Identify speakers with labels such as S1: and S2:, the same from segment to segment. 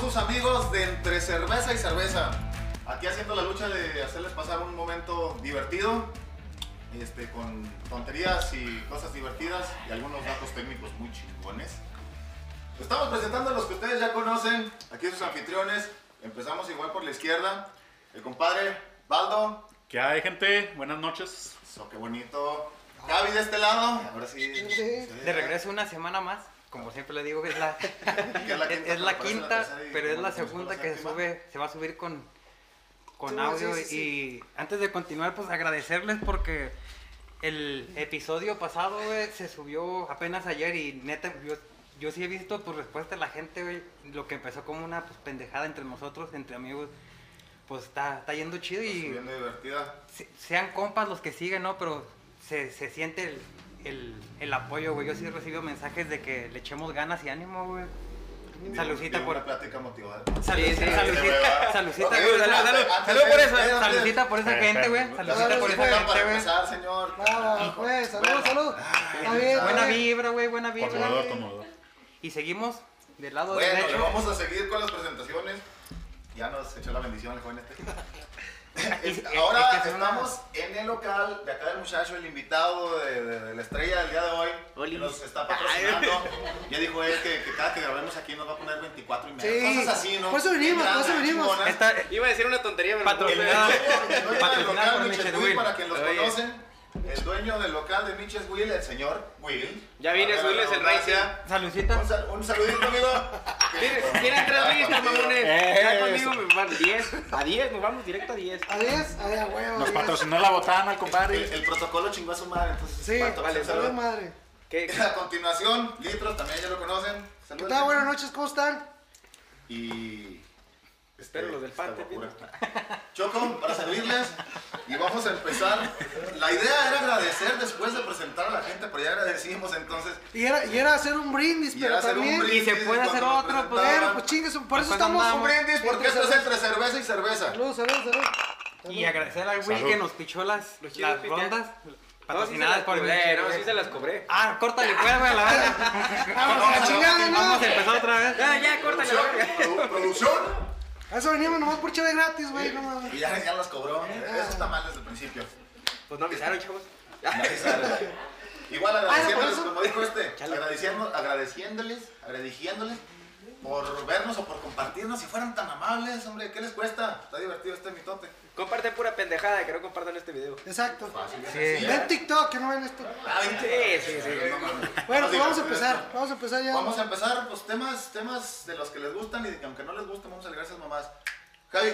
S1: tus amigos de entre cerveza y cerveza. Aquí haciendo la lucha de hacerles pasar un momento divertido, este, con tonterías y cosas divertidas y algunos datos técnicos muy chingones. Estamos presentando a los que ustedes ya conocen, aquí sus anfitriones. Empezamos igual por la izquierda, el compadre Baldo.
S2: ¿Qué hay, gente? Buenas noches.
S1: So, qué bonito. Gaby de este lado. Ahora sí.
S3: De regreso una semana más. Como siempre le digo, es la,
S1: Que es la quinta, pero parece
S3: es- es la
S1: la
S3: quinta,
S1: tercera y
S3: pero es
S1: como que se fue
S3: la segunda
S1: la
S3: que se
S1: séptima.
S3: sube, se va a subir con, con
S4: Sí,
S3: audio.
S4: sí, sí,
S3: Y antes de continuar, pues agradecerles porque el episodio pasado güey, se subió apenas ayer y neta, yo, yo sí he visto tu respuesta de la gente, güey, lo que empezó como una pues, pendejada entre nosotros, entre amigos. Pues está, está yendo chido y
S1: Pues Subiendo divertida.
S3: se- sean compas los que siguen, ¿no? Pero se, se siente el, el- el apoyo, güey. Yo sí recibo mensajes de que le echemos ganas y ánimo, güey. Salucita
S1: Dio
S3: por-
S1: Una plática motivada.
S3: Salu-
S4: Sí, sí,
S3: Salucita,
S1: hueva.
S3: salucita,
S1: Ok,
S3: güey.
S1: dale,
S3: Salud,
S1: dale.
S3: salud.
S1: Antes
S3: Salud por
S1: de-
S3: eso,
S1: antes de-
S3: saludita por esa
S2: Espera,
S3: gente,
S2: espera.
S3: güey.
S1: Saludos
S3: Saludita por
S1: para
S3: esa gente, güey.
S1: empezar, señor.
S4: Nada, pues, salud, salud. Está bien, está
S3: Buena
S4: bien.
S3: vibra, güey, buena vibra.
S2: Acomodador, acomodador.
S3: Y seguimos del lado
S1: Bueno, le
S3: derecho.
S1: vamos a seguir con las presentaciones. Ya nos echó la bendición el joven este. Es-
S3: Y-
S1: Ahora
S3: es que son
S1: estamos en el local de acá del muchacho, el invitado de, de- de la estrella del día de hoy. Que
S5: Oli.
S1: nos está patrocinando. Ya dijo él que, que cada que grabemos aquí nos va a poner 24 y media.
S4: Sí.
S1: Cosas así, ¿no?
S4: Por eso venimos,
S1: Bien
S4: por eso
S1: grandes,
S4: venimos.
S1: chingonas.
S3: Esta,
S5: Iba a decir una tontería, pero
S1: El dueño, el dueño del
S3: Patrocinado.
S1: local,
S3: Patrocinado por
S1: Miches
S3: Miches
S1: Will,
S3: Will.
S1: para quien los
S5: Oye.
S1: conocen, el dueño del local de Miches Will, el señor Will.
S5: Ya vine,
S1: Valga la
S5: Will es el
S1: redundancia.
S5: rey,
S3: saludcita.
S1: Un, sal- un saludito, amigo.
S5: Tienen- Tienen tres listas, mamones.
S2: Eh,
S5: Ya
S2: eso.
S5: conmigo me van 10. A 10, nos vamos directo a 10.
S4: A 10, a ver, huevo.
S2: Nos
S4: diez.
S2: patrocinó la botana, el
S1: El,
S2: compadre.
S1: el protocolo chingó a su madre, entonces.
S4: Sí,
S1: pato,
S4: vale,
S1: un
S4: salud,
S1: saludo.
S4: madre.
S5: ¿Qué?
S1: A continuación, Litros, también ya lo conocen.
S4: ¿Qué
S1: Saludos.
S4: tal? Buenas noches, ¿cómo están?
S1: Y. este,
S5: Espero los del
S1: esta
S5: Pate,
S1: locura. Choco, para servirles. Y vamos a empezar. La idea era agradecer después de presentar a la gente, pero ya agradecimos entonces.
S4: Y era, y era hacer un brindis,
S1: Y
S4: pero
S1: era hacer un
S4: también.
S1: brindis.
S3: Y se puede hacer
S1: Cuando nos
S3: otro, pues.
S1: presentaban.
S4: Pero, pues chingues, por eso
S3: Después
S4: estamos.
S3: andamos.
S1: Un brindis, porque esto es entre cerveza y cerveza.
S4: Salud, salud, salud.
S3: Y agradecer al Will
S2: Salud.
S3: que nos pichó las,
S5: Los chidos
S3: las
S5: pistean.
S3: rondas
S5: No, sí se
S3: patrocinadas
S5: las
S3: por
S5: cobré, no, sí
S3: Will.
S5: se las cobré.
S3: Ah, córtale, pues, güey, a la verga.
S4: Vamos a la chingada,
S3: Vamos a
S4: ¿no?
S3: empezar otra vez.
S5: Ya, ya, córtale la verga.
S1: Produ- Producción.
S4: A eso veníamos nomás por chave gratis, güey, no mames.
S1: Y ya, ya los cobró. Eh, Eso está mal desde el principio.
S5: Pues no avisaron, chavos.
S1: Nadie sabe. Igual
S4: Ah,
S1: agradeciéndoles,
S4: ¿por eso?
S1: como dijo este, agradeciendo- agradeciéndoles, agradeciéndoles por vernos o por compartirnos. Si fueran tan amables, hombre, ¿qué les cuesta? Está divertido este mitote.
S5: Comparte pura pendejada, que no compartan este video.
S4: Exacto.
S1: Fácil,
S3: Sí.
S1: sencillo.
S4: Ven TikTok, que no ven esto.
S1: Ah,
S5: Sí, sí, sí.
S1: no mames.
S4: Bueno, pues vamos a
S1: divertido
S4: empezar.
S1: esto.
S4: Vamos a empezar ya.
S1: Vamos a empezar, pues temas, temas de los que les gustan y de que aunque no les gusten, vamos a alegar a esas mamás. Javi,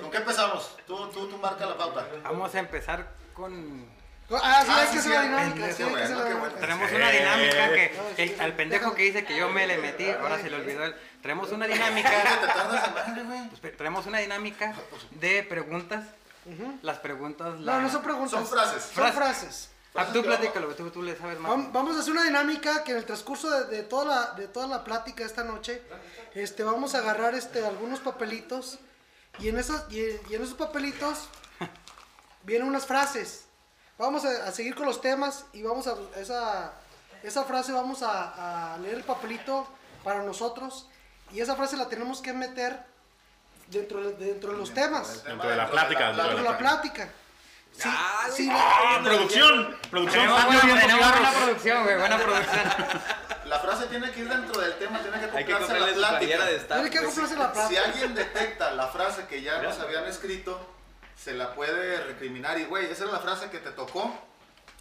S1: ¿con qué empezamos? Tú, tú, tú marca la pauta.
S3: Vamos a empezar con.
S4: Ah, sí,
S1: Ah,
S4: hay
S1: sí,
S4: que
S1: sí,
S4: hacer la
S1: sí,
S4: dinámica.
S1: sí,
S4: Sí, hay que
S1: bueno,
S4: hacer la
S1: qué
S4: dinámica.
S1: bueno.
S3: Traemos
S2: Sí.
S3: una dinámica que el- al pendejo que dice que yo me le metí, ahora se le olvidó. el- Traemos una dinámica.
S1: Te tardas en madre, güey.
S3: pues, Traemos una dinámica de preguntas. Las preguntas.
S4: No,
S3: la-
S4: no son preguntas.
S1: Son frases.
S4: Son frases.
S3: Ah, tú platícalo, tú, tú le sabes más.
S4: Vam- Vamos a hacer una dinámica que en el transcurso de, de toda la, de toda la plática esta noche, este, vamos a agarrar este, algunos papelitos y en, esos, y, y en esos papelitos vienen unas frases. Vamos a, a seguir con los temas y vamos a esa, esa frase vamos a, a leer el papelito para nosotros y esa frase la tenemos que meter dentro, de- dentro de los temas,
S2: Dentro de la plática, dentro
S4: dentro de la plática. Sí, sí,
S2: ¡Ah,
S4: la-
S2: producción! Producción,
S3: Tenemos
S2: están
S3: buena,
S2: lloviendo
S3: tenemos buena
S2: cigarros.
S3: producción, güey, buena producción.
S1: La frase tiene que ir dentro del tema, tiene que
S5: Hay que
S1: comprarse
S5: comprarle su
S1: la
S5: playera
S1: plática.
S5: de staff.
S4: tiene que
S5: pues.
S4: acoplarse la
S1: Si
S4: plática.
S1: alguien detecta la frase que ya nos habían escrito, se la puede recriminar. Y güey, esa era la frase que te tocó.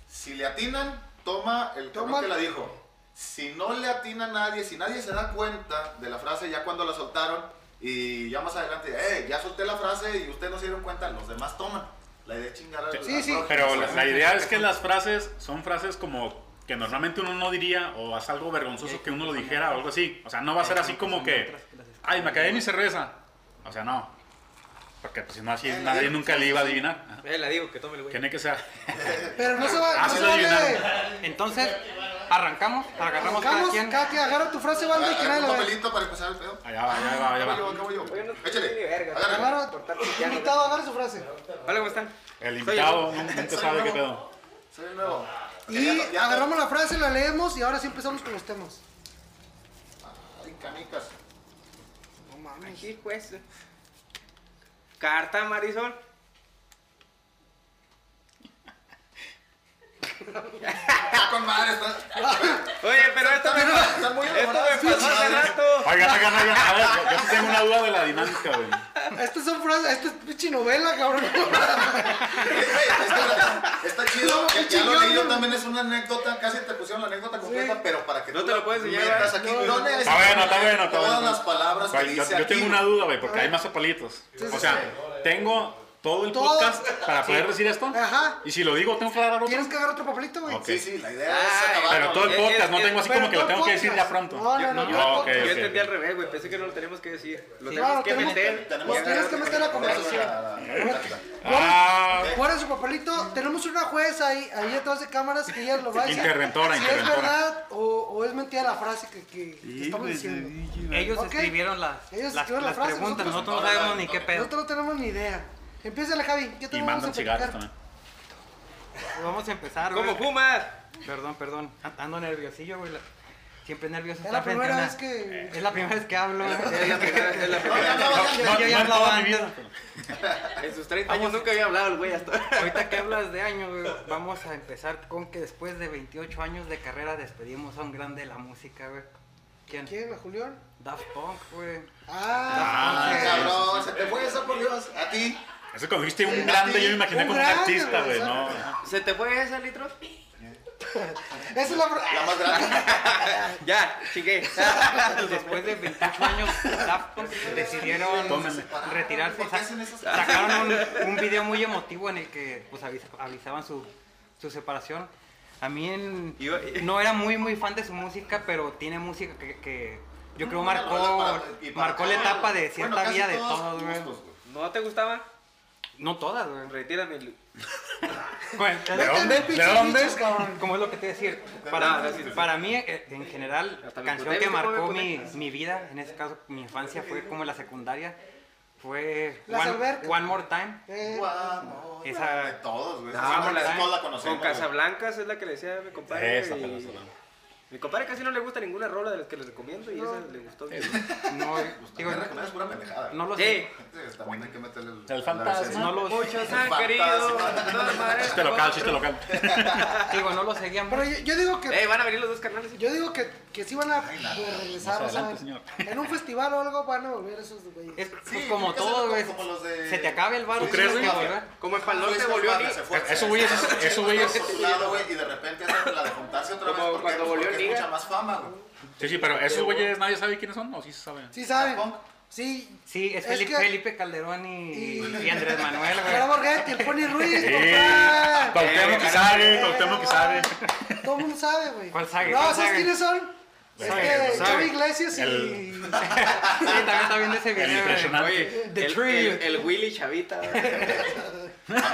S1: Si le atinan, toma el
S4: Toma.
S1: cabrón que la dijo. Si no le atina a nadie, si nadie se da cuenta de la frase ya cuando la soltaron y ya más adelante, eh, ya solté la frase y ustedes no se dieron cuenta, los demás toman. La idea es chingar a
S2: Sí,
S1: a-
S4: sí,
S1: a-
S2: Pero la, la idea es que las frases son frases como que normalmente uno no diría o haz algo vergonzoso que uno lo dijera o algo así. O sea, no va a ser así como que, ay, me acabé mi cerveza. O sea, no. Porque pues, si no, así nadie nunca le iba a adivinar. Ajá.
S5: Eh, la digo, que tome el güey.
S2: Tiene que ser.
S4: Pero no se va,
S2: Ah,
S4: no
S2: sí
S4: se
S2: lo
S4: vale.
S2: adivinaron.
S3: Entonces, arrancamos, agarramos cada
S4: Buscamos,
S3: quien.
S4: cada quien agarra tu frase, Valdo, y que
S1: Agarra
S4: nadie
S1: un
S4: la vea.
S1: papelito para empezar el pedo.
S2: Allá va, allá Ah, va, allá
S1: Acabo yo,
S2: va.
S1: acabo yo.
S5: Oye, no te ni
S1: Échale.
S5: verga.
S1: Agárrale.
S4: Agarra,
S5: Cortar pisteando,
S4: invitado, agarra su frase.
S5: Hola, ¿cómo están?
S2: El
S5: Soy
S2: invitado nu- nunca sabe qué pedo.
S1: Soy el nuevo.
S4: Y agarramos la frase, la leemos y ahora sí empezamos con los temas.
S1: Ay, canicas.
S4: No mames.
S5: Aquí cuesta. Carta, Marisol.
S1: Está Ah, con madre, está.
S5: Oye, pero esto me,
S1: Están muy
S5: esto me pasó hace rato.
S2: Oigan, oigan, oigan. A ver, yo- yo sí tengo una duda de la dinámica, güey.
S4: Estas son frases, esta es pinche novela, cabrón.
S1: Está, está chido.
S4: No,
S1: que
S4: qué
S1: ya lo
S4: chingón,
S1: leí yo
S4: no.
S1: también, es una anécdota. Casi te pusieron la anécdota completa,
S4: Sí.
S1: pero para que
S5: No
S1: tú
S5: te lo
S1: la
S5: puedes enseñar,
S1: metas
S5: ¿eh?
S1: aquí.
S4: No,
S1: No
S4: no.
S1: necesitas
S2: Está bueno, está bueno, está bueno.
S1: Todas las palabras que
S2: Güey, yo,
S1: dice
S2: yo
S1: aquí.
S2: tengo una duda, güey, porque
S4: A
S2: hay
S4: ver.
S2: más zapalitos.
S4: Sí, sí,
S2: O sea, tengo todo el
S4: Todo.
S2: podcast para poder decir esto.
S4: Ajá.
S2: Y si lo digo, tengo que agarrar otro.
S4: Tienes que agarrar otro papelito, güey.
S2: Ok.
S1: Sí, sí, la idea
S5: Ay,
S1: es acabar.
S2: Pero todo el
S5: Eh,
S2: podcast, no
S5: eh,
S2: tengo así
S4: pero
S2: como que lo
S4: todo
S2: tengo que decir ya
S4: podcast.
S2: pronto.
S4: No, no, no,
S2: Yo-
S4: todo
S2: ok,
S4: podcast.
S5: Yo
S2: ok,
S5: entendí
S2: ok.
S5: al revés, güey. Pensé que no lo teníamos que decir. Lo
S4: Sí,
S5: tenemos
S4: claro,
S5: que
S4: tenemos-
S5: meter.
S1: Tenemos
S4: Tienes que meter la conversación.
S2: Ah,
S4: Guarda su papelito. Tenemos una juez ahí, ahí detrás de cámaras que ella lo va a decir.
S2: Interventora,
S4: si
S2: interventora.
S4: es verdad o, o es mentira la frase que, que- que estamos diciendo.
S3: Ellos
S4: Ok.
S3: escribieron las,
S4: Ellos
S3: las,
S4: escribieron la
S3: las
S4: frase,
S3: preguntas,
S1: nosotros
S3: nosotros
S1: no
S3: no sabemos ni qué pedo.
S4: Nosotros no tenemos ni idea. Empieza la Javi. ¿Qué te
S2: y
S4: vamos a
S2: mandan cigarros
S4: platicar?
S2: también.
S3: Vamos a empezar, güey.
S5: Como Pumas.
S3: Perdón, perdón. An- Ando nerviosillo, güey. la- Siempre nervioso.
S4: Es
S3: estar
S4: la
S3: frente a
S4: primera
S3: una-
S4: vez que.
S3: Es la primera vez que hablo.
S5: Es la primera- es
S1: No,
S5: la
S1: ya no,
S5: primera-
S1: ya
S4: Ah,
S1: no.
S2: No, no,
S3: yo ya
S2: en
S3: hablaba
S2: toda mi
S3: antes.
S2: vida.
S5: En sus 30 años nunca había hablado el güey hasta.
S3: Ahorita que hablas de años, güey, vamos a empezar con que después de 28 años de carrera despedimos a un grande de la música, güey. ¿Quién?
S4: ¿Quién? ¿La Julián?
S3: Daft Punk, güey.
S4: Ah,
S2: Ah,
S4: ok.
S1: Cabrón, se te fue esa por Dios. A ti.
S2: Eso cuando dijiste un grande, yo me imaginé
S4: Un
S2: como un
S4: grande,
S2: artista,
S4: güey,
S2: güey,
S4: o sea,
S2: no.
S5: ¿Se te fue ese litro?
S4: Esa es la.
S1: La más grande.
S5: Ya, chingué.
S3: Después de 28 años, Daft Punk decidieron
S2: Tómenle.
S3: retirarse.
S1: ¿Por qué hacen esas cosas?
S3: sacaron un, un video muy emotivo en el que pues, avisa- avisaban su, su separación. A mí en-
S5: Yo-
S3: no era muy muy fan de su música, pero tiene música que, que yo creo
S1: Una
S3: marcó,
S1: rola para- y para
S3: marcó la
S1: todo,
S3: etapa de
S1: bueno,
S3: cierta
S1: casi
S3: vida de
S1: todos
S3: todos, güey.
S1: gustos,
S5: ¿No te gustaba?
S3: No todas, güey.
S5: Retírame. Lu.
S3: Bueno,
S2: ¿De dónde? ¿De
S4: Pinches
S2: dónde?
S4: bichos, cabrón. Eh,
S3: ¿Cómo es lo que te decir?
S5: No,
S3: Para,
S5: no, sí, sí.
S3: para mí, eh, en general,
S5: Hasta me
S3: canción
S5: acordé,
S3: que
S5: ¿viste cómo me
S3: marcó mi,
S5: conectas?
S3: mi vida, en este caso mi infancia, fue como la secundaria, fue
S4: Las
S3: One,
S4: albercas.
S3: One More Time.
S4: Eh,
S1: Guau,
S3: Esa-
S1: De todos, güey.
S5: Ah,
S1: Esa
S5: con la-
S1: es toda la
S5: Con
S1: conocemos. güey.
S5: Casablancas es la que le decía a mi compadre.
S2: Esa
S5: y-
S2: fue la Casablanca.
S5: Mi compadre casi no le gusta ninguna rola de las que les recomiendo y esa le gustó. bien.
S3: No,
S1: Pues
S3: digo,
S1: también recomiendas pura pendejada.
S3: no lo sé.
S5: Pues Sí.
S1: Sí, También hay que meterle el,
S2: El fantasma.
S3: No lo
S5: Muchos han
S1: Fantasma.
S5: querido. los mares-
S2: Chiste local, chiste local.
S3: Digo, no lo seguían.
S4: Pero yo, yo digo que.
S5: Eh, van a venir los dos carnales.
S4: Yo digo que, que sí van a pues,
S2: Más
S4: regresar, o sea,
S2: adelante, señor.
S4: en un festival o algo van a volver esos güeyes.
S3: Es
S1: Sí,
S3: pues, como
S1: tiene que ser
S3: todo,
S1: como-
S3: güey.
S1: como los de-
S3: Se te acaba el bar,
S1: ¿Tú
S3: y
S2: crees,
S3: tienes que
S2: güey?
S3: volver.
S5: Como en Palón
S1: Luis
S5: se volvió
S1: Esparza se
S5: Nick.
S1: fue,
S2: Eso,
S1: se-
S2: güey, es-
S1: se- se-
S2: eso, güey, es-
S1: por su lado, güey, y de repente hacen la de juntarse otra vez
S5: Como
S1: porque,
S5: cuando
S1: pues,
S5: volvió
S1: porque
S5: Liga.
S1: escucha más fama, güey.
S2: Sí, sí, pero esos güeyes nadie sabe quiénes son, o sí se saben.
S4: Sí saben.
S1: Punk.
S4: Sí.
S3: Sí, es,
S4: Es
S3: Felipe,
S4: que-
S3: Felipe Calderón y,
S4: Y-
S3: y Andrés Manuel,
S4: Ahora
S3: güey.
S4: Borghetti, el Pony Ruiz,
S2: Sí.
S4: compa.
S2: Cuauhtémoc que sabe, Cuauhtémoc que sabe.
S4: Todo el mundo sabe, güey.
S3: ¿Cuál sabe?
S4: No,
S3: ¿Cuál
S4: ¿sabes
S3: sabe?
S4: quiénes son?
S2: Sabe,
S4: Este,
S3: sabe.
S4: Joey Iglesias y...
S2: El-
S3: Sí, también está viendo ese
S2: El
S3: video. güey.
S2: impresionante.
S5: Oye,
S3: The
S5: el,
S3: Tree.
S5: el- el Willy Chavita.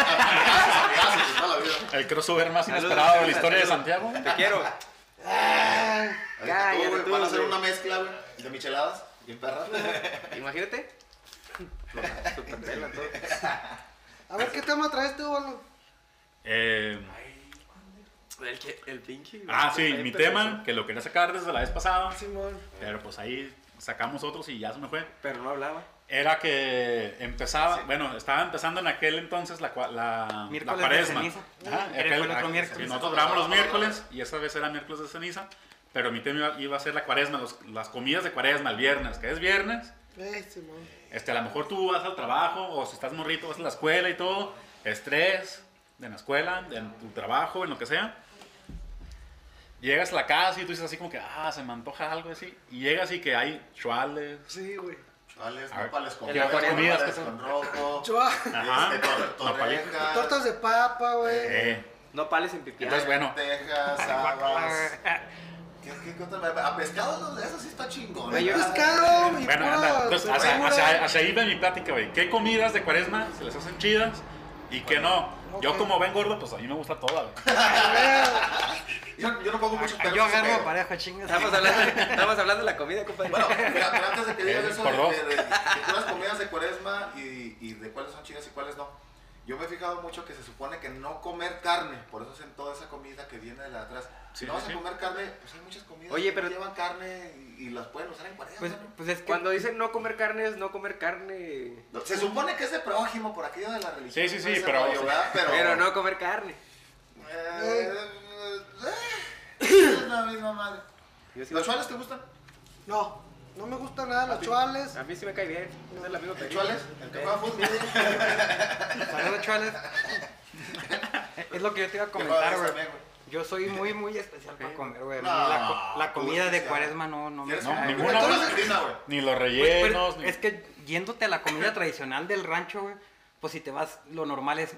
S1: Gracias, toda la vida.
S2: El crossover más inesperado de la historia de Santiago.
S5: Te quiero.
S4: Ah,
S1: Ahorita
S5: Cállate
S1: tú, güey,
S5: tú,
S1: Van a hacer
S5: güey.
S1: una mezcla, güey, de micheladas y perras.
S5: Imagínate. No, superpela, todo.
S4: a ver, ¿qué tema traes tú, Bolo?
S2: Eh,
S5: El, que- el pinche.
S2: ah, sí, mi tema, que lo quería sacar desde la vez pasada,
S4: Simón.
S2: pero pues ahí sacamos otros y ya se me fue.
S5: Pero no hablaba.
S2: Era que empezaba, bueno, estaba empezando en aquel entonces la, cua- la, la
S3: Miércoles de
S2: cuaresma.
S3: ceniza.
S2: Ajá,
S3: Era el otro
S2: ah,
S3: miércoles.
S2: Nosotros grabamos los miércoles y esa vez era miércoles de ceniza, pero mi tema iba, iba a ser la cuaresma, los- las comidas de cuaresma, el viernes, que es viernes.
S4: Eh, Simón.
S2: Este, a lo mejor tú vas al trabajo o si estás morrito vas a la escuela y todo, estrés en la escuela, en tu trabajo, en lo que sea. Llegas a la casa y tú dices así como que, ah, se me antoja algo así. Y llegas y que hay chuales,
S4: Sí, güey.
S1: Chales,
S2: A ver,
S1: nopales con
S2: ¿qué otras
S1: verde,
S2: comidas
S1: nopales
S2: que son?
S1: con rojo.
S4: Chua.
S2: Ajá.
S1: Este, tor-
S2: Nopalitos.
S1: torrejas,
S4: Tortas de papa, güey.
S2: eh,
S5: No pales en pipiar.
S2: Entonces, bueno,
S1: Tejas, habas. ¿Qué, qué, qué otra? A pescado, no, eso sí está chingón.
S5: Güey, yo-
S1: ¿verdad?
S4: Pescado y
S2: bueno, anda,
S3: Ah,
S2: pues,
S4: pura
S2: entonces, hacia,
S4: verdura.
S2: hacia- hacia ahí va mi plática, güey. ¿Qué comidas de cuaresma se les hacen chidas y qué no? Yo
S4: ok.
S2: como ven gordo, pues a mí me gusta toda, güey.
S1: Yo, yo no pongo mucho pedo.
S3: Yo
S1: en ese
S3: agarro
S1: pedo.
S3: parejo, chingas.
S5: Estamos hablando, estamos hablando de la comida, compadre.
S1: Bueno, mira, pero antes de que digas
S2: Es
S1: eso,
S2: por
S1: de,
S2: dos.
S1: de, de- de puras comidas de cuaresma y, y de cuáles son chidas y cuáles no. Yo me he fijado mucho que se supone que no comer carne, por eso hacen toda esa comida que viene de la atrás. Si
S2: Sí,
S1: no vas
S2: sí.
S1: a comer carne, pues hay muchas comidas
S5: Oye,
S1: que
S5: pero-
S1: llevan carne y, y las pueden usar en cuarenta.
S3: Pues,
S1: ¿no?
S3: pues es que.
S5: Cuando dicen no comer carne es no comer carne.
S1: No, Se supone que es de prójimo por aquello de la religión.
S2: Sí, sí, sí,
S1: ese
S2: pero-
S1: rollo, ¿verdad? pero...
S5: Pero no comer carne.
S1: Eh, eh, es la misma madre.
S5: Yo sí-
S1: ¿Los chuales te gustan?
S4: No, no me gustan nada
S1: ¿A
S4: los
S1: ti?
S4: chuales.
S5: A mí sí me cae bien. Es el amigo
S1: ¿El
S5: Pedrito.
S1: chuales? ¿El que juega fútbol?
S3: Saludos, chavales. es lo que yo te iba a
S1: Que juega
S3: comentar,
S1: básquet
S3: güey.
S1: también, güey.
S3: Yo soy muy, muy especial para comer, güey. A mí
S1: No,
S3: la, co- la
S1: tú
S3: comida de
S1: especial.
S3: cuaresma no, no me
S1: ¿Quieres
S2: No,
S1: comer?
S3: cae, güey.
S2: ninguna.
S1: Tú eres argentina, güey.
S2: Ni los
S3: Pues, pero
S2: rellenos, ni-
S3: es que yéndote a la comida tradicional del rancho, güey, pues si te vas, lo normal es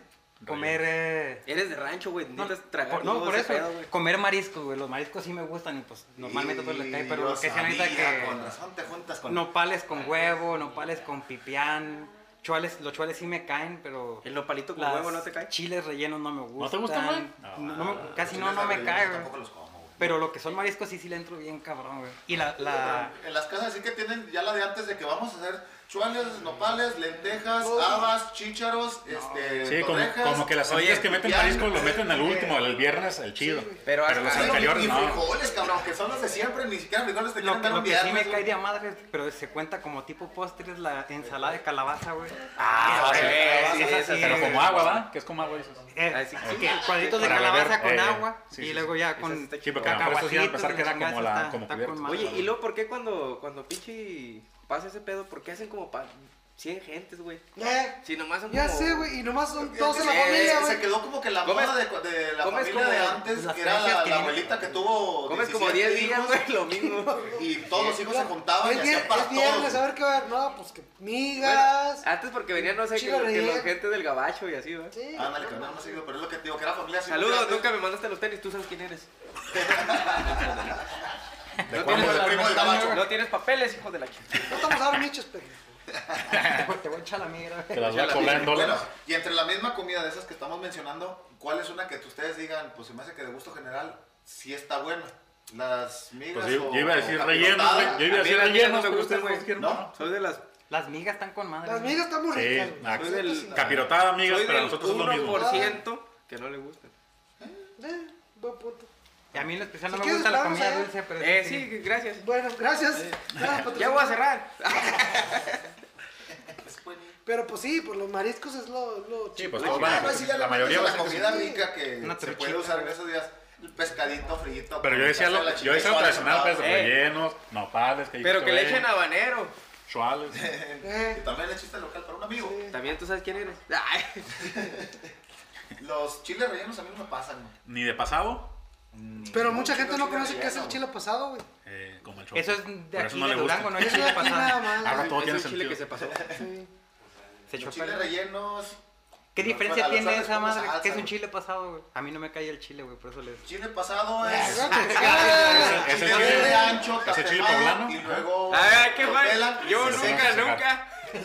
S3: comer... eh,
S5: Eres de rancho, güey.
S3: no,
S5: Necesitas tragar.
S3: por, no,
S5: todo
S3: por
S5: ese
S3: eso,
S5: pedo, güey.
S3: comer mariscos, güey. Los mariscos sí me gustan y pues normalmente todo le cae, pero
S1: Yo
S3: lo que sea ahorita
S1: sabía,
S3: que...
S1: Con razón te juntas con.
S3: Nopales con huevo, nopales con pipián, chuales, los chuales sí me caen, pero...
S5: El nopalito con
S3: las
S5: huevo no te cae.
S3: Chiles rellenos no me gustan.
S2: te gustan, güey?
S3: No, no me- casi no,
S1: Chiles
S3: no me
S1: rellenos
S3: cae,
S1: Tampoco
S3: güey.
S1: los como, güey.
S3: Pero lo que son mariscos sí, sí le entro bien cabrón, güey. Y la... la...
S1: En las casas sí que tienen ya la de antes de que vamos a hacer chuales, nopales, lentejas,
S4: No.
S1: habas, chícharos, este,
S2: Sí, como,
S1: torrejas,
S2: como que las semillas
S5: Oye,
S2: que meten
S1: ya-
S2: marisco lo meten al último, el viernes, el chido.
S5: Pero
S2: pero
S5: hasta-
S2: los
S1: Sí,
S2: anteriores
S1: ni, ni
S2: no.
S1: frijoles, cabrón, que son los de siempre, ni siquiera frijoles te
S3: Lo,
S1: quieren dar
S3: lo
S1: un
S3: que sí me
S1: viernes.
S3: cae
S1: güey.
S3: de a madre, pero se cuenta como tipo postre es la ensalada de calabaza, güey.
S5: Ah,
S3: Esa-
S5: sí,
S3: esa-
S5: sí,
S3: esa
S5: esa-
S3: sí,
S2: Pero
S3: güey.
S2: como agua, ¿va? Que es como agua, dices.
S3: Eh,
S5: Ah, sí, sí.
S3: que cuadritos de
S2: Para
S3: calabaza
S2: beber,
S3: con
S2: eh,
S3: agua
S2: sí,
S3: y
S2: sí,
S3: luego ya
S5: Esa
S3: con
S5: está
S2: Sí, porque
S5: chingona.
S2: pero eso sí iba a
S3: cacahuacitos
S2: pensar
S3: y
S2: que era
S3: chingada,
S2: como
S3: esa
S2: la
S3: está-
S2: como
S3: está
S2: cubierta.
S3: con madre.
S5: Oye, ¿y luego por qué cuando, cuando pinche pasa ese pedo? ¿Por qué hacen como pa 100 gentes, güey?
S4: Eh,
S5: Si nomás son
S4: ya
S5: como...
S4: sé, güey, y nomás son todos en
S1: Sí,
S4: la
S5: sí,
S4: familia,
S1: se
S4: güey.
S1: quedó como que la
S5: Comes-
S1: moda de, de la
S5: comes
S1: familia de
S5: como
S1: antes,
S3: las
S1: que era
S3: gracias
S1: la,
S3: que
S1: la
S3: tiene-
S1: abuelita que tuvo.
S5: Comes como
S1: 17
S5: 10 días,
S1: hijos,
S5: güey, lo mismo.
S1: Y todos los hijos se juntaban y
S4: Es vier-
S1: hacían para
S4: es viernes,
S1: todos.
S4: a ver qué va a haber. No, pues que migas.
S5: Antes porque venían, no sé, que,
S4: Chido
S5: que
S4: relleno.
S5: la gente del gabacho y así, güey.
S4: Sí.
S1: Ándale, que no hemos ido, pero es lo que te digo, que era familia. así,
S5: Saludos,
S1: antes-
S5: nunca me mandaste los tenis, tú sabes quién eres.
S1: ¿De
S5: No
S1: cuándo es
S5: tienes,
S1: el primo del gabacho?
S5: no tienes papeles, hijo de la chica.
S4: No estamos a dar michos, pendejo.
S3: Te voy- te voy a echar la migra,
S2: Que
S3: güey.
S2: las va a cobrar en
S1: Bueno,
S2: dólares.
S1: y entre la misma comida de esas que estamos mencionando, ¿cuál es una que ustedes digan, pues se me hace que de gusto general sí está buena? Las migas
S2: Pues yo,
S1: o-
S2: yo iba a
S1: o
S2: decir
S1: la
S2: rellenos,
S1: pilotada.
S2: güey. Yo iba a
S5: A mí
S2: decir
S5: las migas no
S2: rellenos,
S5: me
S2: me
S5: gustan,
S2: gustan,
S5: güey.
S2: güey.
S1: ¿No?
S5: Soy de las...
S3: Las migas están con madre.
S4: Las
S3: güey.
S4: migas están muy
S2: Sí,
S4: ricas. güey.
S2: ah,
S5: Soy del...
S2: Capirotada, amigas,
S5: Soy
S2: pero a
S5: del
S2: nosotros es lo mismo.
S5: 1% que no le gustan.
S4: Eh, buen punto.
S3: Y a mí en especial no
S4: Si
S3: me
S4: quieres,
S3: gusta la
S4: vamos
S3: comida
S4: allá.
S3: dulce, pero
S5: Eh,
S3: eso
S5: sí, gracias.
S4: Bueno, gracias. Gracias,
S5: Ya voy a
S4: patrocinador.
S5: cerrar.
S4: Pero pues sí, por los mariscos es lo, lo
S2: Sí,
S4: chido.
S2: pues
S1: Ah,
S2: todos
S1: bueno,
S2: van,
S1: sí, ya
S2: la
S1: lo
S2: mayoría
S1: mencioné,
S2: van.
S1: la comida rica que
S3: Una
S1: se puede
S3: truchita,
S1: usar en
S3: güey.
S1: esos días, el pescadito frito.
S2: Pero
S1: con
S2: yo decía
S1: salsa
S2: lo,
S1: de la
S2: yo decía lo
S1: chiquita,
S2: tradicional, pues,
S1: salsa de
S5: Eh.
S2: rellenos, nopales, que eh,
S5: Pero que le echen habanero.
S2: Chuales.
S1: tomate.
S4: Eh,
S1: También el chiste local para un amigo.
S5: También tú sabes quién eres. Ah, Ay.
S1: Los chiles rellenos a mí no me pasan. güey.
S2: Ni de pasado,
S4: pero
S1: No,
S4: mucha
S1: chile
S4: gente no
S1: chile
S4: conoce qué es
S1: relleno,
S4: el chile pasado, güey.
S2: eh, como el
S3: sí.
S2: cholo.
S3: Eso es de
S2: Por eso
S3: aquí,
S2: no
S3: de
S2: le gusta.
S3: Durango, no es
S4: Eso de
S3: chile
S4: aquí
S3: pasado.
S4: nada
S2: Ahora
S4: más.
S2: todo
S5: Es
S2: tiene
S5: un chile
S2: sentido.
S5: que se pasó.
S4: Sí.
S3: Se echó
S1: Los
S3: a
S1: chiles
S3: perder.
S1: rellenos.
S3: ¿Qué
S1: los-
S3: diferencia
S1: a los
S3: tiene
S1: sabes
S3: esa
S1: como
S3: madre?
S1: salsa,
S3: que es un
S1: güey.
S3: chile pasado, güey? A mí no me cae el chile, güey, por eso les...
S1: Chile pasado es.
S2: Es el
S1: chile
S2: chile-
S1: verde ancho,
S2: es el chile
S1: tatemado,
S2: poblano. ¿eh?
S1: Y luego.
S3: Ah,
S5: A ver, ¿qué
S1: lo
S5: fue?
S1: pelan, se
S5: Yo nunca,
S1: seca,
S2: seca.
S5: nunca.
S1: se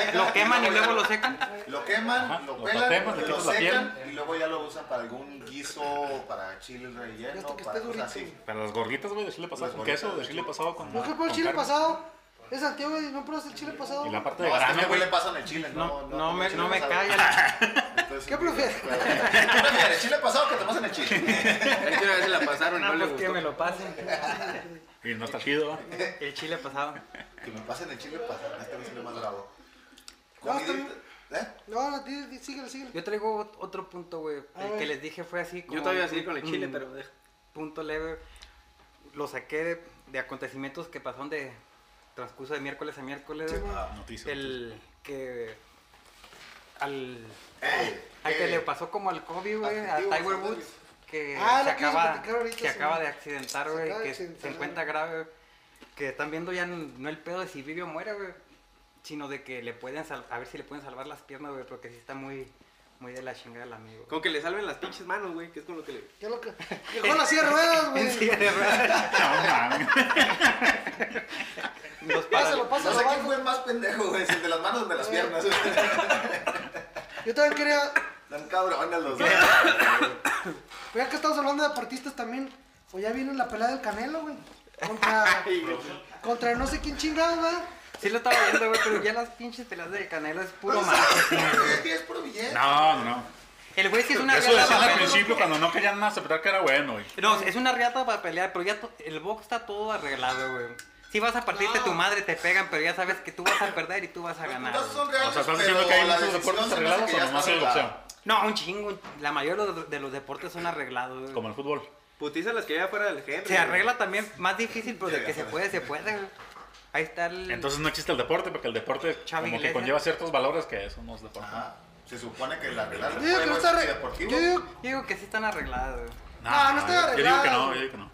S1: seca,
S3: Lo queman y
S1: ya
S3: luego lo secan.
S1: Lo queman,
S2: Ajá,
S1: lo
S2: lo
S1: pelan,
S2: tatemas, le
S1: lo
S2: quitas la piel.
S1: secan y luego ya lo usan para algún guiso, para chile
S4: Ya
S1: relleno,
S4: hasta que
S1: para cosas
S4: esté durito.
S1: así.
S2: Pero las gorditas, güey, de chile pasado
S1: Las
S2: con
S1: gorditas.
S2: queso, de chile pasado con.
S4: ¿Por qué por
S2: con
S4: el chile
S2: carne.
S4: pasado? Es Santiago y no pruebas el chile pasado.
S2: Y la parte de
S1: No, es que a este
S2: grano,
S1: güey
S2: güey.
S1: le pasan el chile, no.
S3: No, no me,
S1: chile
S3: no me
S1: pasado.
S3: cae el...
S1: Entonces,
S4: ¿Qué prefieres?
S1: ¿Qué prefieres, ¿El chile pasado o que te pasen el chile?
S5: Es que una vez se la pasaron y no
S3: No,
S5: le
S3: pues que
S5: gustó.
S3: me lo pasen.
S2: Y no está chido, ¿va?
S3: El chile pasado.
S1: Que me pasen el chile pasado, este es el más bravo.
S4: No, está bien.
S1: ¿Eh?
S4: No, no, di- di- síguele, síguele.
S3: Yo traigo ot- otro punto, güey.
S4: A
S3: El que
S4: ver.
S3: les dije fue así como...
S5: Yo todavía así con el
S3: un-
S5: chile,
S3: un
S5: pero deja.
S3: Punto leve. Lo saqué de, de acontecimientos que pasaron de transcurso de miércoles a miércoles.
S4: Sí,
S3: güey.
S1: Ah,
S2: Noticia.
S3: el que... Al...
S1: Ey,
S3: Al que
S4: Eh,
S1: ey.
S3: le pasó como al Kobe, güey, a
S1: Adjetivos,
S3: Tiger
S1: adjetivos.
S3: Woods, que
S4: Ah,
S3: se
S4: lo que ibas a
S3: acaba,
S4: platicar ahorita,
S3: que
S4: sí.
S3: acaba de accidentar,
S4: Se
S3: güey,
S4: acaba de
S3: que se
S4: accidentar.
S3: encuentra grave, güey, que están viendo ya n- no el pedo de si vive o muere, güey, sino de que le pueden sal- a ver si le pueden salvar las piernas, güey, porque sí está muy, muy de la chingada el amigo. güey.
S5: Con que le salven las pinches manos, güey, que es con lo que le...
S4: ¿Qué es lo que? Dejó la silla de ruedas,
S3: En
S4: güey.
S3: silla de ruedas.
S2: No, mames.
S3: Los
S4: Pásalo,
S3: para-
S1: No sé
S4: pásalo.
S1: quién
S4: pásalo.
S1: fue el más pendejo, güey, si el de las manos o el de las piernas.
S4: Yo también quería
S1: Tan cabrones los dos.
S4: Pero ya que estamos hablando de deportistas también, pues ya viene la pelea del Canelo, güey. Contra, contra no sé quién chingado, ¿verdad?
S3: Sí lo estaba viendo, güey, pero ya las pinches pelas de Canelo es puro
S2: Pues,
S3: mal.
S1: Es que es puro billete.
S2: No, no.
S3: El güey sí es una
S2: Eso
S3: riata
S2: decían
S3: para
S2: al
S3: pelear.
S2: principio cuando no querían aceptar que era bueno. y-
S3: No, es una riata para pelear, pero ya to- el box está todo arreglado, güey. Si vas a partirte tu madre, te pegan, pero ya sabes que tú vas a perder y tú vas a ganar.
S1: Entonces
S3: güey.
S1: son reales,
S2: O sea, ¿estás
S1: pero
S2: diciendo que hay
S1: la
S2: muchos
S1: decisión
S2: deportes
S1: se me hace
S2: arreglados
S1: que
S2: o
S1: ya
S2: nomás
S1: está
S2: el
S1: arreglada.
S2: boxeo?
S3: No, un chingo. La mayoría de los, de los deportes son arreglados, güey.
S2: Como el fútbol.
S5: Putiza las que había fuera del Henry.
S3: Se arregla también más difícil, pero de que se puede, se puede. güey. Ahí está el.
S2: Entonces no existe el deporte, porque el deporte
S3: Xavi
S2: como que
S3: Iglesias.
S2: conlleva ciertos valores que eso no es deporte.
S1: Ajá. Se supone que la regla
S4: Yo
S1: del
S4: digo que no
S1: juego
S4: está
S1: es
S4: arreglado.
S1: deportivo.
S4: Yo digo,
S3: Yo digo que sí están arreglados, güey.
S4: No, no estoy
S2: yo- Yo digo que
S4: arreglado.
S2: no, yo digo que no.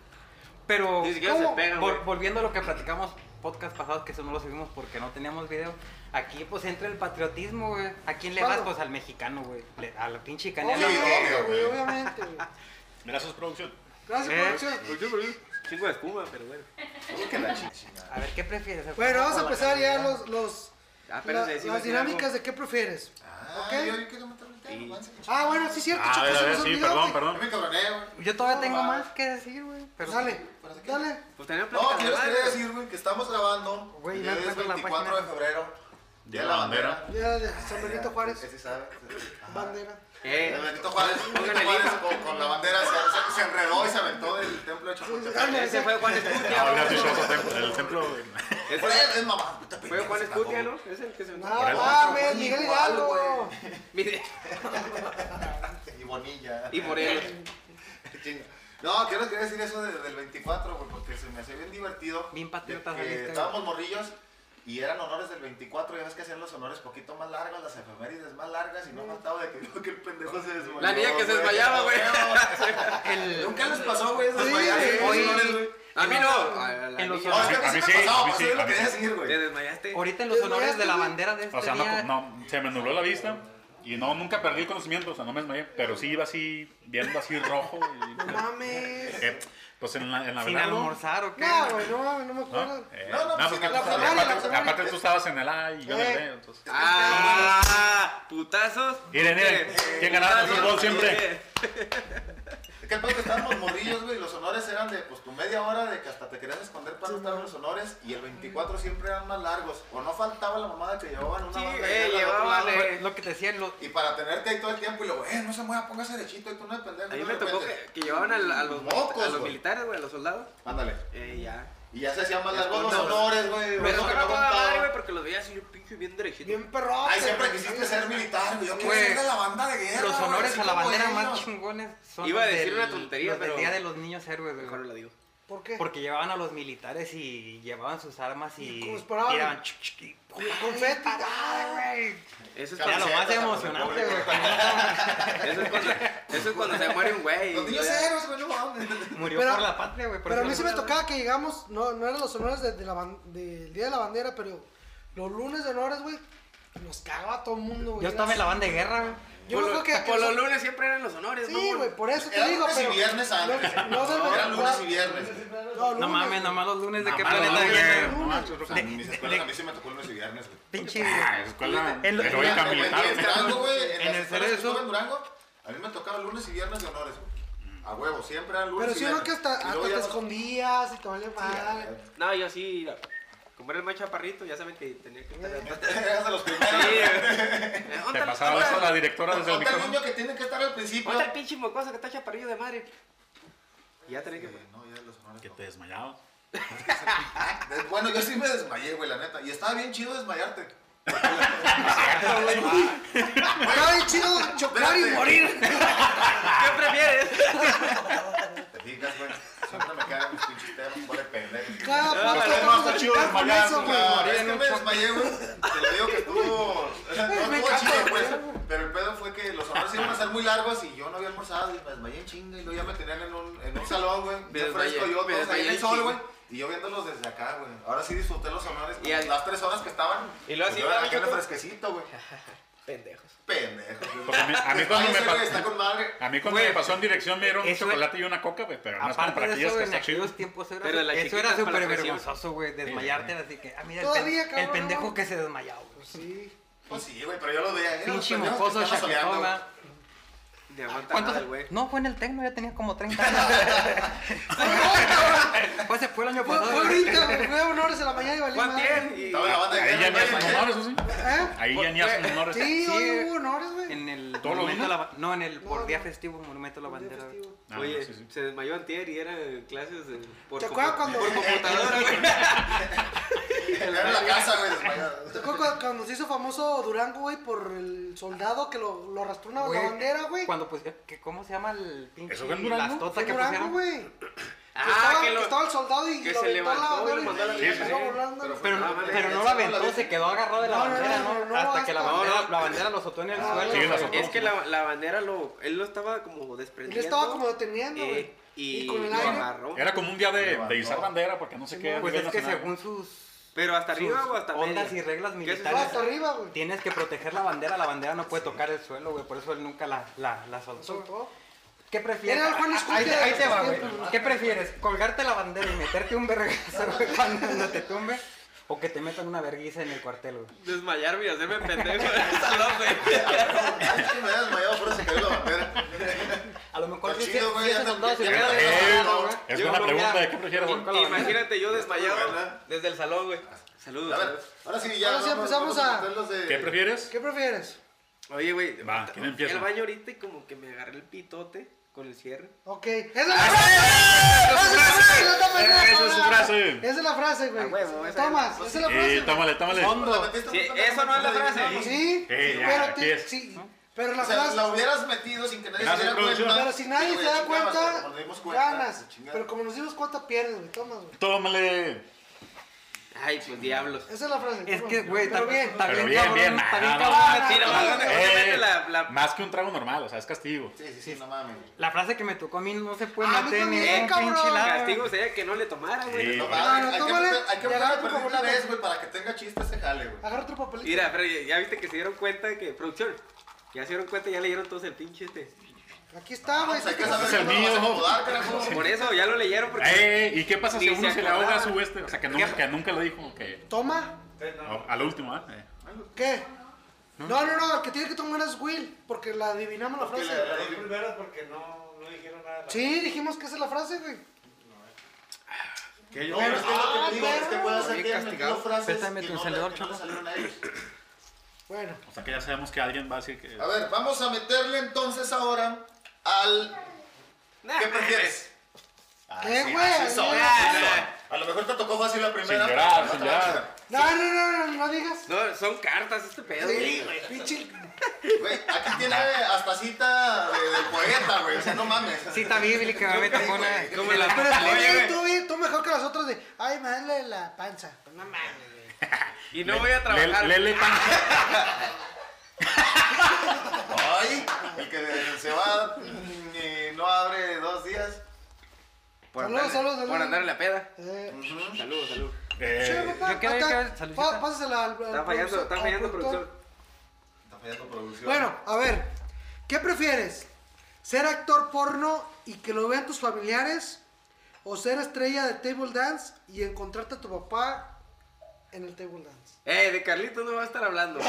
S3: Pero.
S5: Ni siquiera
S3: ¿cómo?
S5: se pegan,
S3: Vol-
S5: güey.
S3: volviendo a lo que platicamos podcast pasados, que eso no lo subimos porque no teníamos video. Aquí, pues entra el patriotismo, güey. ¿A quién le vas?
S4: Claro.
S3: Pues al mexicano, güey. Le- A la pinche canela.
S1: Sí,
S4: obviamente,
S1: obvio,
S4: güey,
S1: güey.
S4: obviamente, güey.
S2: Mira, eso es producción.
S4: Gracias,
S3: Eh.
S4: producción.
S5: Chingo de espuma, pero bueno.
S1: Oye, que la chingada.
S3: A ver, ¿qué prefieres? ¿El
S4: Bueno,
S3: fútbol
S4: vamos a
S3: o la
S4: empezar ya
S3: canela?
S4: los, los,
S5: Ah,
S4: la-
S5: espérense, sí, iba
S4: las
S5: a decir algo.
S4: dinámicas de qué prefieres.
S1: Ah,
S4: Ok.
S1: yo- yo quiero meterle el tema,
S5: Sí.
S1: avance, chingada.
S4: Ah, bueno, sí es cierto,
S2: Ah, a ver,
S4: chicos,
S2: a
S4: se
S2: ver,
S4: nos
S2: sí,
S4: olvidó,
S2: perdón,
S4: güey.
S1: Yo
S2: perdón.
S1: me cabroné, güey.
S3: Yo todavía
S1: No,
S3: tengo
S4: Ah.
S1: va.
S3: más que decir, güey. Pero
S4: Dale, dale.
S5: Pues tenía
S1: No,
S5: plática
S1: quiero
S5: normal,
S1: quería
S5: güey.
S1: decir, güey, que estamos grabando.
S3: Güey,
S1: y
S3: no
S1: es
S3: encuentro la
S1: 24 de
S3: página.
S1: febrero. Día
S2: Día
S1: de
S2: de la
S1: la bandera.
S4: Ya, de San Benito Juárez,
S1: Ese sabe.
S4: bandera.
S5: Eh,
S1: El Benito Juárez, Benito
S5: Póngale
S1: Juárez
S5: lija.
S1: con, con la bandera se, se- se enredó y se aventó del templo de Chapultepec.
S4: Ándale,
S5: ese fue Juan Escutia.
S2: No, le has dicho
S5: ¿no?
S2: eso, templo- el templo.
S5: Ese
S1: Güey, es mamá. puta
S5: fue
S1: pendejo,
S5: Juan
S1: se cagó.
S5: Escutia, ¿no? Es el que se
S4: No,
S2: Por eso.
S4: mames, Miguel
S1: Igual,
S4: Hidalgo.
S1: güey.
S5: Mire,
S1: Y Bonilla.
S5: Y Morelos.
S1: Chinga. No, quiero quería decir eso de- del 24, güey, porque se me hacía bien divertido.
S3: Bien patriota
S1: de que
S3: saliste, güey.
S1: Estábamos morrillos y eran honores del 24, ya ves que hacían los honores poquito más largos, las efemérides más largas y no faltaba de que, que el pendejo se desmayó.
S5: Mm. La niña que se
S1: güey.
S5: desmayaba, güey.
S3: El-
S1: Nunca les pasó, güey, esos
S4: Sí,
S1: desmayarse en los
S3: hoy-
S1: honores, güey.
S5: A mí no. A la
S3: En los
S5: niña.
S1: No, es que
S2: A
S1: a
S2: mí
S1: mí
S2: sí,
S1: sí me
S2: a
S1: pasó,
S2: mí
S1: eso
S2: sí,
S1: es
S2: a
S1: lo
S2: mí
S1: que
S2: sí.
S1: quería decir, güey.
S5: Te desmayaste.
S3: Ahorita en los
S4: Desmayaste,
S3: honores de la
S4: güey.
S3: bandera de este
S2: O sea, no,
S3: día.
S2: no, se me nubló la vista y no, nunca perdí el conocimiento, o sea, no me desmayé, pero sí iba así, viendo así rojo. y-
S4: No mames.
S2: Eh, pues en la, en la
S3: Sin
S2: verdad, ¿no?
S3: almorzar o qué.
S4: No, güey, no mames, no me
S2: ¿No?
S4: acuerdo.
S2: Eh,
S1: No, no,
S2: no,
S1: pues,
S2: porque
S1: en la
S2: aparte-
S1: primaria, en la
S2: aparte,
S1: primaria.
S2: aparte tú estabas en el A y yo en el
S4: Eh.
S2: B, entonces.
S5: Ah, putazos. Eh,
S2: Miren, miren, ¿quién ganaba en el fútbol siempre?
S1: Es que el pedo que estábamos morrillos, güey, los honores eran de, pues, tu media hora de que hasta te querías esconder para no estar en los honores y el 24 siempre eran más largos. O no faltaba la mamada que llevaban una
S5: Sí,
S1: banda y al
S5: eh,
S1: otro
S5: llevaban,
S1: lado,
S5: eh.
S3: Fue Lo que te decían los.
S1: Y para tenerte ahí todo el tiempo y luego, eh, no se mueva, póngase derechito y tú no dependes.
S5: A mí me tocó que, que llevaban al- a, los,
S1: Mocos,
S5: a los
S1: güey.
S5: militares, güey, a los soldados.
S1: Ándale.
S5: Eh, ya.
S1: Y ya se hacían más largos los
S5: Escóndalo.
S1: honores, güey.
S5: Me
S1: güey,
S5: tocaba
S1: que no
S5: toda madre, güey,
S1: contaba.
S5: porque los veía así, yo pinche bien derechito.
S4: Bien perro.
S1: Ay, siempre quisiste ser militar, güey. Yo quiero
S3: Güey,
S1: ser de la banda de guerra.
S3: Los
S1: güey,
S3: honores
S1: así
S3: a la
S1: como
S3: bandera
S1: ellos.
S3: más chingones son
S5: Iba a
S3: los
S5: decir
S3: del-
S5: una tontería,
S3: los del
S5: pero-
S3: Día de los Niños Héroes, güey.
S5: Mejor no la digo.
S4: ¿Por qué?
S3: Porque llevaban a los militares y llevaban sus armas y
S4: Y disparaban.
S3: tiraban chuc, chuc, y
S4: Con confeti.
S3: parada, güey.
S5: Eso es
S3: Era
S5: cuando,
S3: lo
S1: Camiseta,
S3: más
S1: para los
S3: emocionante,
S1: pobres.
S3: güey. cuando
S5: eso es cuando, eso es cuando se muere un güey.
S1: Los niños
S5: Ya.
S1: héroes, güey, no mames.
S3: Murió
S4: Pero-
S3: por la patria, güey. por
S4: Pero a
S3: eso
S4: mí sí me
S3: no-
S4: tocaba que llegamos, no, no eran los honores de- de la ban- del Día de la Bandera, pero los lunes de honores, güey, nos cagaba todo el mundo, güey.
S3: Yo estaba en la banda de guerra, güey.
S4: Yo
S5: Por
S4: creo
S5: lo-
S4: que... que
S5: por los
S4: los-
S5: lunes siempre eran los honores,
S4: Sí,
S5: mamón.
S4: güey, por eso te
S1: Era
S4: digo,
S1: lunes y
S4: pero...
S1: viernes antes.
S4: No, no, se me-
S1: Eran lunes y viernes.
S4: No,
S3: No
S4: lunes,
S3: mames,
S4: güey.
S3: nomás los lunes de qué
S2: Mamá,
S3: planeta
S2: Ah, no,
S3: vienen.
S2: güey, no manches,
S1: O
S2: Rosa.
S1: sea, en mis escuelas a mí se me tocó lunes y viernes, güey.
S3: Pinche.
S2: Ah, escuela
S3: En lo-
S2: heroica
S1: Fíjate, güey,
S2: militar.
S1: En Durango, güey, en,
S3: En
S1: las
S3: el
S1: escuelas que
S3: Cerezo.
S1: estuve en Durango, a mí me tocaba lunes y viernes de honores, güey. A huevo, siempre era lunes
S4: Pero
S1: y
S4: sí, no, que
S1: viernes.
S4: hasta,
S1: Y
S4: hasta
S1: luego
S4: te
S1: ya no-
S4: escondías y te valía mal.
S5: No, yo sí. mira, Como era el más chaparrito, ya saben que tenía que estar.
S1: Eras
S5: Sí,
S1: de los primeros.
S5: güey.
S2: Te pasaba eso a la directora desde el
S1: Ponte al
S2: micrófono.
S1: niño que tiene que estar al principio.
S5: Ponte el pinche mocoso que está chaparrillo de madre. Y ya tenía que.
S1: Eh, No, ya los honores.
S2: Que
S1: no.
S2: te desmayabas.
S1: Eh, Bueno, yo sí me desmayé, güey, la neta. Y estaba bien chido desmayarte.
S4: Estaba bien chido chocar y
S1: Espérate.
S4: morir.
S5: ¿Qué prefieres?
S1: Te fijas, güey. Siempre me cagan mis pinches temas, por el pendejo.
S4: Cada
S1: Ah,
S4: puto
S1: pero
S4: te
S1: no
S4: vas
S1: está
S4: a
S1: chido
S4: chocar con
S1: desmayar,
S4: eso,
S1: no, Es
S4: güey.
S1: que me desmayé, güey. Te lo digo que estuvo. No
S4: Me
S1: estuvo
S4: encanta,
S1: chido,
S4: güey.
S1: pues. Pero el pedo fue que los honores iban a ser muy largos y yo no había almorzado y me desmayé en chinga. Y luego ya me tenían en un, en un salón, güey.
S5: Me
S1: Yo fresco,
S5: desmayé,
S1: yo
S5: me
S1: todos ahí en el
S5: desmayé
S1: sol,
S5: en
S1: güey.
S5: chinga.
S1: Y yo viéndolos desde acá, güey. Ahora sí disfruté los honores.
S5: Y al-
S1: Las tres horas que estaban. Pues
S5: Y luego así,
S1: yo
S5: mami, yo
S1: era
S5: como-
S1: fresquecito, güey.
S5: Pendejos.
S1: Pendejo.
S2: Porque Pues a mí- a mí
S1: Ay,
S2: cuando me
S1: ese güey
S2: pa-
S1: Está con madre.
S2: A mí cuando
S3: Güey,
S2: me pasó en dirección me dieron un
S3: eso-
S2: chocolate y una coca, güey, pero no es como
S3: Aparte
S2: para
S3: de
S2: aquellos
S3: eso,
S2: que
S3: en
S2: está chido.
S3: aquellos tiempos eso
S5: Pero
S3: era-
S5: las
S3: eso era
S5: chiquitas para
S3: súper
S5: la presión.
S3: vergonzoso, güey, desmayarte así que, ah, mira, el,
S4: Todavía,
S3: pen- el
S4: cabrón.
S3: pendejo que se desmayó, güey.
S4: Sí.
S1: Pues sí, güey, pero yo lo veía. eran los
S3: Pinche
S1: pendejos que
S3: mocoso
S1: estaban soleando,
S3: chaquetón,
S1: güey.
S3: güey.
S5: Ni
S4: Ah,
S5: aguanta
S3: ¿Cuántos-
S5: nada el güey.
S3: No, fue en el Tecno, ya tenía como 30 años. Fue, fue el año
S4: Fue,
S3: pasado.
S4: fue
S3: güey.
S4: ahorita, güey, fue a honores de la mañana y valía
S5: Fue
S4: madre.
S5: ayer y-
S1: Estaba la banda de
S2: Ahí ya
S1: guerra,
S2: ni hacen
S1: güey.
S2: honores, ¿o sí?
S4: ¿Eh?
S2: Ahí ya ni hacen honores.
S4: Sí,
S3: Sí,
S4: hoy
S3: eh.
S4: hubo honores, güey.
S3: En el
S2: ¿Todos los
S3: monumento a
S2: lunes?
S3: la- No, en el
S4: No,
S3: por día
S4: no.
S3: festivo, monumento a la
S4: Un día
S3: bandera. güey.
S4: festivo.
S2: Ah,
S5: Oye,
S2: sí, sí.
S5: se desmayó antier y era en clases de, por,
S4: ¿Te acuerdas
S5: compu-
S4: cuando-
S5: por computadora, güey.
S1: Era en la casa, güey, desmayado.
S4: ¿Te acuerdas cuando- cuando se hizo famoso Durango, güey, por el soldado que lo, lo arrastró una
S3: Güey,
S4: bandera, güey?
S3: Cuando pusieron, que- ¿cómo se llama el pinche?
S2: ¿Eso fue en Durango?
S3: Las
S4: Fue
S3: totas que
S4: Durango,
S3: pusieron.
S4: güey.
S5: Ah,
S4: Que estaba,
S5: que lo-
S4: que estaba el soldado y
S5: que
S4: lo
S5: se
S4: aventó a la
S5: levantó y
S4: bandera
S5: lo mandó a la
S4: y
S2: mierda.
S4: se
S2: Sí,
S4: iba
S2: sí.
S4: volando.
S1: Pero fue-
S3: Pero,
S2: Ah,
S5: No, mames,
S3: pero
S1: eso
S3: no la
S1: no la
S3: aventó,
S1: vi.
S3: se quedó agarrado de la
S4: No, no,
S3: bandera,
S4: no, no,
S3: ¿no?
S4: Ah, no,
S3: hasta que la
S4: hasta-
S3: bandera,
S5: no.
S3: la bandera lo soltó en el
S4: No,
S3: suelo.
S4: sí, la
S3: güey.
S2: soltó.
S5: Es que la, la bandera lo, él lo estaba como desprendiendo.
S4: Él estaba como deteniendo, güey.
S5: eh, y,
S4: Y con el
S5: lo
S4: aire.
S5: amarró.
S2: Era como un día de, de izar bandera, porque no sé qué. a
S3: Pues
S2: nivel
S3: es que
S2: nacional.
S3: según sus
S5: Pero hasta arriba
S3: sus
S5: o hasta
S3: ondas
S5: media.
S3: y reglas
S5: ¿Qué es eso?
S4: Estaba hasta
S3: militares,
S4: arriba, güey.
S3: tienes que proteger la bandera, la bandera no puede tocar el suelo, güey, por eso él nunca la, la, la
S4: Lo
S3: soltó.
S4: soltó.
S3: ¿Qué prefieres?
S4: Era el Juan
S3: Ah,
S4: Escutia
S3: ahí,
S4: de
S3: ahí te
S4: los
S3: va, güey.
S4: tiempos, güey.
S3: ¿Qué prefieres? ¿Colgarte la bandera y meterte un vergazo güey, cuando no te tumbe? ¿O que te metan una verguiza en el cuartel, güey?
S5: Desmayarme y hacerme pendejo en el salón, güey.
S1: Sí, Me había desmayado, por eso se cayó la bandera.
S3: A lo mejor
S1: Está
S3: si, si,
S1: chido, güey,
S3: ese
S1: ya te-
S3: soldado se
S1: ya
S3: hubiera
S1: te-
S3: desmayado,
S1: Eh,
S3: güey.
S2: Es
S5: Yo
S2: buena
S5: no,
S2: pregunta,
S3: mira.
S2: ¿de qué prefieres? güey?
S3: Con la bandera.
S5: Imagínate yo desmayado
S1: ¿verdad?
S5: desde el salón, güey. Saludos.
S1: A ver, ahora sí, ya.
S4: Ahora sí
S1: vamos-
S4: empezamos
S1: vamos
S4: a-
S1: meterlos de-
S2: ¿Qué prefieres?
S4: ¿Qué prefieres?
S5: Oye, güey.
S2: Va,
S5: ahorita-
S2: ¿quién empieza?
S5: El baño ahorita y como que me agarré el pitote con el cierre.
S4: Ok. Esa es la frase.
S2: Esa es su frase.
S4: Esa es la frase,
S5: A huevo,
S4: güey.
S5: esa
S4: Tomas, esa es la frase.
S2: Eh, tómale, tómale.
S1: ¿Te metiste
S5: Sí,
S1: un putazo
S5: eso no es la
S1: de-
S5: frase.
S4: Sí,
S2: Eh, ya,
S4: pero,
S2: aquí
S4: te-
S2: es.
S4: sí, pero la
S1: O sea,
S4: frase.
S1: la hubieras metido sin que nadie se
S2: Gracias,
S1: diera
S2: producción.
S1: cuenta.
S4: Pero si nadie
S1: Sí,
S4: se
S1: güey,
S4: da
S1: chingabas, pero
S4: cuenta,
S1: cuando dimos cuenta,
S4: ganas.
S1: chingada.
S4: Pero como nos dimos cuenta, pierdes, güey. Tomas, güey.
S2: Tómale.
S5: Ay, pues diablos.
S4: Esa es la frase.
S3: Es
S4: tomas,
S3: que, güey, está
S4: pero
S3: bien,
S4: bien.
S3: está
S2: Pero
S3: bien,
S2: bien,
S3: cabrón,
S2: bien,
S3: está bien,
S2: nada,
S3: cabrón. Ah, eh,
S5: nada. Sí, no, no, no, obviamente la- la-
S2: Más que un trago normal, o sea, es castigo.
S1: Sí, sí, sí, no mames.
S3: La frase que me tocó a mí no se puede
S4: A mí
S3: meter ni
S4: también,
S3: en un
S4: cabrón.
S3: pinche lado.
S5: Castigo sería que no le tomara, güey.
S2: Sí.
S1: No
S2: güey.
S1: mames, hay
S4: No, no,
S1: que
S4: tómale.
S1: meter- hay que
S4: Ya
S1: meter
S4: agarra
S1: a
S4: tu
S1: perder una
S4: papelito.
S1: vez, güey, para que tenga chiste ese jale, güey.
S4: Agarra otro papelito.
S5: Mira, pero ya, ya viste que se dieron cuenta que. Producción. Ya se dieron cuenta, ya leyeron todos el pinche este.
S4: Aquí está, güey.
S1: O sea, Pues hay
S4: este
S1: que
S2: Ese
S1: saber
S2: es el
S1: cómo lo vas a
S2: mío.
S1: acomodar, carajo.
S5: Por eso, ya lo leyeron porque.
S2: Eh, ¿y qué pasa si
S5: Ni
S2: uno
S5: se
S2: se le ahoga a
S5: acordaba.
S2: su este? O sea, que nunca, que nunca lo dijo, que
S4: Toma.
S2: o- al último, ¿eh?
S4: ¿Qué? No, no, no, el que tiene que tomar es Will, porque la adivinamos la
S1: Porque
S4: frase.
S1: la-
S6: Los primeros porque no, no dijeron nada. de la-
S4: Sí, dijimos que esa es la frase, güey.
S1: No, pero ah, es que lo que te digo es que puede
S5: Bien
S1: hacer que han metido
S5: castigado.
S1: frases
S3: Préstame
S1: que
S3: tu
S1: no-
S3: encendedor,
S1: que no le
S3: Choco.
S1: salieron a ellos.
S4: Bueno,
S2: O sea, que ya sabemos que alguien va a decir que.
S1: A ver, vamos a meterle entonces ahora al.
S5: Nah,
S1: ¿Qué prefieres?
S4: ¿Qué,
S1: Ah, sí,
S4: Eh, güey?
S1: así son,
S5: Ya,
S1: así
S5: ya.
S1: son. A lo mejor te tocó fácil la primera.
S2: Sin llorar,
S1: pero
S2: sin
S1: no te va a tocar.
S2: llorar.
S4: no, no, no, no, no digas.
S5: No, son cartas este pedo.
S4: Sí,
S5: güey.
S4: pinche.
S1: Güey, aquí tiene hasta cita de, del poeta, güey. O sea, no mames.
S3: Cita bíblica, me tocó una...
S1: güey.
S5: Como la
S4: Pero tú,
S5: Oye,
S4: bien,
S5: güey.
S4: tú, bien, tú mejor que las otras de. Ay, me dale la panza. No mames, güey.
S5: Y no voy a trabajar.
S2: Lele pan.
S1: Ay, el que se va mm, y no abre dos días.
S5: Por
S4: Saludos,
S5: andarle-
S4: saludos, saludos.
S5: Por andar en la peda.
S4: Eh,
S1: Ujú.
S5: Saludos, saludos.
S4: sí,
S2: Eh,
S4: papá,
S3: yo quería-
S4: acá,
S3: yo quería- saludcita.
S4: pa- Pásasela al. al
S5: Está fallando,
S4: productor-
S5: está
S4: al
S5: fallando, producción.
S1: Está fallando producción.
S4: Bueno, a ver, ¿qué prefieres? ¿Ser actor porno y que lo vean tus familiares? ¿O ser estrella de table dance y encontrarte a tu papá en el table dance?
S5: Eh, de Carlitos no va a estar hablando.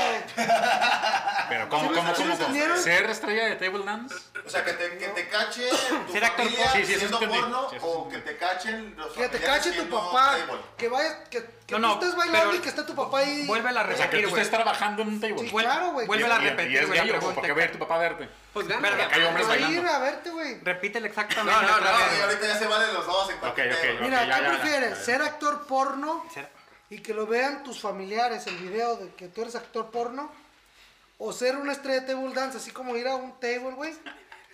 S2: pero ¿cómo,
S4: ¿Sí me-
S2: cómo, cómo,
S4: sí me
S2: cómo?
S4: entendieron?
S2: ¿Ser estrella de Table Dance?
S1: O sea, que te, que te cache tu
S3: Ser actor
S1: familia
S2: porno. Sí, sí, eso
S1: siendo
S2: entendí.
S1: porno
S2: Sí, eso
S1: o que
S2: entendí.
S1: te cachen los
S4: Que te
S1: familiares
S4: cache tu
S1: siendo
S4: papá,
S1: table.
S4: que vayas, que, que tú
S3: No, no,
S4: estés bailando
S3: pero
S4: y que esté tu papá ahí.
S3: vuelve la
S2: O sea, que
S3: Repetir,
S2: tú
S3: güey.
S2: estés trabajando en un table.
S4: Sí, claro, güey.
S3: Vuelve
S2: Y-
S3: a
S2: y- y
S3: repetir,
S2: es
S3: güey, la
S2: gay, ojo,
S3: pregunta.
S2: porque va a ir tu papá a verte.
S5: Pues
S3: Pero
S5: gana.
S2: Porque hay hombres
S4: Para ir
S2: bailando.
S4: a verte, güey.
S3: Repítele exactamente.
S5: No, no,
S3: otra
S5: no,
S1: Ah,
S3: vez.
S1: y ahorita ya se valen los dos en cualquier
S2: ok,
S1: pedo.
S2: ok.
S4: Mira,
S2: ya,
S4: ¿qué
S2: ya, ya.
S4: prefieres? ¿Ser actor porno
S3: Ser-
S4: y que lo vean tus familiares el video de que tú eres actor porno? ¿O ser una estrella de table dance, así como ir a un table, güey?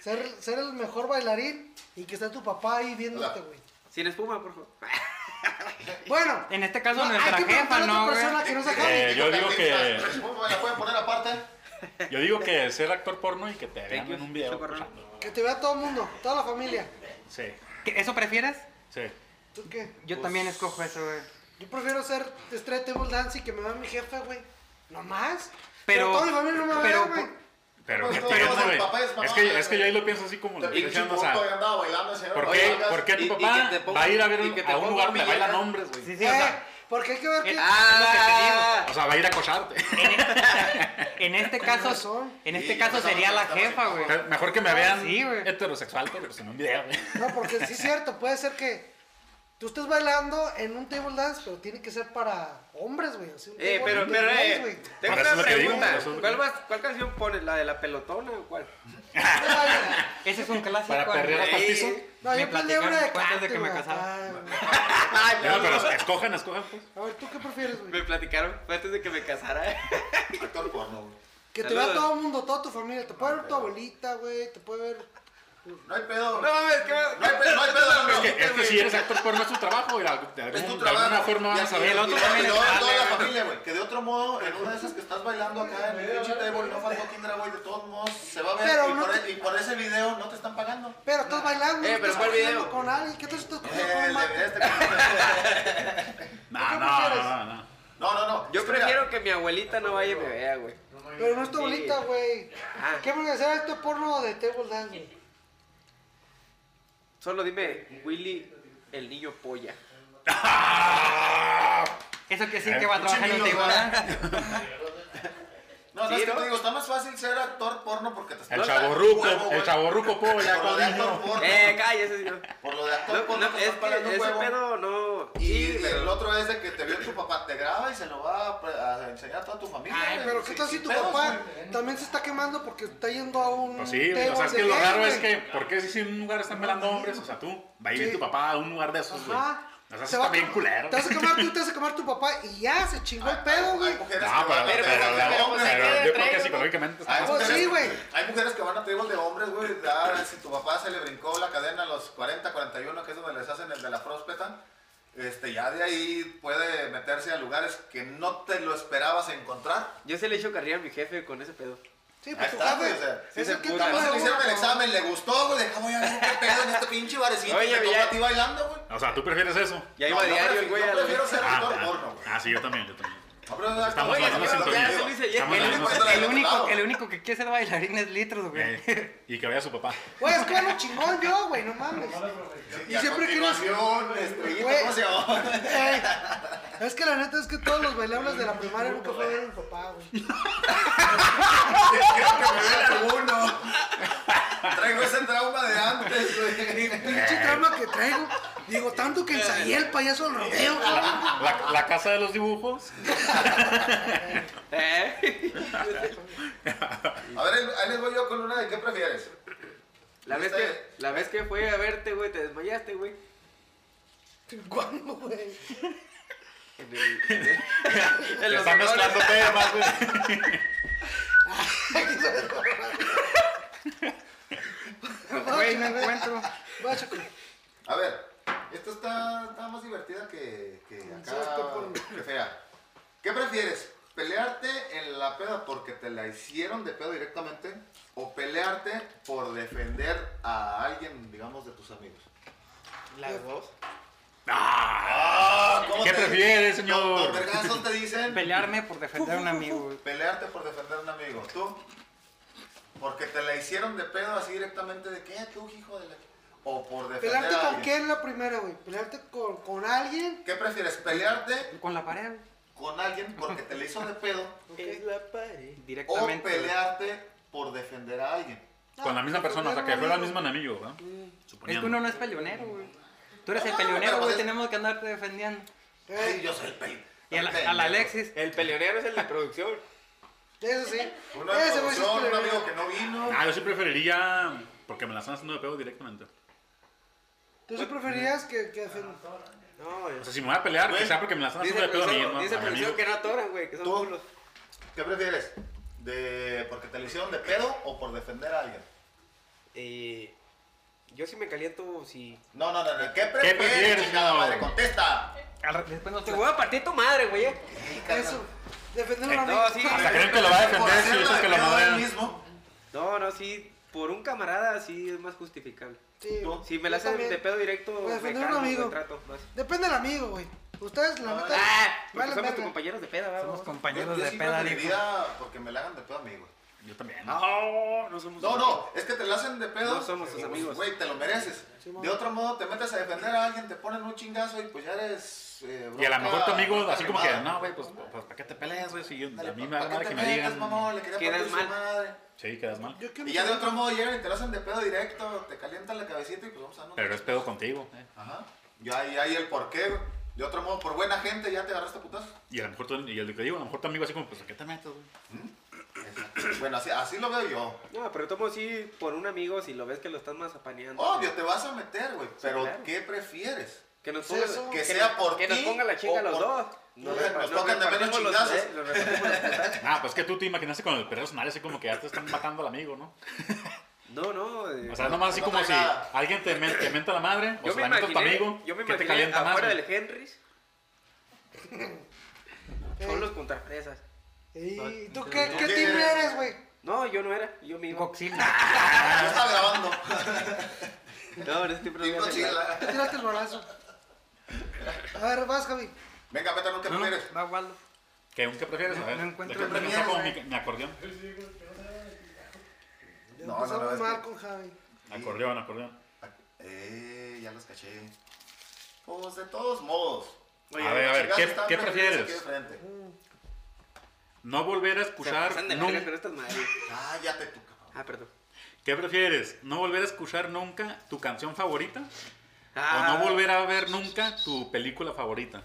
S4: Ser, ser el mejor bailarín y que esté tu papá ahí viéndote, güey.
S5: Sin espuma, por favor.
S4: Bueno,
S3: En este caso,
S4: no,
S3: nuestra
S4: hay que
S3: jefa,
S4: preguntarle a
S3: ¿no,
S4: otra
S3: güey?
S4: persona que no se acabe.
S2: Eh, yo digo que- Pues,
S1: ¿Me la pueden poner aparte?
S2: Yo digo que ser actor porno y que te vean
S5: you,
S2: en un video.
S5: socorro.
S2: posando.
S4: Que te vea todo el mundo, toda la familia.
S2: Sí,
S3: ¿Qué- ¿Eso prefieres?
S2: sí.
S4: ¿Tú qué?
S3: Yo también escojo eso, güey.
S4: Yo prefiero ser estrella de table dance y que me vea mi jefe, güey. No más.
S3: Pero-
S4: toda mi familia no me
S3: pero-
S4: vea, güey.
S2: Pero
S1: Pues
S2: qué
S1: no,
S2: tierno,
S1: pues el
S2: güey.
S1: papá es mamá,
S2: Es que,
S1: güey.
S2: es que yo ahí lo pienso así como lo estoy
S1: Pinche
S2: diciendo, o
S1: puto,
S2: sea,
S1: ya andaba bailando, señor.
S2: ¿por
S1: Oye,
S2: qué,
S1: oigas,
S2: ¿por qué
S5: y- y
S2: tu papá
S5: que te ponga-
S2: va a ir a ver
S5: y que te
S2: a un
S5: ponga
S2: lugar donde
S5: pillera?
S2: bailan hombres,
S3: Sí,
S2: güey?
S3: sí, o sea,
S4: Eh, Porque hay que ver
S3: Eh,
S4: que.
S3: ah,
S2: O sea, va a ir a cocharte.
S3: En este
S4: Con
S3: caso,
S4: razón.
S3: en
S1: Sí,
S3: este caso
S1: empezamos
S3: sería
S1: a
S3: la
S1: contarnos
S3: jefa,
S1: en
S3: güey.
S1: todo.
S2: Mejor que me vean
S3: Sí, güey.
S2: heterosexual, pero sin un video, güey.
S4: No, porque sí es cierto, puede ser que tú estés bailando en un table dance, pero tiene que ser para hombres, güey. así un
S5: Eh,
S4: table
S5: pero,
S4: dance,
S5: pero,
S4: güey.
S5: eh. Tengo
S2: Por eso es
S5: una
S2: lo que digo,
S5: pregunta.
S2: por eso es lo
S5: ¿Cuál,
S2: que-
S5: vas- ¿Cuál canción pones? ¿La de la pelotona o cuál?
S3: Ese es un clásico.
S2: Para perrear
S3: güey.
S2: hasta el piso.
S5: Ey,
S4: No,
S3: Me
S4: yo planeé una de
S3: platicaron antes de que
S4: Cactus,
S3: me
S4: güey,
S3: casara.
S4: acá, güey.
S5: Ay,
S2: No, pero escojan, escojan, pues.
S4: A ver, ¿tú qué prefieres,
S5: Me
S4: güey?
S5: platicaron fue antes de que me casara. eh.
S1: Actor porno, güey.
S4: Que te vea
S5: Saludos.
S4: todo el mundo, toda tu familia. Te puede ver tu abuelita, güey. Te puede ver.
S1: No hay pedo.
S5: No mames, ¿qué
S1: No hay pedo, no hay pedo, no, no.
S2: Es que, es que si eres actor porno es tu trabajo, y de, algún- de
S1: Es tu
S2: algún- de
S1: trabajo.
S2: alguna forma
S1: Y
S2: vamos a
S1: así,
S2: ver.
S1: y
S3: el otro
S1: luego- y
S3: también
S1: luego
S3: es
S1: toda la
S3: jale,
S1: familia, güey. Que de otro modo, en una de esas que estás bailando acá en el pinche table, no faltó Kinder Boy, de todos modos, se va a ver.
S4: Pero
S1: y,
S4: no
S1: por,
S4: te-
S1: e- y por ese video no te están pagando.
S4: Pero estás bailando.
S5: Eh,
S4: no
S5: pero
S4: estás
S5: ¿cuál
S4: bailando
S5: video?
S4: Con alguien. ¿Qué tal si estás
S1: Eh,
S4: cogiendo con un
S1: le-
S4: mate?
S1: este-
S2: No,
S4: ¿Tú qué
S2: no,
S4: prefieres?
S2: no, no.
S1: No, no, no.
S5: Yo
S1: espera.
S5: prefiero que mi abuelita no vaya y me vea, güey.
S4: Pero no es tu
S5: Sí.
S4: abuelita, güey.
S5: Ah.
S4: ¿Qué me será esto este porno de table dance, güey?
S5: Solo dime, Willy, el niño polla.
S3: Eso que sí
S2: Eh,
S3: que va a trabajar en un
S1: pinche
S3: tribunal.
S1: No, no,
S5: Sí,
S1: es que
S5: ¿no?
S1: te digo, está más fácil ser actor porno porque te
S2: El
S1: no,
S2: chaborruco,
S1: huevo, güey.
S2: el chaborruco polla,
S1: Por lo de actor
S2: coño.
S1: porno.
S5: Eh, cállese, señor.
S1: Por lo de actor
S5: No,
S1: porno
S5: no,
S1: te
S5: es
S1: están pagando
S5: que
S1: un
S5: ese
S1: huevo.
S5: pedo no.
S1: Y
S5: Sí,
S1: el
S5: pero-
S1: otro es de que te vio tu papá, te graba y se lo va a pre- a, enseñar a toda tu familia.
S5: Ah,
S4: Ay,
S1: güey.
S4: Eh, pero ¿qué
S1: Sí,
S4: tal si
S1: sin
S4: tu
S1: pedos,
S4: papá
S1: güey.
S4: también se está quemando porque está yendo a un.
S2: Pues sí, güey,
S4: table
S2: o sea, es
S4: de
S2: que lo
S4: gay,
S2: raro es
S4: güey?
S2: que, ¿por qué si en un lugar están velando hombres? O sea, tú, va a ir
S4: Sí.
S2: tu papá a un lugar de esos, güey. O
S4: Ajá.
S2: sea,
S4: Se
S2: eso
S4: va
S2: está
S4: a-
S2: bien culero.
S4: Te vas a quemar tú, te vas a quemar tu papá y ya se chingó
S1: Ah,
S4: el pedo, güey.
S1: Hay mujeres
S2: No,
S1: que
S2: pero,
S1: van a
S2: pero,
S1: tribal de
S2: pero-
S1: hombres,
S2: pero
S1: güey.
S2: yo creo que psicológicamente está
S1: Hay
S2: más
S4: Pues
S1: mujeres-
S4: sí, güey.
S1: Hay mujeres que van a tribal de hombres, güey. Ah, si tu papá se le brincó la cadena a los 40, 41, que es donde les hacen el de la próspeta, este, ya de ahí puede meterse a lugares que no te lo esperabas encontrar.
S5: Yo se le echo carrera a mi jefe con ese pedo.
S4: Sí,
S1: Ahí
S4: pues tu
S1: ah, está, güey,
S4: jefe.
S1: o sea,
S5: sí
S4: es
S5: se
S4: el que
S5: puta.
S4: toma
S1: Capaz
S4: de
S1: le hicieron el
S4: uno, cabrón.
S1: examen, le gustó, güey. Dejamos ya ver qué pedo en este pinche barecito.
S5: Oye,
S1: Oye, te
S5: ya-
S1: toca a ti bailando, güey.
S2: O sea, ¿tú prefieres eso?
S5: Ya iba
S1: No, yo
S5: diario,
S1: prefiero-
S5: el güey.
S1: Yo
S5: a la-
S1: prefiero ser
S2: Ah,
S1: actor
S2: ah,
S1: porno, güey.
S2: ah, sí, yo también, yo también.
S1: No, pero no,
S2: Estamos
S1: oye,
S2: en la misma
S1: pero ya
S2: sintonía.
S1: se me hizo-
S2: Estamos en la
S1: El
S2: misma
S1: único-
S2: sintonía.
S3: El único,
S1: lado.
S3: el único que quiere ser bailarín es litros, güey.
S2: Eh, Y que vea a su papá.
S4: Güey, es que era lo chingón yo, güey, no mames.
S1: Y siempre que
S4: nos-
S1: estrellita,
S4: Güey.
S1: este, ¿cómo se llama?
S4: Ey, Es que la neta es que todos los bailables de la primaria nunca fue a ver a mi papá,
S1: Eh.
S4: güey.
S1: Creo que me ven alguno. Traigo ese trauma de antes, güey.
S4: Pinche trama que traigo. Digo, tanto que ensayé el payaso del rodeo, cabrón.
S2: La, la casa de los dibujos.
S5: ¿Eh?
S1: A ver, ahí- ahí les voy yo con una de qué prefieres.
S5: La vez, que,
S1: Este-
S5: la vez que fue a verte, güey, te desmayaste, güey.
S4: ¿Cuándo, güey?
S5: En el- en el- en
S2: Te
S5: los
S2: están
S5: honores.
S2: mezclando temas, güey.
S3: Güey, no encuentro.
S4: Va, Chaco.
S1: A ver, esta está, está más divertida que, que
S4: Sí, está
S1: acá,
S4: por-
S1: que fea. ¿Qué prefieres? ¿Pelearte en la peda porque te la hicieron de pedo directamente? ¿O pelearte por defender a alguien, digamos, de tus amigos?
S5: Las dos.
S1: Ah,
S2: ¿Qué prefieres,
S1: Los
S2: señor?
S1: vergazos te dicen
S3: Pelearme por defender a un amigo, güey.
S1: pelearte por defender a un amigo. Tú, porque te la hicieron de pedo así directamente de qué, tú, hijo de la. O por defender
S4: ¿Pelearte
S1: a
S4: con
S1: alguien.
S4: quién es la primera, güey? ¿Pelearte con, con alguien?
S1: ¿Qué prefieres? ¿Pelearte
S3: Con la pared,
S1: con alguien porque te la hizo de pedo?
S5: Es la pared.
S1: o
S3: directamente.
S1: pelearte por defender a alguien.
S2: Con la misma persona, o sea, que fue la misma enemigo, ¿verdad?
S3: Es que
S2: Suponiendo.
S3: uno no es peleonero, güey. Tú eres el
S1: No, pero
S3: peleonero,
S1: pues
S3: güey,
S1: es-
S3: tenemos que andarte defendiendo.
S4: Eh.
S1: Ay, yo soy el pelo.
S3: Y a la, a la Alexis.
S5: El peleonero es el de producción.
S4: Eso sí.
S1: Una
S4: Ese güey sí es
S1: un
S4: peleonero.
S1: amigo que no vino.
S2: Ah, yo sí preferiría. Porque me la están haciendo de pedo directamente.
S4: ¿Tú sí preferirías que, que defen-
S5: No,
S2: O sea, si me voy a pelear,
S1: Güey,
S2: que sea porque me la están
S5: Dice
S2: haciendo de pedo a mí,
S5: producción,
S2: ¿no?
S5: dice
S2: A mi
S5: producción
S2: amigo.
S5: que no atoran, güey, que son
S1: Tú.
S5: culos.
S1: ¿Qué prefieres? De, ¿Porque te la hicieron de pedo o por defender a alguien?
S5: Eh, yo sí me caliento si.
S1: No, no, no, no. ¿Qué prefieres?
S2: prefieres,
S1: chingada
S2: no?
S1: madre? Contesta.
S3: Al re- Después nos
S5: Te voy a partir tu madre, güey. eh.
S4: Eso. Defender a un
S2: Eh,
S4: amigo. Ah,
S5: no, sí.
S2: Hasta creen que lo va a defender si dices que lo madrean.
S1: mismo.
S5: No, no, sí. Por un camarada sí es más justificable.
S4: Sí.
S1: Tú.
S5: Si me
S4: Yo
S5: la hacen
S4: también.
S5: de pedo directo,
S4: Voy a
S5: me
S4: defender a un
S5: calmo,
S4: amigo.
S5: me trato más.
S4: Depende del amigo, güey. Ustedes, la neta.
S5: Ah, porque
S4: valen
S5: somos
S4: verga.
S5: tus compañeros de peda,
S3: Somos
S5: vamos.
S3: compañeros
S1: yo, yo
S3: de
S1: sí
S3: peda, dijo.
S1: preferiría porque me la hagan de pedo a mí, güey.
S2: Yo también.
S5: No, no somos
S1: No, no, es que te la hacen de pedo.
S5: No somos tus
S1: Pues,
S5: amigos.
S1: Güey, te lo mereces.
S4: Simón.
S1: De otro modo, te metes a defender a alguien, te ponen un chingazo y pues ya eres. eh,
S2: Y a
S1: bronca-
S2: lo mejor tu amigo,
S1: bronca
S2: así como que,
S1: arrimada.
S2: no, güey, pues, pues, ¿para qué te peleas, güey? Si yo,
S1: Dale,
S2: a mí
S1: pa-
S2: me
S1: ¿pa'
S2: da
S1: qué
S2: mal
S1: te
S2: que me
S1: metes,
S2: digan.
S1: mamón? Le quería
S5: Quedas
S1: partir su
S5: mal.
S1: madre.
S2: Sí, quedas mal.
S4: Yo que
S1: Y
S4: me-
S1: ya de otro modo llegan y te lo hacen de pedo directo, te calientan la cabecita y pues vamos a no.
S2: Pero es pedo contigo. ¿eh?
S1: Ajá. Ya ahí ahí el porqué, güey. De otro modo, por buena gente ya te agarraste a putazo.
S2: Y a lo mejor, tú- y lo que te digo, a lo mejor tu amigo así como, pues, ¿a qué te metes, güey?
S1: Bueno, así, así lo veo yo.
S5: No, pero tomo sí por un amigo si lo ves que lo estás mazapaneando.
S1: Obvio, te vas a meter, güey. Pero
S5: claro.
S1: ¿qué prefieres?
S5: Que nos
S4: Pues
S5: ponga,
S4: eso,
S1: que sea por
S5: Que nos
S1: ti
S5: ponga la
S1: o
S5: chinga a los
S1: por-
S5: dos.
S1: Nos tocan de menos
S5: repartimos los-
S1: chingazos.
S5: eh, nos repartimos los putazos.
S2: Ah, pues que tú te imaginaste con el personal así como que ya te están matando al amigo, ¿no?
S5: No, no. eh,
S2: O sea, nomás así
S1: No
S2: como
S1: trae
S2: si
S1: nada.
S2: alguien te, men- te menta la madre, o
S5: yo
S2: se
S5: me
S2: la menta tu
S5: imaginé,
S2: amigo,
S5: yo me
S2: ¿qué te
S5: imaginé
S2: calienta más?
S5: afuera
S2: güey?
S5: del Henry's
S4: Ey.
S5: con los contrapresas.
S4: Ey, ¿Y tú qué,
S1: ¿Tú
S4: qué
S1: qué
S4: timbre
S1: eres?
S4: eres, güey?
S5: No, yo no era, yo mismo.
S3: Coxila.
S1: Ya está grabando.
S5: No, pero este
S1: Tipo chila.
S4: Tú tiraste el balazo. A ver, vas, Javi.
S1: Venga, métanos qué prefieres.
S3: Va, Waldo.
S2: ¿Qué, un qué prefieres? A
S3: No-
S2: ver,
S3: no
S2: ¿de
S3: encuentro
S2: qué
S1: el
S2: prefieres?
S1: mío,
S2: Yo como
S1: güey.
S2: mi, mi acordeón.
S4: Ya
S1: No,
S4: empezamos
S1: no, no, es
S4: mal
S1: que-
S4: con Javi. Ah,
S2: Acordeón, acordeón.
S1: Eh, ya los caché. Pues de todos modos.
S5: Oye,
S2: a ver, a ver,
S1: Chingazos
S2: ¿qué,
S1: están
S2: qué
S1: perdidos aquí
S2: prefieres?
S1: de frente.
S2: No volver a
S5: Se pasan
S2: escuchar
S5: de
S2: nun-
S5: verga con estas madres.
S1: Cállate tú, cabrón.
S5: Ah, perdón.
S2: ¿Qué prefieres? ¿No volver a escuchar nunca tu canción favorita?
S5: Ah,
S2: ¿O no volver a ver nunca tu película favorita?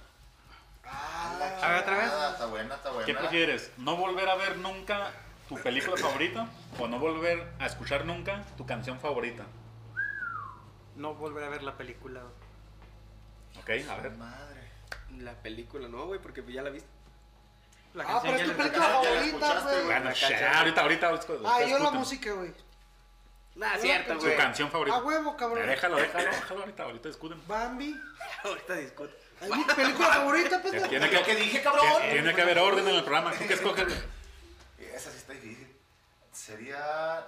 S1: Ah, la
S3: A ver, otra vez.
S1: chingada, Está buena, está buena.
S2: ¿Qué prefieres? ¿No volver a ver nunca tu película favorita? ¿O no volver a escuchar nunca tu canción favorita?
S3: No volveré a ver la película. güey.
S2: Ok, a ver.
S1: Madre.
S5: La película, no, güey, porque ya la viste.
S3: La
S4: Ah, pero es
S3: ya
S4: tu
S3: la-
S4: película
S1: Ya la
S4: favorita,
S1: escuchaste,
S4: güey.
S1: güey.
S2: Bueno,
S5: La
S2: shit,
S5: canción.
S2: ahorita, ahorita, ahorita.
S4: Ah,
S2: ustedes
S4: yo la
S2: discutan.
S4: música, güey.
S5: Nah,
S4: Yo
S5: cierto,
S4: la
S2: Su
S5: güey.
S2: canción
S4: A
S2: favorita.
S4: huevo, cabrón.
S2: Déjalo, déjalo, déjalo ahorita, ahorita discuten.
S4: Bambi.
S5: Ahorita discuto.
S4: Es mi película favorita, pendejo.
S2: Tiene
S1: ¿Qué
S2: que,
S1: dije,
S2: tiene-
S1: cabrón?
S2: tiene que haber orden en el programa. ¿Tú qué escoges?
S1: Esa sí está difícil. Sería.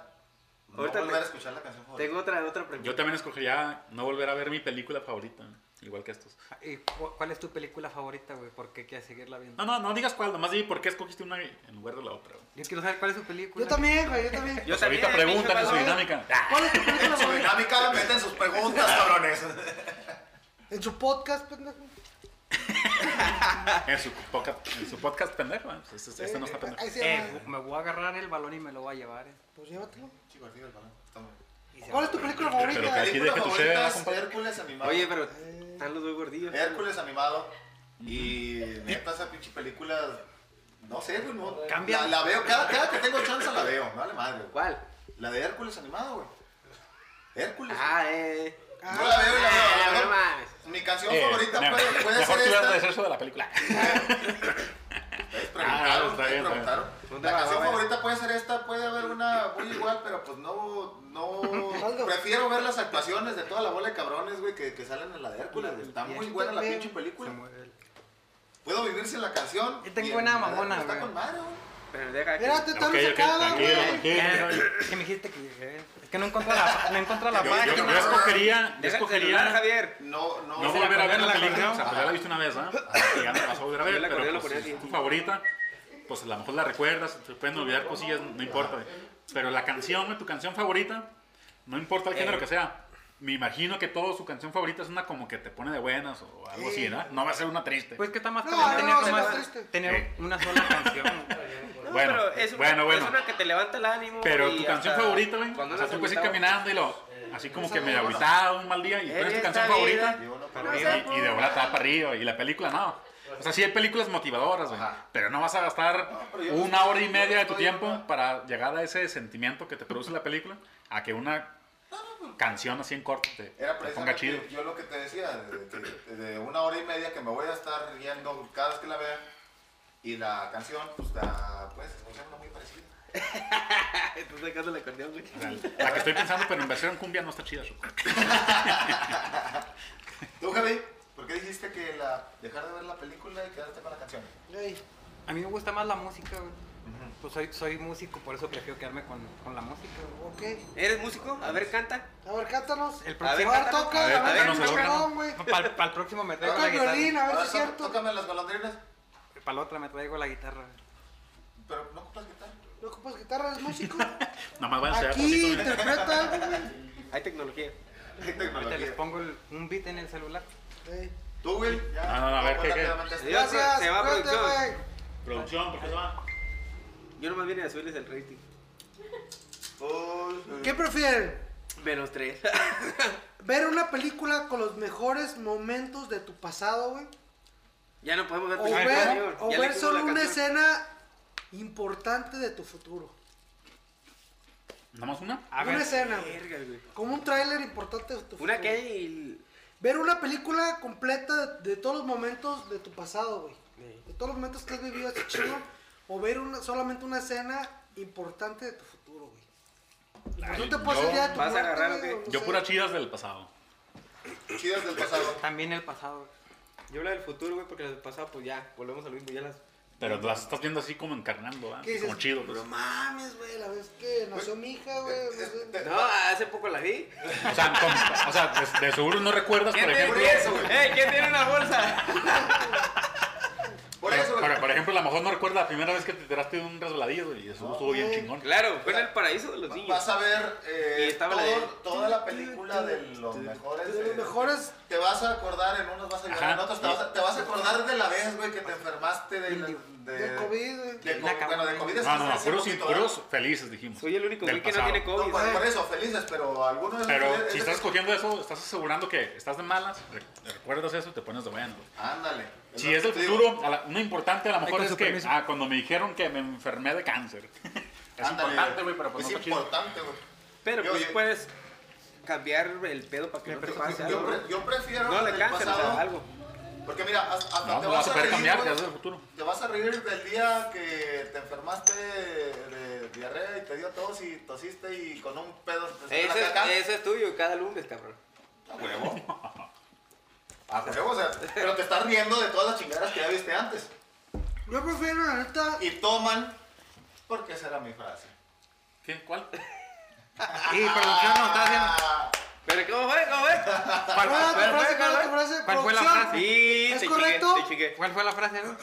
S1: No
S5: Ahorita
S1: volver a
S5: te-
S1: escuchar la canción favorita.
S5: Tengo otra, otra pregunta.
S2: Yo también escogería no volver a ver mi película favorita, igual que estos.
S3: ¿Y cu- cuál es tu película favorita, güey? ¿Por qué quieres seguirla viendo?
S2: No, no, no digas cuál, nomás di por qué escogiste una en lugar de la otra. güey.
S3: Yo quiero saber cuál es tu película.
S4: Yo también, güey, yo también.
S5: Yo
S2: Pues ahorita
S5: también,
S2: preguntan en su
S5: pinche
S2: dinámica.
S4: ¿Cuál es tu película
S1: En su
S4: favorita?
S1: dinámica le meten sus preguntas, cabrones.
S4: En su podcast, pendejo.
S2: En su, poca- en su podcast pendejo, ¿eh? Pues este, este no está pendejo.
S4: Ahí se
S3: Eh,
S4: llama.
S3: me voy a agarrar el balón y me lo voy a llevar. eh.
S4: Pues llévatelo.
S1: Chico, arriba el balón. Está muy bien.
S3: Y se
S4: ¿Cuál
S3: va.
S4: es tu película
S2: Pero que
S4: favorita?
S2: aquí
S1: Película
S2: deja tu
S1: favorita
S2: cheve,
S1: es
S2: compa.
S1: Hércules animado.
S5: Oye, pero están los dos gordillos.
S1: Hércules animado. Y neta, esa pinche película. No sé, güey. No,
S3: Cambia.
S1: La, la veo, cada, cada que tengo chance la veo. me Vale, madre. güey.
S5: ¿Cuál?
S1: La de Hércules animado, güey. Hércules.
S5: Ah, eh.
S1: Yo la veo y la veo. la
S5: Ah,
S1: veo.
S5: no mames.
S1: Mi canción
S2: Eh,
S1: favorita
S2: no,
S1: puede, puede
S2: mejor
S1: ser
S2: tú ibas a
S1: esta.
S2: decir eso de la película.
S1: Ustedes
S2: Ah,
S1: preguntaron,
S2: está
S1: ustedes
S2: bien, está
S1: preguntaron.
S5: bien.
S1: La canción
S5: Ah, bueno.
S1: favorita puede ser esta, puede haber una muy igual, pero pues no, no.
S4: Aldo.
S1: Prefiero ver las actuaciones de toda la bola de cabrones, güey, que, que salen en la de Hércules. güey. Está muy
S3: Bien,
S1: buena la
S4: bien.
S1: pinche película.
S3: Se mueve el-
S1: Puedo vivir sin la canción.
S3: Yo tengo
S1: y en-
S3: una mamona,
S1: Está
S3: güey.
S1: con madre, güey.
S5: Pero deja que.
S4: Mira, te
S2: Ok,
S4: también se
S2: ok,
S4: acaba,
S2: tranquilo,
S4: güey.
S2: tranquilo.
S3: Es que me dijiste que llegué. Es que no encontré la, no encontré la
S1: Yo-
S2: Yo,
S3: página.
S2: yo escogería, yo
S5: Deja el celular,
S2: escogería
S5: Javier.
S1: No, no.
S2: no volver a ver la
S3: la
S2: película.
S3: colgamos.
S2: O sea, pues ya la viste una vez, ¿ah? Y ya no la vas a volver a
S5: Yo
S2: ver,
S5: la colgué,
S2: pero
S5: la
S2: pues,
S5: colgué
S2: si es
S5: así.
S2: tu favorita, pues a lo mejor la recuerdas, te pueden olvidar cosillas, no importa. güey. Pero la canción, güey, tu canción favorita, no importa el género
S5: Eh.
S2: que sea. Me imagino que todo su canción favorita es una como que te pone de buenas o algo así, ¿verdad? No va a ser una triste.
S3: Pues que está más
S4: No,
S3: cabrón
S4: no,
S3: tener,
S4: no,
S3: nomás-
S4: se me triste.
S3: tener
S2: Eh.
S3: una sola canción.
S5: No,
S2: Bueno,
S5: pero es una,
S2: bueno, bueno.
S5: es una que te levanta el ánimo.
S2: Pero
S5: y
S2: tu
S5: hasta
S2: canción favorita, güey.
S5: cuando
S2: O sea,
S5: andas
S2: tú puedes ir
S5: agüitado.
S2: caminando y lo. Así como que medio aguitado, un mal día. Y
S5: En
S2: pones tu
S5: esta
S2: canción
S5: vida,
S2: favorita.
S1: Yo no
S5: Pero
S1: puedo.
S5: esa-
S2: Y, y de bola te va para arriba. Y la película no. O sea, sí hay películas motivadoras, güey.
S1: Ajá.
S2: Pero no vas a gastar
S1: No, pero yo no
S2: una
S1: estoy-
S2: hora y
S1: yo
S2: media
S1: no
S2: de tu
S1: estoy-
S2: tiempo para llegar a ese sentimiento que te produce la película. A que una canción así en corto te,
S1: Era
S2: te ponga chido.
S1: precisamente yo lo que te decía, de, que- de una hora y media que me voy a estar riendo cada vez que la vea. Y la canción, pues, da, pues, escucha una muy parecida.
S5: Ay, Estás sacando la acordeón, güey.
S2: O sea, La que estoy pensando, pero en versión cumbia no está chida, Choco.
S1: Tú, Javi, ¿por qué dijiste que la, dejar de ver la película y quedarte con la canción?
S4: Ey,
S3: A mí me gusta más la música, güey. Pues soy, soy músico, por eso prefiero quedarme con, con la música. güey.
S4: ok.
S5: ¿Eres músico? A ver, canta.
S4: A ver, cántanos.
S3: El
S4: A ver,
S3: próximo.
S5: cántanos.
S4: toca.
S2: A ver,
S4: A
S2: cántanos
S4: ver,
S2: el
S4: cabrón,
S2: órgano.
S4: güey.
S3: Para el próximo me traigo
S4: Toca
S3: la
S4: el
S3: guitarra.
S4: violín, a ver si es
S1: to-
S4: Ah, cierto.
S1: Tócame las golondrinas,
S3: Para la otra me traigo la guitarra. güey.
S1: pero no compras guitarra.
S4: No ocupas que guitarra es músico.
S2: Nomás van a ser
S4: Aquí interpreta algo, güey.
S5: Hay tecnología.
S1: Hay
S3: Ahorita les
S1: tecnología.
S3: pongo el- un beat en el celular.
S4: Ey.
S1: Tú, Will, ya.
S2: No, no, no, a ver,
S1: Vamos
S2: ¿qué, qué?
S1: rápidamente a este.
S5: Ya,
S4: Gracias,
S5: se va
S4: cuídate,
S5: producción.
S4: güey.
S2: Producción, ¿por qué se va?
S5: Yo nomás vine a subirles el rating.
S1: Tú, eh,
S4: ¿Qué prefieren?
S5: Menos tres.
S4: ¿Ver una película con los mejores momentos de tu pasado, güey?
S5: ya no podemos ver
S4: ¿O
S5: películas,
S4: ver,
S5: señor.
S4: o
S5: Ya
S4: ver
S5: le puso
S4: solo
S5: la
S4: una
S5: canción.
S4: escena importante de tu futuro?
S2: ¿Nomás una?
S3: A
S4: una
S3: ver,
S4: escena, güey.
S5: Verga, güey.
S4: Como un tráiler importante de tu futuro.
S5: Una que y.
S4: Ver una película completa de, de todos los momentos de tu pasado, güey. De todos los momentos que has vivido este chido. O ver una, solamente una escena importante de tu futuro, güey. Pues
S2: Ay,
S4: no te puedes
S2: yo-
S4: el día de tu
S5: ¿vas a
S4: muerte,
S5: agarrar
S4: güey,
S5: o qué?
S4: no
S2: Yo
S4: sé.
S2: puras chidas del pasado.
S1: chidas del pasado.
S3: también el pasado. güey.
S5: Yo hablo del futuro, güey, porque las del pasado, pues ya, volvemos al mismo. Ya las.
S2: Pero las estás viendo así como encarnando, ¿verdad?
S4: ¿Qué dices?
S2: Como chido. pues.
S4: No mames, güey, la vez que nació mi hija, güey. no sé.
S5: No, hace poco la vi.
S2: O sea, como- o sea, de, de seguro no recuerdas, por ejemplo.
S5: ¡Eh, ¿quién tiene una bolsa?
S1: Por eso,
S2: Por,
S1: güey.
S2: por ejemplo, a lo mejor no recuerdas la primera vez que te tiraste de un resbaladillo y eso estuvo bien chingón.
S5: Claro, fue en el paraíso de los niños.
S1: Vas a ver eh,
S5: Y estaba la
S1: todo-
S5: de-
S1: toda la película de los mejores.
S4: De los
S1: eh,
S4: mejores.
S1: Te vas a acordar en unos, vas a llorar en
S2: Ajá.
S1: otros. Te vas a, te vas a acordar de la vez, güey, que te enfermaste de, de,
S4: De COVID, güey.
S1: de co-
S3: La
S1: bueno, de
S3: cabrón.
S1: COVID es
S2: No, no, no,
S1: es
S2: puros,
S1: poquito,
S2: puros felices, dijimos.
S5: Soy el único
S2: del
S5: güey que no
S2: pasado.
S5: tiene
S1: ¿no? No,
S5: COVID.
S1: por, por eso, felices, pero algunos.
S2: Pero si estás escogiendo eso, estás asegurando que estás de malas, re- recuerdas eso y te pones de bueno.
S1: Ándale.
S2: Si es
S1: el
S2: el futuro, a la- uno importante a lo mejor
S3: con
S2: es
S3: su
S2: que
S3: permiso.
S2: ah, cuando me dijeron que me enfermé de cáncer. Es importante, güey, pero pues
S1: Es
S2: no está chido.
S1: importante, güey.
S5: Pero
S1: Yo-
S5: pues
S1: yo-
S5: puedes cambiar el pedo para que no te pase
S1: Yo,
S5: algo.
S1: pre- yo prefiero.
S5: No le
S1: el
S5: cáncer, o
S1: pasado,
S5: sea, algo.
S1: Porque mira, hasta hasta
S2: No,
S1: te
S2: no vas a poder
S1: reír,
S2: cambiar,
S1: güey.
S2: ya es el futuro.
S1: Te vas a reír del día que te enfermaste de diarrea y te dio tos y tosiste y con un pedo te salió
S5: Eso
S1: la caca.
S5: es, eso es tuyo cada lunes, cabrón.
S1: A huevo. A huevo, o sea, pero te estás riendo de todas las chingaderas que ya viste antes.
S4: Yo prefiero, la neta,
S1: Y toman, porque esa era mi frase.
S2: ¿Qué? ¿Cuál?
S3: Y producción nos está haciendo.
S1: Ah,
S5: Pero ¿cómo fue? ¿Cómo fue?
S3: ¿Cuál,
S4: Ah,
S5: ¿Cuál
S4: tu frase,
S5: fue,
S4: ¿cuál es tu
S5: cabrón?
S4: frase?
S3: ¿Cuál fue la
S4: Producción.
S3: frase?
S5: Ah, Sí,
S4: ¿Es
S5: te
S4: correcto?
S5: chingué, te chingué.
S3: cuál fue la frase? güey?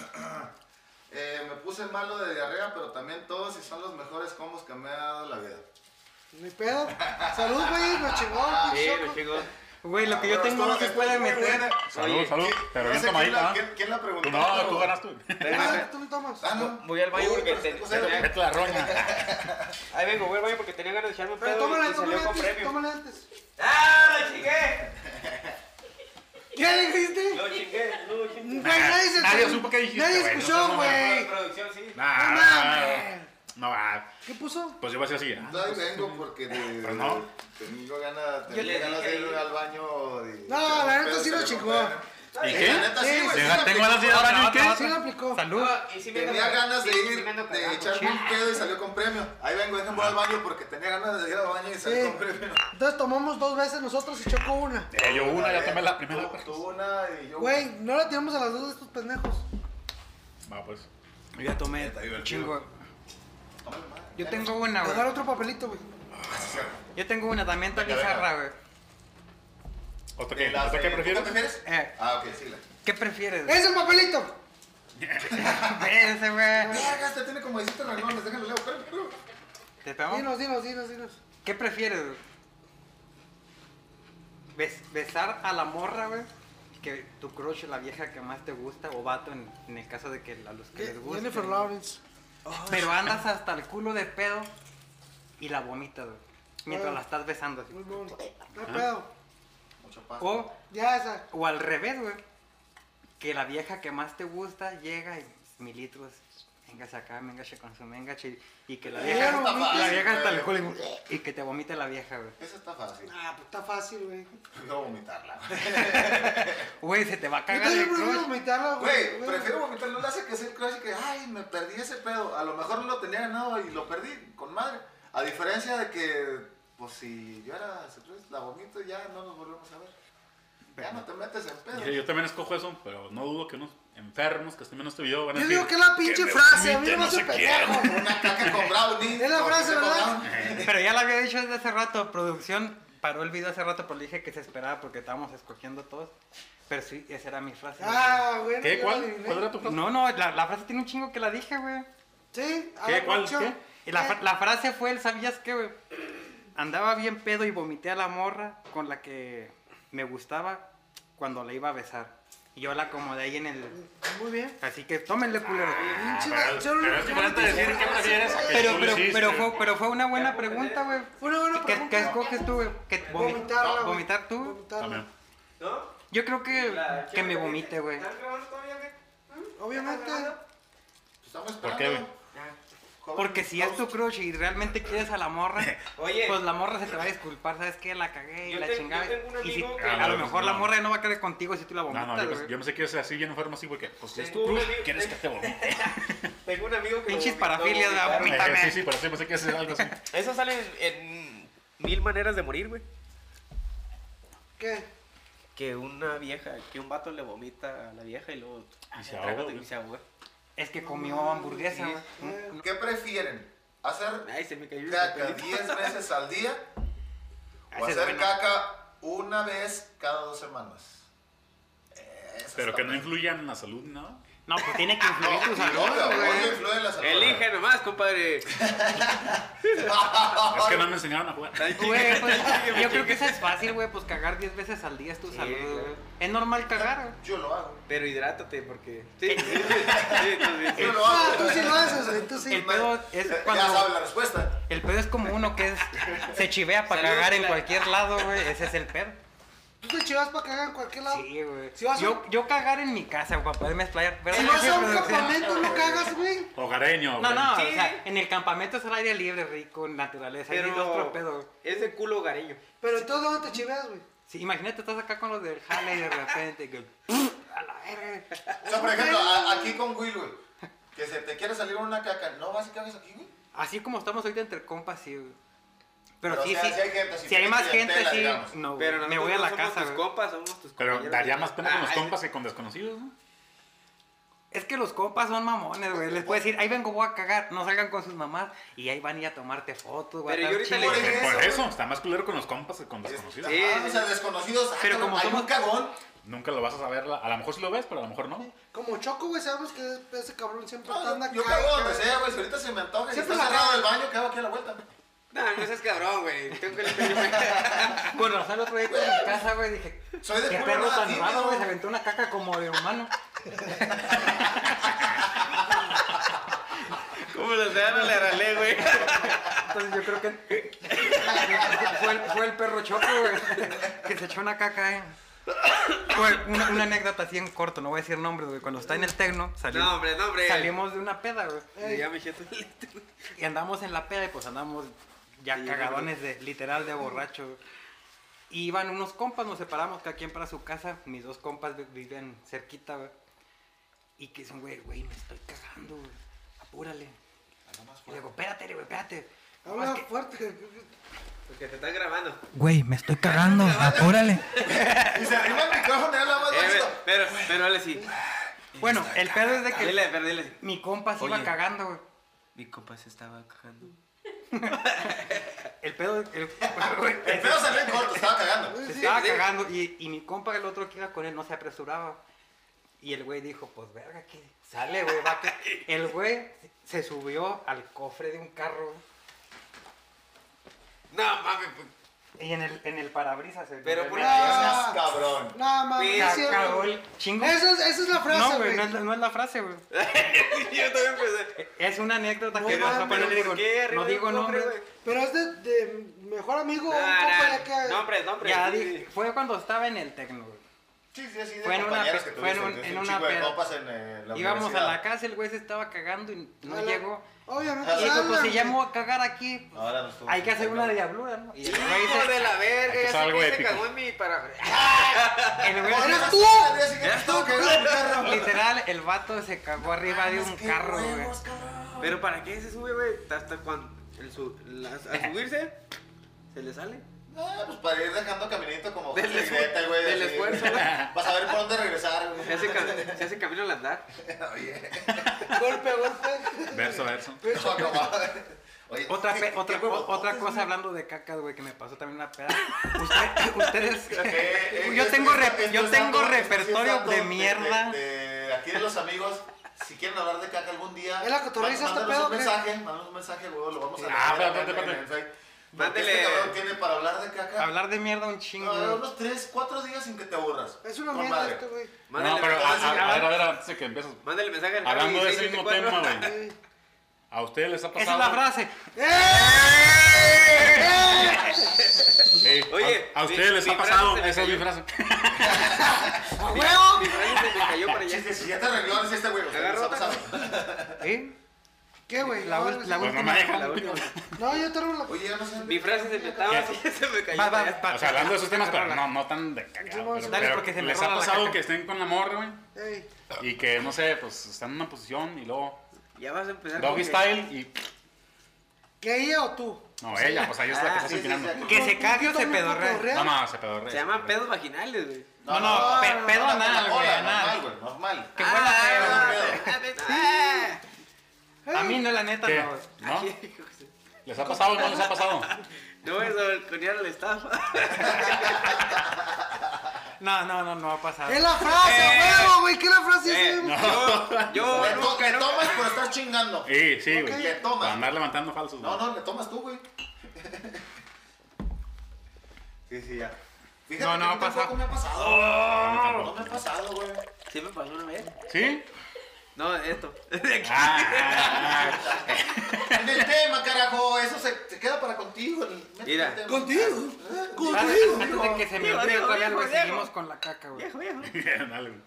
S1: eh, me puse malo de diarrea, pero también todos y son los mejores combos que me ha dado la vida.
S4: Ni pedo. Salud, güey, nos chingó.
S5: Ah, Sí,
S4: pinche
S5: lo
S4: choco.
S5: chingó.
S3: Güey, lo que
S1: Pero
S3: yo tengo
S1: estuvo-
S3: no se
S1: estuvo
S3: puede
S1: muy
S3: meter.
S1: buena.
S2: Salud,
S5: Oye,
S2: salud. Pero
S1: No
S2: bien
S1: sé quién la-
S2: tomadita.
S1: ¿quién, quién la preguntó?
S2: ¿no? No,
S1: pero-
S2: tú ganas tú.
S4: Ah, tú me tomas.
S1: Ah, no.
S5: Voy al baño
S1: Uy,
S5: porque
S1: pero
S5: te-
S1: o sea,
S5: te-
S2: Vete la roña.
S5: Ahí vengo, voy al baño porque tenía ganas de echarme un
S4: Pero
S5: pedo y-
S4: tómale,
S5: y salió
S4: tómale
S5: con
S4: antes,
S5: premio.
S4: tómale antes.
S5: ¡Ah, lo chingué!
S4: ¿Qué dijiste?
S5: Lo chingué, lo chingué.
S4: Güey, nadie se-
S2: Nadie supo qué dijiste,
S4: Nadie
S2: güey, no
S4: escuchó,
S2: seas mamón.
S4: güey.
S5: Producción, sí.
S2: Nah,
S4: No mames.
S2: No va.
S4: ¿Qué puso?
S2: Pues yo voy a decir así. ah,
S1: Todavía vengo porque de,
S2: Pero no.
S1: tengo ganas tengo
S5: le
S1: ganas de
S5: dije
S1: ir
S5: ahí.
S1: al baño. y-
S4: No,
S1: pero
S4: la neta
S1: pedo
S4: sí lo
S1: se le
S4: chingó.
S1: fue, ¿no?
S2: ¿Y
S1: Sí,
S2: qué?
S1: La neta sí,
S4: Sí,
S1: güey.
S4: sí,
S1: la
S2: Deja- Tengo
S1: aplicó.
S2: ganas de ir al baño y qué.
S4: Sí la aplicó.
S3: Salud.
S5: y sí me
S1: Tenía
S5: ando-
S1: ganas de
S5: sí, sí
S1: ir,
S5: me ando
S1: de
S5: cagando.
S1: echarme un pedo y salió con premio. Ahí vengo, déjenme al baño porque tenía ganas de ir al baño y
S4: Sí.
S1: salió con premio.
S4: Entonces tomamos dos veces nosotros y chocó una.
S2: Eh, yo una, ya tomé la primera.
S1: Tú, tú una y yo.
S4: Güey, no la tiramos a las dos de estos pendejos.
S2: Va, pues.
S3: Yo ya tomé
S1: Está divertido.
S3: un chingo.
S1: Tómale, madre.
S3: Yo tengo una,
S4: Agarra
S3: güey.
S4: otro papelito, güey.
S3: Yo tengo una también tan
S1: Venga, venga.
S3: bizarra, güey.
S2: ¿Otra
S1: De
S2: qué?
S1: las
S2: ¿Otra
S1: de-
S2: qué
S1: ¿tú
S2: prefieres?
S1: qué prefieres?
S3: Eh,
S1: Ah, ok, sí. La...
S3: ¿Qué prefieres? güey?
S4: ¡Es el papelito!
S3: Ese, güey.
S1: Verga, este tiene como 17 renglones, déjenlo leo. espérame, espérame.
S3: ¿Te pegó?
S4: Dinos, dinos, dinos, dinos.
S3: ¿Qué prefieres, güey? Bes- besar a la morra, güey. Que tu crush, la vieja que más te gusta, o vato en, en el caso de que a los que les gusta.
S4: Jennifer Lawrence.
S3: Pero andas hasta el culo de pedo y la vomitas, güey. Mientras
S4: Ah.
S3: la estás besando. así.
S4: Muy bueno. No hay pedo.
S1: Mucho paso.
S3: O,
S4: Ya esa.
S3: o al revés, güey. Que la vieja que más te gusta llega y mililitros. Véngase acá, véngase con su mengache. Y que la
S4: Eh,
S3: vieja,
S4: no mames,
S3: la vieja hasta el
S1: güey.
S3: culo y- y que te vomite la vieja, güey.
S1: Esa está fácil.
S4: Ah, pues está fácil, güey.
S1: Prefiero vomitarla.
S3: Güey, se te va a
S4: Yo
S3: cagar el
S4: también prefiero
S3: crush.
S4: vomitarlo,
S1: Güey, prefiero vomitar no le hace que sea el crush y que, ay, me perdí ese pedo. A lo mejor lo tenía ganado y lo perdí, con madre. A diferencia de que, pues si yo era ese crush, la vomito y ya no nos volvemos a ver. Ya no te metes en
S2: Yo, yo
S1: pedo.
S2: también escojo eso, pero no dudo que unos enfermos que estén viendo este video van a
S4: Yo
S2: decir...
S4: digo que es la pinche
S2: me
S4: frase, a mí
S2: vomite,
S4: no me hace
S2: sé qué".
S4: pendejo.
S1: Una caca con brownie.
S4: Es la
S1: con
S4: frase,
S1: queso
S4: ¿verdad?
S1: brownie.
S3: Pero ya lo había dicho desde hace rato. Producción paró el video hace rato, pero le dije que se esperaba porque estábamos escogiendo todos. Pero sí, esa era mi frase.
S4: Ah, güey.
S2: ¿Qué?
S4: yo
S2: ¿Cuál?
S4: adiviné.
S2: ¿Cuál era tu frase?
S3: No, no, la, la frase tiene un chingo que la dije, güey.
S4: Sí. a
S2: ¿Qué?
S4: ver, Eh,
S2: ¿Cuál?
S4: producción.
S2: ¿Qué?
S3: Y la, fra- la frase fue, el ¿sabías qué, güey? Andaba bien pedo y vomité a la morra con la que me gustaba cuando la iba a besar. Y yo la acomodé ahí en el...
S4: Muy bien.
S3: Así que tómenle, culero.
S4: Pinche
S2: Ah, Pero,
S4: gacho,
S2: pero es diferente
S4: no,
S2: decir
S4: no,
S2: qué
S4: no,
S2: prefieres a que
S3: Pero,
S2: tú lo
S3: pero,
S2: hiciste.
S3: pero, fue, pero fue una buena pregunta, güey.
S4: Fue una buena
S3: ¿Qué, qué
S4: pregunta.
S3: escoges tú, güey? ¿Qué- vomi-
S4: Vomitarla, güey.
S3: ¿Vomitar tú? güey?
S4: Vomitarla.
S2: También.
S5: ¿No?
S3: Yo creo que,
S5: La
S3: que me
S5: chica-
S3: vomite, güey.
S5: ¿Están grabando todavía, güey?
S4: Obviamente.
S1: Pues Estamos
S2: ¿Por qué, güey?
S1: esperando. Joven,
S3: Porque si es tu crush y realmente quieres a la morra,
S5: Oye.
S3: pues la morra se te va a disculpar, ¿sabes qué? La cagué y
S5: Yo
S3: la
S5: te-
S3: chingada.
S5: yo tengo un
S3: Y si-
S5: amigo que-
S3: a
S2: Ah,
S3: lo
S2: no,
S3: mejor
S2: no.
S3: la morra no va a querer contigo si tú la
S2: No,
S3: vomitas,
S2: no, yo, pensé-
S3: güey.
S2: yo pensé que ibas a así bien enfermo así, güey, que pues si es tu
S5: Tengo un
S2: cruz,
S5: amigo-
S2: quieres que
S5: tengo-
S2: te vomite.
S5: Tengo un amigo que.
S3: Pinches
S5: vomitó,
S3: parafilias,
S5: vomitó.
S3: la vomita.
S2: Eh, Sí, sí, pero sí pensé que ibas a hacer algo así.
S5: Eso sale en, en mil maneras de morir, güey.
S4: ¿Qué?
S5: Que una vieja, que un vato le vomita a la vieja y luego.
S2: Y se
S5: trágate,
S2: ahoga, güey.
S5: y se ahoga.
S3: Es que comió hamburguesa,
S5: Sí.
S3: güey.
S4: Mm,
S3: Mm.
S4: Eh,
S1: ¿Qué prefieren? ¿Hacer
S5: Ay, se me cayó el
S1: caca
S5: papelito.
S1: 10 veces al día o
S3: Esa es
S1: hacer
S3: buena.
S1: caca una vez cada dos semanas? Esa
S2: Pero
S1: está
S2: que no
S1: buena.
S2: influyan en la salud, ¿no?
S3: No, pues tiene que influir tu
S1: No,
S3: salud,
S1: pero no
S3: güey.
S1: influye en la salud.
S5: Elige nomás, compadre.
S2: Es que no me enseñaron a jugar.
S3: Güey, pues, yo creo que eso es fácil, güey, pues cagar 10 veces al día es tu
S5: Sí,
S3: salud,
S5: güey.
S3: güey. Es normal cagar, güey.
S1: Yo lo hago.
S5: Pero hidrátate porque. Sí, sí, sí, sí, sí, sí.
S1: Yo lo
S4: Ah, tú
S1: hago.
S4: sí lo haces, güey, tú sí.
S3: El pedo es
S1: Ya sabe
S3: cuando...
S1: la respuesta.
S3: El pedo es como uno que es, se chivea para
S5: Salud,
S3: cagar en
S5: la-
S3: cualquier lado, güey. Ese es el pedo.
S4: Tú te chivas para cagar en cualquier lado.
S3: Sí, güey.
S4: Si vas a-
S3: yo, yo cagar en mi casa, güey, para poderme explayar. Pero
S4: Si
S3: no,
S4: vas a un
S3: siempre-
S4: campamento, no cagas, güey.
S2: Hogareño,
S3: No,
S2: güey.
S3: no,
S5: Sí.
S3: o sea, en el campamento es al aire libre, rico, naturaleza. Pero... Y otro pedo.
S5: Pero es de culo gareño.
S4: Pero entonces, ¿dónde te chiveas, güey?
S3: Sí, imagínate, estás acá con los del jale y de repente que... A la verga.
S1: O sea, por ejemplo, a- aquí con Will, güey. Que se te quiere salir una caca, ¿no vas y cagas aquí, güey?
S3: Así como estamos ahorita entre compas, sí, güey. Pero,
S1: Pero,
S3: sí,
S1: o sea,
S3: sí.
S1: si hay gente, si
S3: si hay
S1: tiene
S3: más gente,
S1: clientela,
S3: sí.
S1: digamos.
S3: No, güey,
S5: Pero
S3: me voy a
S5: nosotros
S3: la
S5: no
S3: casa,
S5: Somos tus
S3: güey.
S5: compas, somos tus
S2: Pero
S5: compañeros.
S2: daría más pena con los
S5: Ay,
S2: compas que con desconocidos, ¿no?
S3: Es que los compas son mamones, güey. Les puedes decir, ahí vengo, voy a cagar. No salgan con sus mamás y ahí van a ir a tomarte fotos, güey. a
S5: Pero yo
S3: estar
S5: ahorita
S1: Por
S3: chingando.
S2: Por
S1: eso,
S2: eso, está más culero con los compas que con desconocidos.
S5: Sí.
S1: Ajá, o sea, desconocidos.
S3: Pero
S1: ah,
S3: como
S1: hay
S3: somos-
S1: un cagón.
S2: Nunca lo vas a saber. A lo mejor sí lo ves, pero a lo mejor no.
S4: Como Choco, güey, sabemos que ese cabrón siempre
S1: No,
S4: anda
S1: yo
S4: acá,
S1: cago donde
S4: güey.
S1: sea, güey. Si ahorita se me antoja y
S4: Siempre
S1: está
S4: la
S1: cerrado
S4: cago.
S1: el baño, cago aquí a la vuelta.
S5: No, no seas cabrón, güey. Tengo que limpiarme.
S3: Con razón, el otro día en mi casa, güey, dije,
S1: Soy de
S3: qué
S1: pura
S3: perro
S1: raza
S3: tan
S1: tímida,
S3: raro, güey,
S1: güey.
S3: se aventó una caca como de humano.
S5: ¿Cómo lo dan a la ralé, güey?
S3: Entonces yo creo que fue el, fue el perro choco, güey, que se echó una caca, eh. Fue una, una anécdota así en corto, no voy a decir nombres, güey, cuando está en el tecno, salimos,
S5: No, hombre, no, hombre.
S3: salimos de una peda, güey,
S5: Sí, Ya me siento listo.
S3: y andamos en la peda y pues andamos ya
S5: Sí,
S3: cagadones de, literal de borracho, güey. Y iban unos compas, nos separamos, cada quien para su casa. Mis dos compas vi- vivían cerquita, güey. Y que dicen, güey, güey, me estoy cagando, güey. Apúrale. Y le digo, espérate, güey, espérate. No,
S4: Habla
S3: es que-
S4: fuerte.
S5: Porque te están grabando.
S3: Güey, me estoy cagando, apúrale.
S1: Y se arrima el micrófono y habla más
S5: Eh,
S1: bajito.
S5: ve- pero, pero, dale sí.
S3: Bueno, el pedo es de que
S5: Dile, pero dile.
S3: mi compa se iba
S5: Oye.
S3: cagando, güey.
S5: Mi compa se estaba cagando.
S3: El pedo, el,
S1: El pedo salió en corto, estaba cagando.
S3: se
S4: Sí,
S3: estaba
S5: sí.
S3: cagando y, y mi compa, el otro que iba con él, no se apresuraba. Y el güey dijo, pues verga, que sale, güey, va que... El güey se subió al cofre de un carro
S5: No, mames. pues,
S3: y en el, en el parabrisas. el-
S5: Pero
S3: el-
S5: por
S3: el-
S5: ahí-
S1: Ah, cabrón.
S4: Nada más,
S5: Sí,
S4: no es
S3: Ca-
S4: cierto,
S3: cagó
S4: güey.
S3: el chingo.
S4: Esa es, esa es la frase,
S3: no,
S4: güey.
S3: güey, no es, la- no es la frase, güey.
S5: Yo también pensé.
S3: Es una anécdota que
S5: Pero,
S3: pasó, pero Eh, no
S5: pero
S3: digo,
S5: ¿por qué arriba
S3: no
S5: de
S3: digo
S5: un cofre,
S3: nombres.
S5: güey?
S4: Pero es de, de mejor amigo,
S5: No,
S4: un compa
S5: no,
S4: de que.
S5: Nombres, nombres.
S3: Ya
S5: sí,
S3: dije,
S5: sí.
S3: fue cuando estaba en el tecno, güey.
S1: Sí, sí, sí, de
S3: Fue en una
S1: compañeros
S3: pe-
S1: que
S3: fue en
S1: tuviste.
S3: un-
S1: tuviste
S3: en
S1: un
S3: una
S1: chico de
S3: peda.
S1: copas en eh, la
S3: Íbamos a la
S1: universidad.
S3: casa, el güey se estaba cagando y no
S4: a la-
S3: llegó.
S4: Obviamente,
S1: Ah,
S3: Y dijo,
S4: habla,
S3: pues si
S4: güey.
S3: ya me voy a cagar aquí, pues,
S1: Ahora nos tuvo
S3: hay que
S1: que
S3: hacer
S1: sacar.
S3: una diablura, ¿no? Y el güey
S5: Hijo de
S3: se-
S5: la verga,
S2: que
S5: ya
S2: hacer
S5: sé
S2: algo
S5: que se
S2: épico.
S5: cagó en mi para.
S3: el güey
S1: No,
S3: se-
S1: eras tú. Eras tú que eras un carro.
S3: Literal, el vato se cagó arriba de un
S1: Ah, Qué
S3: carro, güey.
S1: huevos, cabrón.
S5: Pero ¿para qué se sube, güey? Hasta cuando. el su- la- al subirse, se le sale.
S1: Ah, pues para ir dejando caminito como
S5: Del
S1: José
S5: esfu-
S1: Greta, güey.
S5: del
S1: así.
S5: esfuerzo, güey.
S1: Vas a ver por dónde regresar, güey.
S5: Se hace, cam- se hace camino al andar.
S1: Oye,
S4: Golpe, golpe.
S2: Verso a verso.
S1: no, acabado. Oye,
S3: Otra,
S1: qué-
S3: pe-
S1: qué
S3: otra,
S1: huevotes,
S3: otra
S1: güey.
S3: cosa hablando de cacas, güey, que me pasó también una peda. Usted- ustedes,
S1: Eh, eh,
S3: yo
S1: esto-
S3: tengo,
S1: esto-
S3: rep-
S1: esto
S3: yo
S1: es
S3: tengo
S1: dato- esto sí es
S3: repertorio
S1: dato
S3: de mierda.
S1: de- de aquí de los amigos Si quieren hablar de caca algún día,
S4: ¿Es la cotorriza
S1: mán-
S4: este
S1: mándenos
S4: pedo,
S1: un
S4: qué?
S1: mensaje, mándenos un mensaje, luego lo vamos a
S2: Ah,
S1: leer
S2: espérate,
S1: acá en-
S2: espérate.
S1: en el Face. Porque
S5: Mándele.
S1: Este cabrón tiene para hablar de caca.
S3: Hablar de mierda un
S1: No,
S3: chingo. güey.
S1: unos 3, 4 días sin que te aburras.
S4: Es una
S1: Con
S4: mierda
S1: madre.
S4: este, güey.
S5: Mándale,
S2: no, pero a,
S1: mensaje,
S2: a- a ver, a ver, antes de que empieces.
S5: mándale mensaje al
S2: Hablando de ese mismo tema, güey.
S4: Sí.
S2: ¿A ustedes les ha
S3: Esa
S2: pasado?
S3: es la frase.
S2: Ey, a-
S5: Oye,
S2: a,
S5: mi-
S2: ustedes les
S5: mi
S2: ha
S5: frase
S2: pasado.
S5: se me
S2: Esa es mi
S5: cayó.
S2: frase.
S4: ¡A huevo!
S5: Mi frase se me cayó para allá.
S1: Si, si ya te arregló, es este güey. o sea,
S5: Agarra
S1: les ha
S5: otra.
S1: pasado.
S3: ¿Eh?
S4: ¿Qué, güey?
S3: La
S4: No,
S3: ul- la
S2: Pues no
S3: última.
S2: me dejan.
S5: La última.
S4: No, yo tengo la...
S1: Oye, ya no sé.
S5: Mi frase se me estaba así, se me cayó
S3: Va,
S5: para
S3: va,
S5: allá.
S3: va.
S2: O sea, hablando de esos temas, pero no, no tan de
S4: Sí,
S2: cagado.
S4: vamos
S2: Pero,
S4: a-
S3: Dale,
S2: pero
S3: porque se me
S2: les
S3: rola
S2: ha
S3: la
S2: pasado
S3: caca.
S2: que estén con la morra, güey.
S4: Ey.
S2: Y que, no sé, pues están en una posición y luego
S5: Ya vas a empezar. con
S2: doggy
S5: que-
S2: style y...
S4: ¿Que ella o tú?
S2: No, ella, pues ahí es la que
S5: Ah,
S2: está
S1: sí, sí,
S2: tirando.
S1: sí,
S3: Que se cague o se
S4: También
S3: pedorrea.
S4: cotorrea.
S2: No, no, se pedorrea.
S5: Se llaman pedos vaginales, güey.
S3: No, no, pe- pedo anal, güey,
S1: hola,
S3: anal.
S1: Normal, güey, normal.
S3: Que fuera
S5: Ah,
S1: feo,
S5: ah, ah,
S3: A mí no, la neta,
S2: ¿Qué?
S3: no.
S2: ¿No?
S5: Aquí, hijo de-
S2: ¿Les ha pasado o no les ha pasado?
S5: No es balconear al staff.
S3: No, no, no, no va a pasar.
S4: ¡Es la frase, a
S5: Eh.
S4: huevo, güey! ¿Qué es la frase?
S5: Eh,
S4: Sí, güey.
S5: Yo,
S1: Le
S5: yo
S1: to-
S5: nunca,
S1: le
S5: nunca.
S1: tomas por estar chingando.
S2: Sí, sí, güey.
S1: Le
S2: Para
S1: tomas.
S2: andar levantando falsos, güey.
S1: No, no, le tomas tú, güey. Sí, sí, ya. Fíjate
S3: No, no,
S1: que a mí
S3: pasa- Oh.
S1: tampoco me ha pasado. No me ha pasado, güey.
S5: Sí me pasó una vez.
S2: ¿Sí?
S5: No, esto. De aquí.
S2: Ah, ah, ah.
S1: En el tema, carajo, eso se, se queda para contigo. el-
S5: Mira.
S1: el tema. Ah,
S4: Contigo.
S3: Antes
S4: Contigo.
S3: antes de que se me
S5: Diego,
S3: olvide
S5: Diego,
S3: todavía,
S5: Diego,
S3: güey,
S5: Diego.
S3: seguimos con la caca, güey.
S5: Viejo, viejo.
S2: Dale, güey.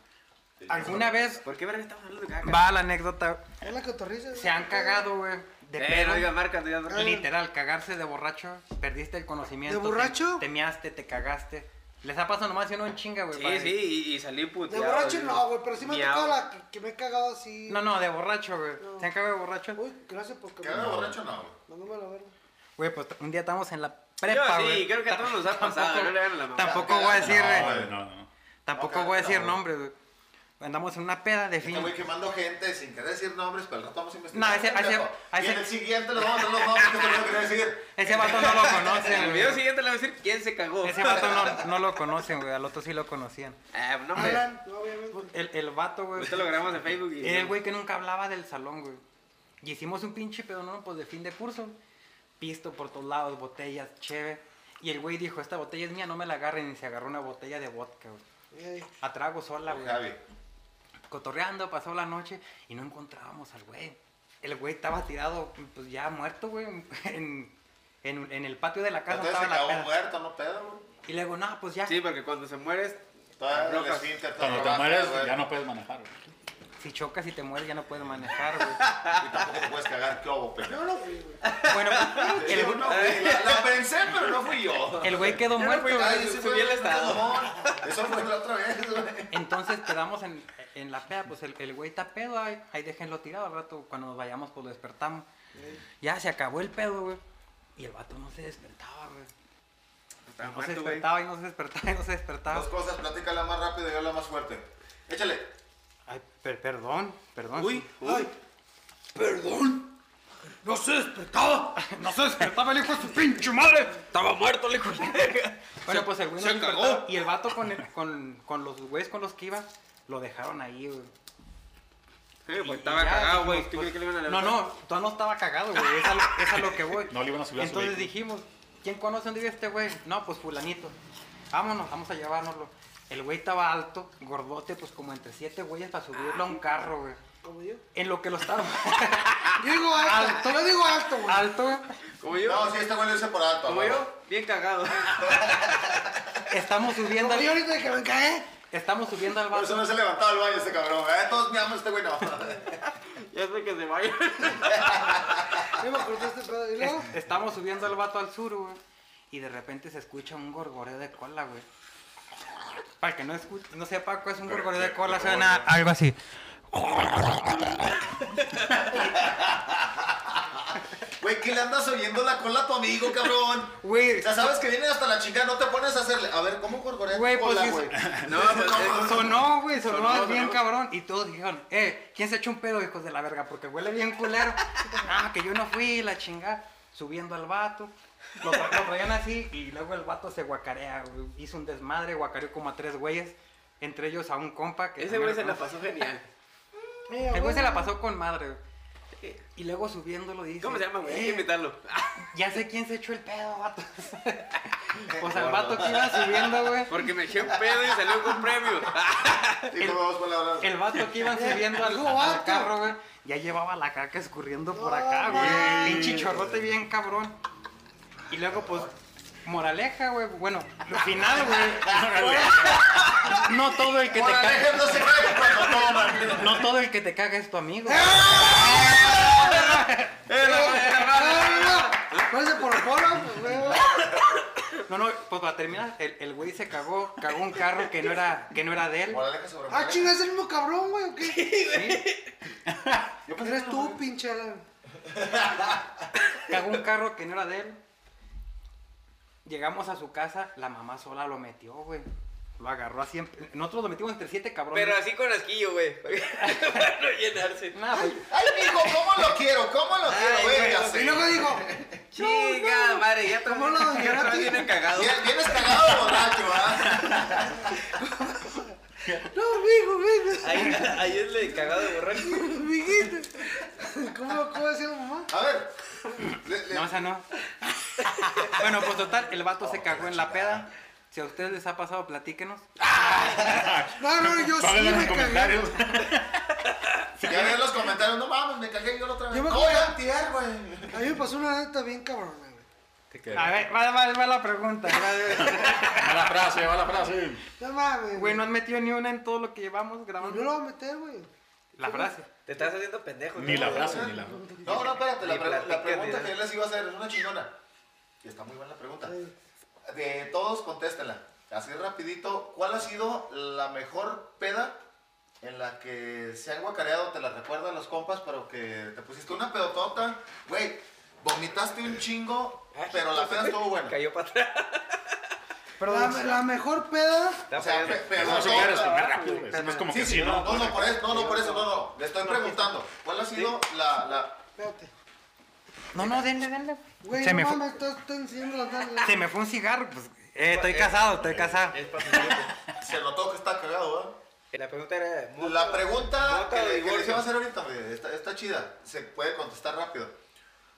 S3: ¿Alguna vez
S5: ¿Por qué verga estamos hablando de caca?
S3: va la anécdota?
S4: Es la cotorriza. güey.
S3: Se han cagado, güey. De
S5: Eh, no
S3: pedo.
S5: digas marcas, no digas marcas.
S3: Literal, cagarse de borracho. Perdiste el conocimiento.
S4: ¿De borracho?
S3: Te, te measte, te cagaste. Les ha pasado nomás y uno en chinga, güey.
S5: Sí,
S3: padre.
S5: sí, y, y salí
S4: De
S5: puteado.
S4: borracho
S5: así.
S4: no, güey, pero sí me ha
S5: Miau.
S4: tocado la que, que me he cagado así.
S3: No, no, de borracho, güey.
S4: No.
S3: ¿Se han cagado de borracho?
S4: Uy, gracias por que
S1: Quedarme borracho, no, güey.
S4: No, no me lo verga.
S3: Güey, pues un día estamos en la prepa,
S5: Yo sí,
S3: güey.
S5: creo que a todos nos ha pasado,
S3: Tampoco-
S5: no le hagan la mamá.
S3: Tampoco voy a decir,
S1: No,
S3: güey,
S2: No, no, no.
S3: Tampoco
S1: no,
S3: voy a decir
S1: no.
S3: nombres, güey. Andamos en una peda de fin.
S1: Este güey quemando gente sin querer decir nombres, pero al rato vamos a investigar.
S3: No, ese- ese-
S1: pendejo.
S3: ese-
S1: Y en el siguiente le vamos a dar los nombres que te lo quería decir.
S3: Ese vato no lo conocen,
S5: En el
S3: güey.
S5: video siguiente le voy a decir quién se cagó.
S3: Ese vato no, no lo conocen, güey. Al otro sí lo conocían.
S5: Ah, no, hombre.
S4: Alan, no, obviamente.
S3: El, el vato, güey.
S5: Ahorita lo grabamos en Facebook y...
S3: Era el Eh, güey que nunca hablaba del salón, güey. Y hicimos un pinche pedo, no, pues de fin de curso. Pisto por todos lados, botellas, cheve. Y el güey dijo, esta botella es mía, no me la agarren. Y se agarró una botella de vodka, güey.
S4: Ey,
S3: A trago sola, güey.
S1: Javi.
S3: Cotorreando, pasó la noche y no encontrábamos al güey. El güey estaba tirado, pues ya muerto, güey. En, en, en el patio de la casa
S1: Entonces se
S3: estaba la
S1: cagó
S3: peda.
S1: muerto, no pedo, güey.
S3: Y le digo, no, pues ya.
S5: Sí, porque cuando se pues, mueres...
S1: Todavía no
S5: Rojas.
S1: le finca,
S2: Cuando te mueres, ya no puedes manejar, güey.
S3: Si chocas y te mueres, ya no puedes manejar, güey.
S1: Y tampoco te puedes cagar, qué obo, pendejo.
S4: Yo no fui, güey.
S3: Bueno, pues,
S1: Te
S3: el, eh.
S1: digo, no, güey, la, la pensé, pero no fui yo.
S3: el güey quedó
S5: no
S3: muerto,
S5: fui,
S3: güey.
S5: ay, subí
S1: güey,
S5: el estado.
S1: mamón. Eso fue la otra vez, güey.
S3: Entonces quedamos en, en la peda, pues el, el güey está pedo, ahí, ahí déjenlo tirado al rato, cuando nos vayamos pues lo despertamos. Ya se acabó el pedo, güey. Y el vato no se despertaba, güey.
S5: Estaba
S3: No se
S5: muerto, güey.
S3: despertaba y no se despertaba y no se despertaba.
S1: Dos cosas, platícala más rápido y habla más fuerte. Échale.
S3: Ay, per- perdón, perdón.
S5: Uy, uy.
S4: Perdón. No se despertaba.
S3: no se despertaba el hijo de su pinche madre.
S5: Estaba muerto, le hijo.
S3: Bueno, pues el güey no
S5: se
S3: se
S5: cagó.
S3: despertaba. Y el vato con, el- con, con los güeyes con los que iba, lo dejaron ahí, güey.
S5: Eh,
S3: Y- y
S5: pues estaba
S3: ya,
S5: cagado,
S3: dijimos,
S5: güey. ¿Tú
S3: pues,
S5: crees que le iban a
S3: No,
S5: levantar?
S3: no, todavía no estaba cagado, güey. Es a lo, es a lo que voy.
S2: No le iban a subir a su
S3: Entonces
S2: vehículo.
S3: dijimos, ¿quién conoce dónde vive este güey? No, pues fulanito. Vámonos, vamos a llevárnoslo. El güey estaba alto, gordote, pues como entre siete güeyes para subirlo a un carro, güey.
S4: Como yo.
S3: En lo que lo estaba
S4: Yo digo alto.
S3: Alto.
S4: Yo digo alto, güey.
S3: alto, güey.
S5: Como
S1: No,
S5: yo.
S1: sí, este güey lo hice por alto.
S5: Como
S1: güey.
S5: yo. Bien cagado.
S3: Estamos subiendo
S4: Como yo
S3: al,
S4: ahorita de que me cagué.
S3: estamos subiendo al
S1: Por eso
S3: vato.
S1: no se levantaba al baño este cabrón. ¿eh? Todos me aman este güey, no.
S5: Ya sé que se vaya.
S4: Yo me acordé de este pedo. Y luego,
S3: Es- estamos subiendo al vato al sur, güey. Y de repente se escucha un gorgoreo de cola, güey. Para que no, escu- no sepa cuál es un gorgoreo de cola, suena algo así.
S1: Güey, ¿qué le andas oyendo la cola a tu amigo, cabrón?
S3: Güey,
S1: Ya sabes que viene hasta la chica, no te pones a hacerle. A ver, ¿cómo corcorea tu
S3: Güey, pues,
S1: cola,
S3: sí,
S1: güey?
S5: No, pues, eh,
S3: Sonó, güey, sonó,
S5: Sonó,
S3: bien
S5: sonó.
S3: cabrón. Y todos dijeron, eh, ¿quién se echó un pedo, hijos de la verga? Porque huele bien culero. ah, que yo no fui, la chingada. Subiendo al vato. Lo, tra- lo traían así y luego el vato se guacarea, güey. Hizo un desmadre, guacareó como a tres güeyes. Entre ellos a un compa que...
S5: Ese
S3: también
S5: güey
S3: lo
S5: se la
S3: conozco.
S5: pasó genial.
S4: Eh,
S3: El güey
S4: bueno.
S3: se la pasó con madre, güey. Y luego subiéndolo dice...
S5: ¿Cómo se llama, güey? Hay que
S3: "Eh,
S5: invitarlo. Ah,
S3: Ya sé quién se echó el pedo, vato. o sea, el vato que iba subiendo, güey.
S5: Porque me eché un pedo y salió con premio.
S1: Dijo dos palabras.
S3: El vato que iban subiendo al,
S4: Digo,
S3: al
S4: vato.
S3: carro, güey. Ya llevaba la caca escurriendo por
S4: No,
S3: acá, güey.
S4: mames.
S3: Pinche chorrote bien cabrón. Y luego, pues, moraleja, güey. Bueno, al final, güey. no todo el que te
S1: Por
S3: caga.
S1: Alejandro no se cae cuando toma.
S3: No todo el que te caga es tu amigo.
S4: Ah, ¿Cuál es el Polo Polo? Pues, güey.
S3: No, no, pues para terminar, el el güey se cagó, cagó un carro que no era, que no era de él.
S1: Moraleja sobre
S4: Ah,
S1: moraleja.
S4: chinga, es el mismo cabrón, güey, ¿o qué?
S1: Yo pensé
S4: Eres
S1: que
S4: tú, pinche.
S3: Cagó un carro que no era de él. Llegamos a su casa, la mamá sola lo metió, güey. Lo agarró así. en- Nosotros lo metimos entre siete cabrones.
S5: Pero así con asquillo, güey. Para no llenarse.
S3: Nah, güey.
S1: Ay, mijo, ¿cómo lo quiero? ¿Cómo lo quiero?
S5: güey,
S1: Güey, ya
S5: no,
S1: sé.
S4: Y luego dijo,
S5: Chica, madre, ya
S4: ¿Cómo
S5: también-
S4: no?
S5: ya
S4: Yo
S5: también
S4: aquí.
S5: vienen cagados.
S1: Bien- Vienes cagado de borracho, ¿ah?
S4: no, mijo, mijo,
S5: Ahí, ahí es el cagado de borracho.
S4: mijito. ¿Cómo, cómo decía la mamá?
S1: A ver. le- le-
S3: No, esa no. bueno, pues total, el vato se cagó en la peda. Si a ustedes les ha pasado, platíquenos.
S4: No, no, yo sí
S2: Pónganlo en
S4: me
S2: los
S4: cagué.
S2: comentarios.
S1: Ya ven los comentarios. No mames, me cagué yo la otra vez.
S4: Yo me
S1: No,
S4: acuerdo-
S1: ya antier, güey.
S4: A mí me pasó una neta bien cabrón, güey.
S3: A ver, va, va- va la pregunta. va-
S2: Va la frase, va la frase.
S4: No mames,
S3: Güey,
S4: güey.
S3: no han metido ni una en todo lo que llevamos
S4: No
S3: grabando.
S4: lo voy a meter, güey.
S3: La frase.
S5: Te estás haciendo pendejo.
S2: Ni
S5: ¿no?
S2: la frase, ni la
S1: No, no, espérate, la,
S5: Ni
S1: pre- la
S5: platica,
S1: pregunta
S5: ni
S1: que yo les iba a hacer es una chingona. Y está muy buena la pregunta. De todos, contéstenla. Así rapidito, ¿cuál ha sido la mejor peda en la que se han guacareado? Te la recuerdan los compas, pero que te pusiste una pedotota. Güey, vomitaste un chingo,
S5: Ay,
S1: pero la peda estuvo buena.
S5: Cayó para atrás.
S4: La, la mejor peda.
S1: O sea, pe-
S2: No se quieres
S1: pedotota.
S2: comer rápido, güey. No es como que
S1: Sí,
S2: sí,
S1: sí, no,
S2: ¿no?
S1: no, por eso, no, no, por eso, no, no. Le estoy preguntando, ¿cuál ha sido la, la...
S4: Espérate.
S3: No, no, denle, denle.
S4: Güey,
S3: se,
S4: no
S3: me fu-
S4: mames, estás estás enseñando las nalgas.
S3: se me fue un cigarro. Pues, eh, estoy casado, estoy casado.
S5: Es para su tiempo.
S1: Se notó que está cagado, ¿verdad?
S5: La pregunta era. ¿moto?
S1: La pregunta
S5: Moto
S1: que,
S5: de
S1: le- que les
S5: divorcio.
S1: iba a hacer ahorita güey, está, está chida. Se puede contestar rápido.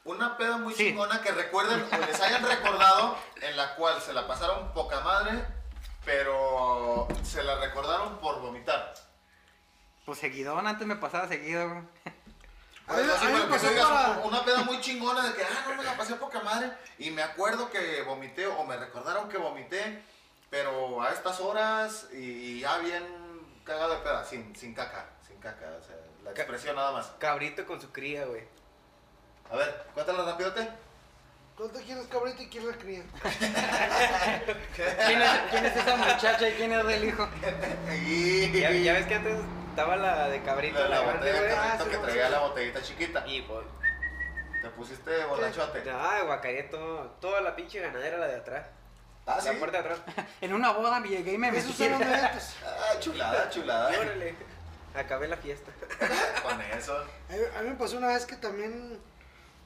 S1: Una peda muy
S3: Sí.
S1: chingona que recuerden o les hayan recordado en la cual se la pasaron poca madre, pero se la recordaron por vomitar.
S3: Pues seguidón, antes me pasaba seguido, güey.
S4: A mí-
S1: Algo así,
S4: a mí me
S1: pero que
S4: pasó
S1: tú digas,
S4: para-
S1: Una peda muy chingona de que, ah, no me la pasé poca madre y me acuerdo que vomité o me recordaron que vomité, pero a estas horas y, y ya bien cagado de peda, sin, sin caca, sin caca, o sea, la
S5: Ca-
S1: expresión nada más.
S5: Cabrito con su cría, güey.
S1: A ver, cuéntala rapidote.
S4: ¿Cuánto quieres cabrito y quién la cría?
S3: ¿Quién es, quién es esa muchacha y quién es el hijo?
S5: Ya, ya ves que antes estaba la de cabrito,
S1: La,
S5: la,
S1: la
S5: verde,
S1: botella
S5: güey.
S1: de
S5: Ah,
S1: que
S5: sí,
S1: traía la botellita chiquita.
S5: Y pues.
S1: Te pusiste borrachote.
S5: No, guacaré todo, toda la pinche ganadera, la de atrás.
S1: Ah, sí.
S5: La puerta de atrás.
S3: En una boda me llegué y me metí.
S4: Esos eran momentos.
S1: Ah, chulada, chulada.
S5: Y Órale. Acabé la fiesta.
S1: Con eso.
S4: A mí, a mí me pasó una vez que también.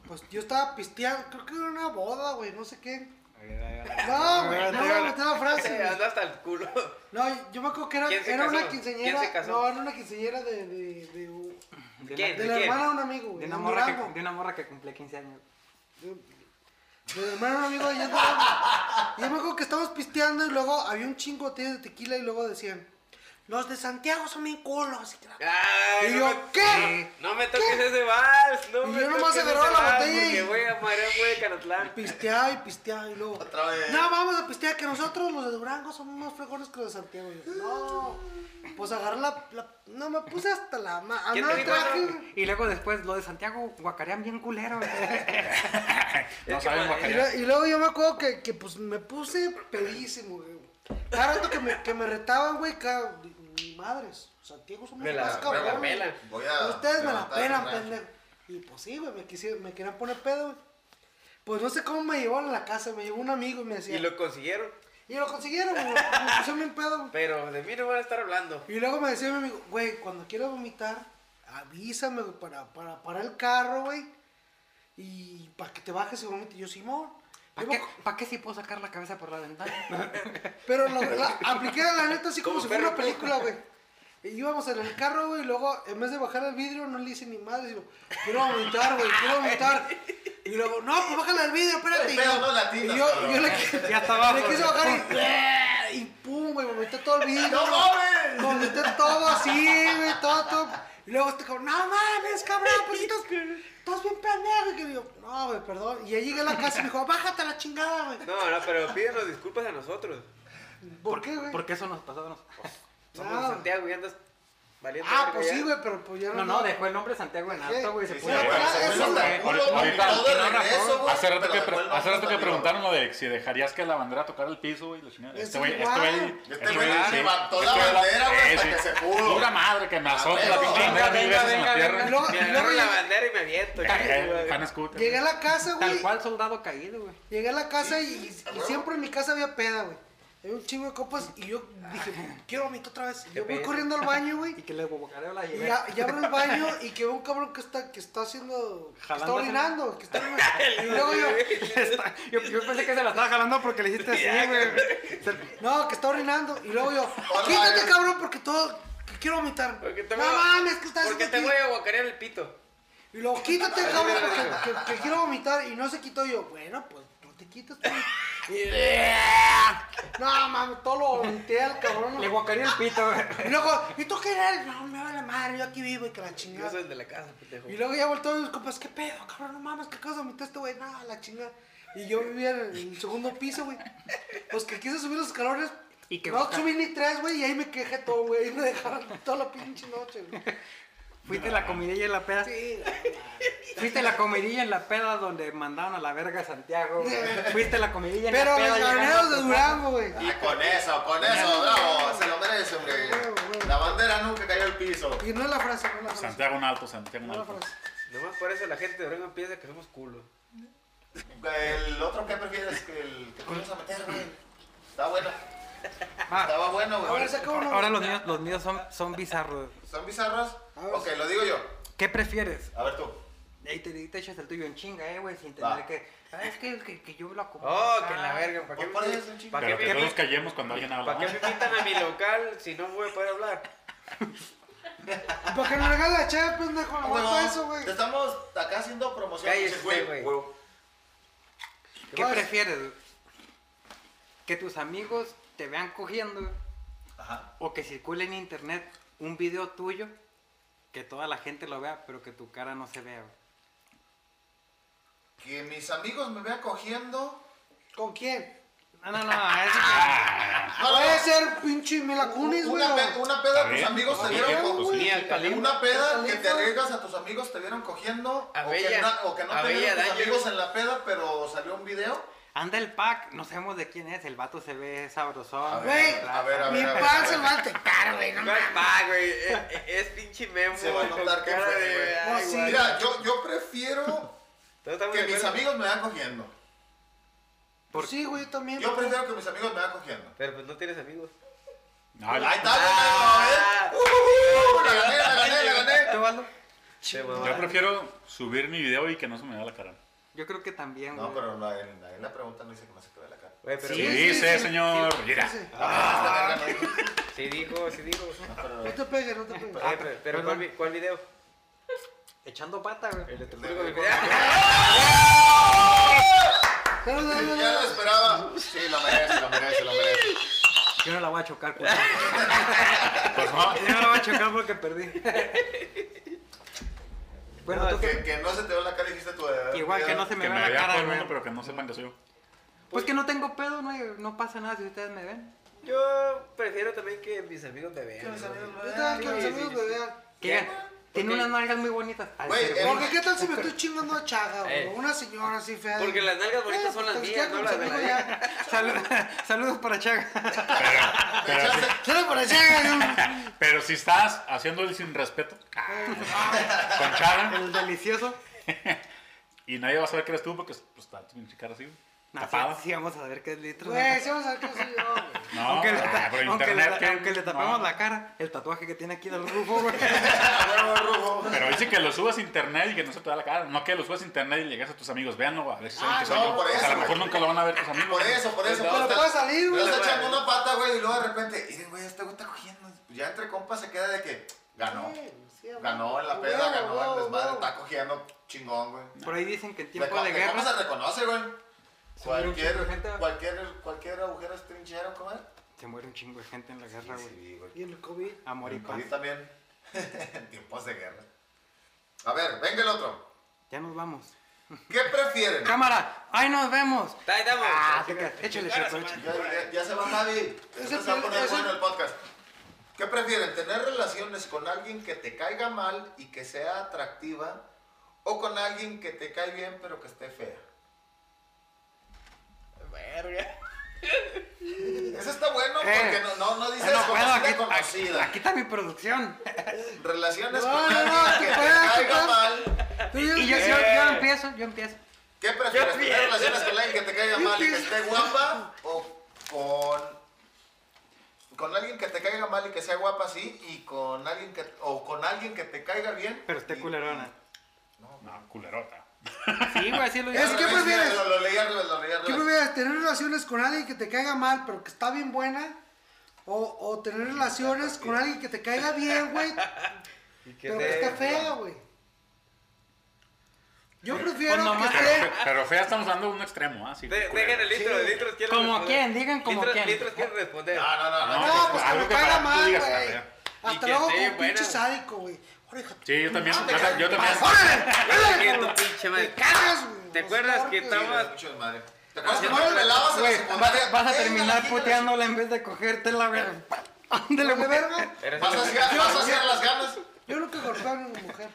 S4: Pues yo estaba pisteando, creo que era una boda, güey, no sé qué. No, güey, no voy a meter la frase. güey.
S5: Ando hasta el culo.
S4: No, yo me acuerdo que era,
S5: ¿Quién se
S4: era
S5: casó?
S4: una quinceñera.
S5: ¿Quién se casó?
S4: No, era una quinceñera de, de, de, u-
S3: De
S5: ¿Quién?
S4: de
S5: ¿De
S4: la
S5: quién?
S4: hermana de un amigo,
S3: una-
S4: güey.
S3: de
S4: en
S3: una morra que,
S4: Durango.
S3: de una morra que cumplía 15 años.
S4: De la hermana de un amigo de allá en Durango. Y yo me acuerdo que estábamos pisteando y luego había un chingo de botellas de tequila y luego decían: Los de Santiago son bien culos. Y que la-
S5: Ay,
S4: Y
S5: no
S4: yo,
S5: me-
S4: ¿qué?
S5: No me toques ese vals. No
S4: Y
S5: me
S4: yo nomás
S5: toques
S4: agarraba
S5: ese
S4: la
S5: vals,
S4: botella y-
S5: Porque voy a marear, voy a Canatlán.
S4: Pisteaba y pisteaba y luego.
S1: Otra vez.
S4: No, vamos a pistear que nosotros los de Durango somos más fregones que los de Santiago. Y yo, no. Pues agarré la, la- No, me puse hasta la ma.
S5: ¿Quién
S4: andaba
S5: te dijo
S4: traje-
S5: eso?
S3: Y luego después lo de Santiago guacarean bien culero. güey.
S2: No saben
S5: que para-
S4: Y,
S2: guacarear.
S4: lo- y luego yo me acuerdo que, que, pues me puse pedísimo, güey. Cada rato que me, que me retaban, güey, cada... Ni madres. Santiago somos
S5: Me la-
S4: más
S5: me la
S4: cabrones.
S5: pelan.
S1: Voy a
S4: Ustedes me la
S1: levantar
S4: pelan,
S1: el rancho.
S4: pendejo. Y pues sí, güey, me, quisieron- me querían poner pedo, güey. Pues no sé cómo me llevaron a la casa, me llevó un amigo y me decía.
S5: Y lo consiguieron.
S4: y lo consiguieron, güey. Me pusieron bien pedo, güey.
S5: Pero de mí no van a estar hablando.
S4: Y luego me decía mi amigo, güey, cuando quieras vomitar, avísame güey, para, para, para el carro, güey. Y para que te bajes y vomites. Y Yo, Simón.
S3: ¿Para
S4: Yo
S3: qué,
S4: me-
S3: pa' qué si puedo sacar la cabeza por la ventana?
S4: Pero lo- la, apliqué la neta así como,
S5: Como
S4: si fuera una
S5: perro.
S4: película, güey. Íbamos en el carro, güey, y luego en vez de bajar el vidrio no le hice ni madre. Digo, quiero vomitar, güey, quiero vomitar. Y luego, no, pues bájale el vidrio, espérate. Y
S1: Pero
S4: yo-
S1: no latinas,
S4: y yo,
S1: cabrón.
S4: yo le, qui-
S3: Ya está abajo.
S4: le quise bajar y, y pum, güey, vomité todo el vidrio.
S1: ¡No mames!
S4: Vomité todo así, güey, todo, todo. Y luego este cabrón, no mames, cabrón, pues si estás, estás bien pendejo. Y que digo, no, güey, perdón. Y ya llegué a la casa y me dijo, bájate a la chingada, güey.
S5: No, no, pero pídenos disculpas a nosotros.
S4: ¿Por qué, güey?
S3: Porque eso nos pasó. nos-
S5: Somos
S4: No.
S5: de Santiago y andas valiendo.
S4: Ah,
S5: verga
S4: pues
S5: ya.
S4: sí, güey, pero pues ya
S3: No, no, dejó el nombre Santiago en alto, güey. Se
S1: Sí, sí,
S3: puso
S1: güey,
S3: a-
S1: se puso
S4: eso,
S1: hasta el
S2: güey.
S1: culo,
S2: Ahorita-
S1: vomitó de
S3: ahorita-
S1: regreso, güey,
S2: Hace rato
S1: pero
S2: que,
S1: dejó
S2: pre-
S1: el
S2: hace rato
S1: vato
S2: que
S1: hasta
S2: preguntaron lo de si dejarías que la bandera tocara el piso, güey. la chingada.
S4: Es
S2: Este güey, este
S4: igual.
S2: güey.
S4: Este
S1: güey
S2: sí.
S1: levantó
S2: Este
S1: la
S2: güey,
S1: bandera, güey,
S2: eh,
S1: hasta que se pudo.
S2: Pura madre que me azota
S1: Venga,
S2: la pinche
S1: venga,
S2: bandera mil
S5: venga,
S2: veces en la
S5: venga,
S2: tierra.
S4: Y luego-
S5: Me
S4: y
S5: agarro
S4: luego
S5: la
S4: llegué-
S5: bandera y me aviento.
S2: Eh, Fan
S5: cabrón.
S2: scooter.
S4: Llegué a la casa,
S3: Tal
S4: güey.
S3: cual soldado caído, güey.
S4: Llegué a la casa y, y siempre en mi casa había peda, güey. Había un chingo de copas y yo dije, quiero vomitar otra vez. Yo voy
S3: pedo.
S4: corriendo al baño, güey.
S3: Y que le bocareo la
S4: Y,
S3: llevé.
S4: ya- y abro el baño y que veo un cabrón que está, que está haciendo. que está
S3: Jalándose.
S4: orinando. Que está orinando. Y luego yo,
S3: Está- yo, yo pensé que se la estaba jalando porque le hiciste así, güey. Se-
S4: no, que está orinando. Y luego yo,
S1: Hola,
S4: quítate,
S1: eh.
S4: cabrón, porque todo. que quiero vomitar.
S5: Porque te
S4: No
S5: voy a-
S4: mames, que estás
S5: Porque
S4: haciendo
S5: te
S4: aquí?
S5: voy a guacarear el pito.
S4: Y luego, quítate, cabrón, porque que, que quiero vomitar. Y no se quitó yo. Bueno, pues no te quitas, tú. Y- No, mames, todo lo vomité al cabrón.
S3: Le guacareé el pito, güey.
S4: Y luego, ¿y tú qué eres? No, me vale madre, yo aquí vivo y que la
S5: Yo
S4: chingada.
S5: soy el de la casa, pendejo.
S4: Y luego ya voltó y mis compas, ¿qué pedo, cabrón? No mames, ¿qué acabas de vomitar este güey? Nada, la chingada. Y yo vivía en el segundo piso, güey. Pues que quise subir los escalones.
S3: Y que
S4: no
S3: baja.
S4: subí ni tres, güey, y ahí me quejé todo, güey. Y me dejaron toda la pinche noche, güey.
S3: Fuiste la comidilla en la peda.
S4: Sí,
S3: Fuiste la comidilla en la peda donde mandaron a la verga a Santiago, güey. Fuiste la comidilla en
S4: Pero
S3: la peda.
S4: los
S3: llegando a
S4: ganados de
S3: tu
S4: Durango, güey.
S1: Y Ah, con eso, con eso, bravo, se lo merece, hombre. La bandera nunca cayó al piso.
S4: Y no es la frase, no es la frase.
S2: Santiago en alto, Santiago en
S4: No es la
S2: alto.
S4: frase.
S5: Nomás por eso la gente de Oregon piensa que somos culos.
S1: El otro que prefieres que el que te vas a meter, güey. Está bueno.
S3: casa. Ah,
S1: Estaba bueno, güey.
S4: Ahora saca uno.
S3: ahora los míos, los míos son, son bizarros.
S1: ¿Son bizarros?
S4: A ver.
S1: Ok, lo digo yo.
S3: ¿Qué prefieres?
S1: A ver tú.
S3: Ahí te, ahí te echas el tuyo en chinga, eh, güey, sin
S1: Va.
S3: tener que. Ah, es que, que, que yo lo acomodo.
S5: Oh,
S3: acá.
S5: que
S1: Ah,
S5: la verga. ¿Para qué,
S1: ¿Cuál
S5: me-
S1: es el chico?
S5: pa' qué
S2: Pero
S5: me-
S2: que todos callemos cuando alguien habla.
S5: pa' qué
S2: ¿no?
S5: me invitan a mi local si no voy a poder hablar?
S4: Para que nos regale la chave, pendejo, no
S1: Huevo,
S4: aguanto eso, güey.
S1: Te estamos acá haciendo promoción.
S5: Cállese,
S1: güey.
S5: güey.
S1: Huevo.
S3: ¿Qué
S4: Vas.
S3: prefieres? güey? Que tus amigos te vean cogiendo güey,
S1: Ajá.
S3: o que circule en internet un video tuyo que toda la gente lo vea, pero que tu cara no se vea. güey.
S1: Que mis amigos me vean cogiendo.
S4: ¿Con quién?
S3: No, no, no, eso que-
S1: No, no,
S4: Puede ser pinche Mila Kunis, güey.
S1: una, pe- una peda
S2: Está
S1: tus
S2: bien.
S1: amigos te
S2: Sí,
S1: vieron
S2: pues,
S1: cogiendo.
S2: sí.
S5: eh?
S1: Una peda que te
S4: Califa.
S1: arriesgas a tus amigos te vieron cogiendo.
S5: A
S1: o, que
S5: Bella.
S1: na- o que no
S5: A
S1: te vieron
S5: Bella
S1: tus
S5: Dayo.
S1: amigos en la peda, pero salió un video.
S3: Anda el pack, no sabemos de quién es, el vato se ve sabrosón.
S1: A
S4: Güey,
S1: a ver, a
S4: Mi
S1: ver, a ver.
S4: pan se va a tecar, güey. no
S5: No es pa, güey. eh, eh, Es pinche memo.
S1: Se va a
S5: con
S1: notar que
S5: cara
S1: fue,
S5: de-
S1: güey.
S5: ay,
S4: No, sí.
S5: güey.
S1: Mira, yo, yo prefiero
S5: Todos estamos
S1: que
S5: de
S1: mis
S5: acuerdo.
S1: amigos me vean cogiendo.
S4: Pues sí, güey, yo también.
S1: Yo prefiero que mis amigos me vean cogiendo.
S5: Pero pues no tienes amigos.
S2: No,
S1: Ahí está,
S5: Ah.
S1: pendejo, ¿eh? Uh, la gané, la gané, la gané.
S3: ¿Tú, Valdo?
S5: Te
S2: Yo
S5: mamaste.
S2: prefiero subir mi video y que no se me vea la cara.
S3: Yo creo que también, güey.
S1: No, pero la, en, la- en la pregunta no dice que no se te ve la cara.
S5: Güey, pero
S2: Sí,
S4: sí,
S2: dice,
S4: sí,
S2: señor. Mira.
S4: Sí, sí.
S1: Ah, esta verga no dijo.
S5: sí dijo, sí dijo.
S4: No te pegues, no te pegues.
S5: Eh, pero- Pero ¿cuál
S3: Ah, perdón.
S5: vi- cuál video?
S3: Echando pata, güey.
S5: El de tu
S1: de-
S5: público.
S4: Pero no, no,
S1: Ya
S4: no.
S1: lo esperaba. Sí, lo merece, lo merece, lo merece.
S3: Yo no la voy a chocar, culero.
S2: Pues no.
S3: Yo no la voy a chocar porque perdí. bueno,
S5: No,
S3: tú
S1: Que,
S3: qué-
S1: que no se te ve la cara, dijiste tú. eh,
S3: Igual que
S1: ya.
S3: no se me
S2: Que
S3: vea
S2: me
S3: la
S2: vea todo
S3: cara,
S2: el
S3: güey.
S2: mundo, pero que no sepan que soy yo.
S3: Pues que no tengo pedo, no, hay- no pasa nada si ustedes me ven.
S5: Yo prefiero también que mis amigos me vean.
S1: Que mis amigos me
S4: Yo también quiero que mis
S5: Sí, sí,
S4: amigos
S5: sí.
S4: me vean.
S3: Que
S5: ¿Qué?
S3: vean, Tiene
S5: Ok.
S3: unas nalgas muy bonitas. Al
S1: Güey,
S3: ser
S1: eh,
S4: Porque qué tal si me estoy chingando a Chaga, güey.
S5: Eh.
S4: Una señora así fea.
S5: Porque las nalgas bonitas son las
S4: pues,
S5: mías,
S4: ya
S5: no
S4: con
S5: las
S4: mis
S5: de la
S4: amigos
S5: vieja.
S4: ya.
S3: Saluda- saludos para Chaga.
S2: Pero, pero,
S1: Echaste-
S4: Solo para Chaga,
S2: si- pero si estás haciendo el sin respeto ah, con Chara
S3: El delicioso.
S2: y nadie va a saber que eres tú porque pues, está tu pinche cara así, güey,
S3: Nah, Ah, sí,
S2: tapada.
S3: sí, vamos a ver qué litros.
S4: ¿no? Güey, sí, vamos a ver qué soy yo, güey.
S2: No,
S3: aunque, le,
S2: ah,
S3: ta-
S2: pero
S3: aunque le
S2: internet,
S3: ta-
S2: ¿qué?
S3: aunque le tapemos
S2: No.
S3: la cara, el tatuaje que tiene aquí del rufo, güey.
S1: Ah, huevo, rujo.
S2: Pero dice que lo subas a internet y que no se te da la cara. No que lo subas a internet y llegas a tus amigos. Véanlo, güey, a ver si saben
S1: Ah,
S2: que soy
S1: no,
S2: yo.
S1: por
S2: O sea,
S1: eso,
S2: a lo mejor
S1: güey.
S2: nunca lo van a ver tus amigos.
S1: Por eso, por eso.
S5: No,
S1: pues,
S4: pero
S1: está-
S4: puede
S1: pero
S4: salir, güey.
S1: está echando una pata, güey, y luego de repente, miren, güey, este güey está cogiendo. Pues ya entre compas se queda de que ganó.
S4: Sí, sí, a
S1: Ganó en la
S4: huevo,
S1: peda,
S4: huevo,
S1: ganó en el
S4: huevo,
S1: desmadre,
S4: huevo.
S1: está cogiendo chingón, güey.
S3: Por ahí dicen que en
S1: De
S3: tiempo
S1: co-
S3: de
S1: de ¿Cómo se
S3: guerra
S1: reconoce, güey?
S3: Se muere un chingo de gente,
S1: Cualquier,
S3: güey.
S1: cualquier, cualquier agujero es trinchero, ¿cómo es?
S3: se muere un chingo de gente en la guerra, güey.
S1: Sí, güey.
S4: Y en el COVID.
S3: Amor y
S1: El
S3: paz.
S1: COVID también. en tiempos de guerra. A ver, venga el otro.
S3: Ya nos vamos.
S1: ¿Qué prefieren?
S3: Cámara, ahí nos vemos.
S5: Ahí estamos.
S3: Ah, te creas. échale,
S5: Cara,
S3: Checo,
S5: su
S3: échale.
S1: Ya, ya- ya se va Javi. Esto
S4: Es el
S1: se va a
S4: prim-
S1: poner
S4: es el-
S1: bueno el podcast. ¿Qué prefieren? ¿Tener relaciones con alguien que te caiga mal y que sea atractiva? ¿O con alguien que te cae bien pero que esté fea?
S5: Verga.
S1: Eso está bueno
S3: Eh,
S1: porque no, no, no dice
S3: Ya no puedo,
S1: desconocida,
S3: aquí, aquí,
S1: conocida.
S3: aquí está mi producción.
S1: Relaciones
S4: No,
S1: con
S4: no,
S1: alguien
S4: no,
S1: que
S4: tú
S1: te
S4: puedes, tú
S1: caiga
S4: puedes.
S1: mal.
S4: Tú
S3: Y
S4: ya-
S3: yo, yo, yo empiezo, yo empiezo.
S1: ¿Qué prefieres?
S5: Yo
S1: ¿Tener
S5: pienso.
S1: relaciones con alguien que te caiga
S4: Yo
S1: mal y que
S4: pienso.
S1: esté guapa? ¿O con, con alguien que te caiga mal y que sea guapa, sí? ¿Y con alguien que, o con alguien que te caiga bien?
S3: Pero esté
S1: y-
S3: culerona.
S1: No,
S2: No, culerota.
S3: Sí, güey, así lo
S4: Es
S3: digo.
S4: que-
S1: Mira,
S4: prefieres?
S1: Lo, lo leí al revés, lo leí al
S4: ¿Qué
S1: revés.
S4: prefieres? ¿Tener relaciones con alguien que te caiga mal, pero que está bien buena? ¿O, o tener relaciones con alguien que te caiga bien, güey, pero que está fea, güey? Yo prefiero
S3: Pues
S4: que
S3: nomás-
S2: Pero,
S4: esté...
S2: pero fea estamos hablando de un extremo, ¿ah? Sí,
S5: De-
S2: culero.
S5: Dejen el intro, el intro quiere
S3: Como
S5: responder.
S3: quién, digan como
S5: Litros-
S3: quién.
S5: Litros quiere responder.
S1: No, no, no. no.
S2: No.
S4: No, pues que
S2: algo
S4: me
S2: que
S4: caiga
S2: para tú
S4: mal,
S2: digas,
S4: güey.
S2: "Ah,
S5: Y
S4: Hasta
S5: que
S4: luego
S5: esté
S4: como
S5: buena.
S4: pinche sádico, güey. Ahora, hija,
S2: Sí, yo
S5: Ah,
S2: también. Yo, ta- yo también.
S5: Yo
S4: ¡Órale!
S5: siento, pinche madre.
S4: ¡Me cagas, güey!
S5: ¿Te acuerdas que
S1: Sí,
S5: estaba-
S1: es mucho desmadre. ¿Te acuerdas que no le velabas en la
S3: Güey,
S1: secundaria?
S3: vas, vas a
S1: Venga,
S3: terminar
S1: venga,
S3: puteándola en vez de cogerte la verga. Ándale,
S4: ¿De
S3: güey.
S4: verga?
S5: Eres
S1: Vas a
S5: el-
S1: hacer, vas a hacer las ganas.
S4: Yo nunca golpeé a una mujer.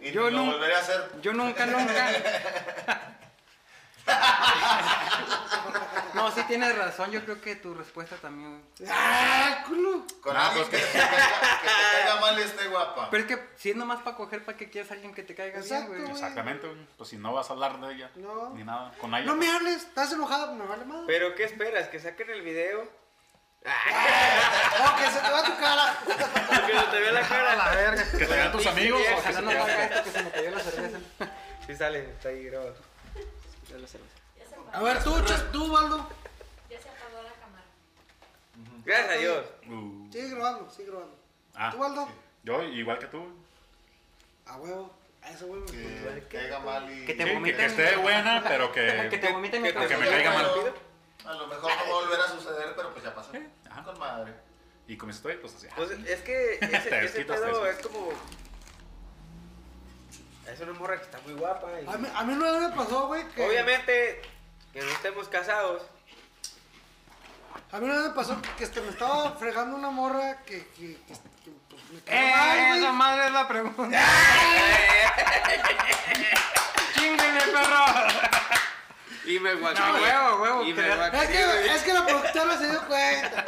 S1: Y
S3: Yo
S1: yo lo
S3: no-
S1: volveré a hacer.
S3: Yo nunca, nunca. No, sí tienes razón. Yo creo que tu respuesta también. güey.
S4: ¡Ah, culo!
S1: Con
S2: No,
S1: alguien
S2: pues
S1: que, te caiga, que te caiga mal y esté guapa.
S3: Pero es que si es nomás para coger, ¿para que quieras a alguien que te caiga
S4: Exacto,
S3: bien, güey?
S4: güey.
S2: Exactamente, güey. Pues si no vas a hablar de ella.
S4: No.
S2: Ni nada. Con ella.
S4: No me hables, estás enojada, pues me vale madre.
S5: Pero ¿qué esperas? ¿Que saquen el video?
S4: No, que se te va tu cara.
S5: Que no te vea la cara.
S3: A la verga.
S2: Que te vean tus amigos o que
S3: Ojalá
S2: se
S3: no
S2: te
S3: salga esto que se me cayó la cerveza.
S5: Sí sale, está ahí grabado.
S7: Ya se
S4: A
S7: apagó,
S4: ver, tú, Ch- tú, Valdo.
S7: ya se apagó la cámara.
S5: Gracias a Dios.
S2: Uh,
S4: Sigue grabando, sigue grabando.
S2: ah,
S4: ¿Tú, Valdo?
S2: Yo, igual que tú. güey.
S4: A huevo. A ese huevo.
S1: Que te caiga mal y...
S3: Que te
S2: Sí, que- que,
S3: vomiten.
S2: esté buena, pero
S3: Que te vomiten
S5: que
S3: el
S5: te-
S2: que me
S1: Pero
S2: caiga mal.
S1: A lo mejor no va a volver a suceder, pero pues ya pasó.
S2: ajá.
S1: Con madre.
S2: Y como estoy, pues así. ah,
S5: Pues es que ese,
S2: Te
S5: ese
S2: quitas eso.
S5: pedo es como. Es una morra que está muy guapa. y-
S4: A mí, a mí una vez me pasó, güey, que...
S5: Obviamente, que no estemos casados.
S4: A mí una vez me pasó que este, me estaba fregando una morra que... que, que, que, pues, me cayó mal,
S3: ¡Eh!
S4: güey.
S3: Esa madre es la pregunta. ¡Chingale, perro!
S5: Y me guacareé.
S3: No, huevo, huevo,
S5: Y me
S3: pero-
S4: Es
S5: guacareé, güey.
S4: que, es que la productora se dio cuenta.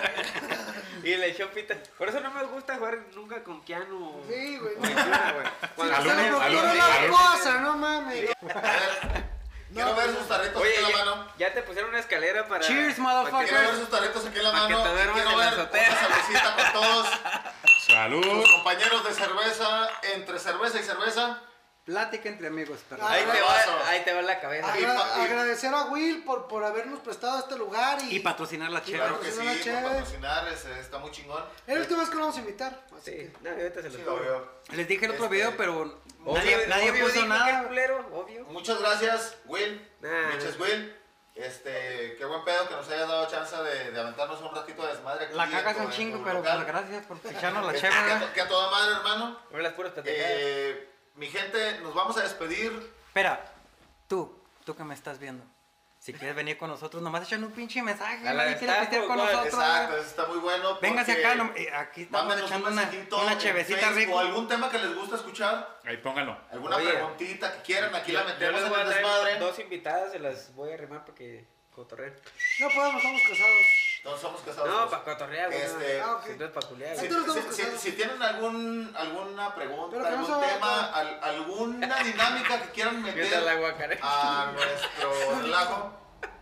S5: Y le echó pita. Por eso no me gusta jugar nunca con Keanu.
S4: Sí, güey.
S5: Con Yuna, güey.
S4: Sí,
S5: Cuando-
S4: pues, la
S2: Alumno,
S4: productora
S2: alumno,
S4: la
S2: alumno.
S4: cosa, no mames.
S1: A ver, quiero ver sus tarritos
S5: Oye,
S1: aquí en la
S5: ya,
S1: mano.
S5: ya te pusieron una escalera para.
S3: Cheers,
S5: para que-
S3: motherfucker.
S1: Quiero ver sus tarritos aquí en la
S5: Pa' que
S1: mano.
S5: te duermas
S1: Quiero
S5: en la
S1: ver
S5: azotea.
S1: una cervecita con todos.
S2: Salud.
S1: Sus compañeros de cerveza, entre cerveza y cerveza.
S3: Plática entre amigos, perro.
S5: Ahí te,
S1: Abrazo.
S5: va, ahí te va la cabeza.
S1: Ay.
S4: Agra-
S1: pa- y-
S4: agradecer a Will por, por habernos prestado este lugar y,
S3: Y patrocinar la chela.
S1: Claro que sí,
S4: Patrocinar la
S1: por
S4: cheve.
S1: patrocinar, es- está muy chingón. Este,
S4: Es la última vez que lo vamos a invitar. así
S5: Sí,
S4: que-
S5: no, ahorita se lo
S1: Sí,
S5: cobro.
S1: obvio.
S3: Les dije el otro
S1: Este,
S3: video, pero
S5: Obvio,
S3: nadie, nadie
S5: obvio
S3: puso
S5: dijo que el
S3: nada.
S5: culero, obvio.
S1: Muchas gracias, Will.
S5: Nah,
S1: Muchas,
S5: nah.
S1: Will. Este, qué buen pedo que nos hayas dado chance de, de aventarnos un ratito de desmadre aquí.
S3: La
S1: en
S3: cagas
S1: tu-
S3: un
S1: en
S3: chingo,
S1: tu
S3: pero
S1: local. Este,
S3: pues, gracias por echarnos la
S1: Que-
S3: chévere.
S1: que a
S3: ¿verdad?
S1: to- Que a toda madre, hermano.
S5: Ahora las puras pendejadas.
S1: Eh, mi gente, nos vamos a despedir.
S3: Espera, tú, tú que me estás viendo. Si quieres venir con nosotros, nomás echan un pinche mensaje.
S5: A la
S3: Nadie quiere
S5: Gestapo,
S3: pistear con
S5: güey.
S3: nosotros.
S1: Exacto, eso está muy bueno.
S3: Véngase
S1: porque
S3: acá, no- eh, aquí estamos
S1: mándenos
S3: echando
S1: un
S3: una,
S1: mensajito
S3: una
S1: en
S3: chevecita
S1: Facebook, O
S3: rica.
S1: algún tema que les gusta escuchar,
S2: Ahí póngalo.
S1: alguna
S5: Oye,
S1: preguntita que quieran, aquí la
S5: Yo- yo
S1: metemos
S5: les
S1: en
S5: voy a
S1: el
S5: traer
S1: desmadre.
S5: dos invitadas, se las voy a arrimar para que cotorreen.
S4: No podemos, estamos casados.
S1: No somos casados.
S5: No, para cotorrear, güey.
S1: Este,
S4: Ah, ok.
S5: Si no es para culiar,
S1: Si,
S5: güey.
S4: Entonces estamos
S1: si- si-
S4: casados.
S1: si tienen algún, alguna pregunta,
S4: Pero que no
S1: algún
S4: se vaya
S1: tema, al- alguna dinámica que quieran
S5: Mientras la
S1: meter
S5: guacaré.
S1: a nuestro relajo,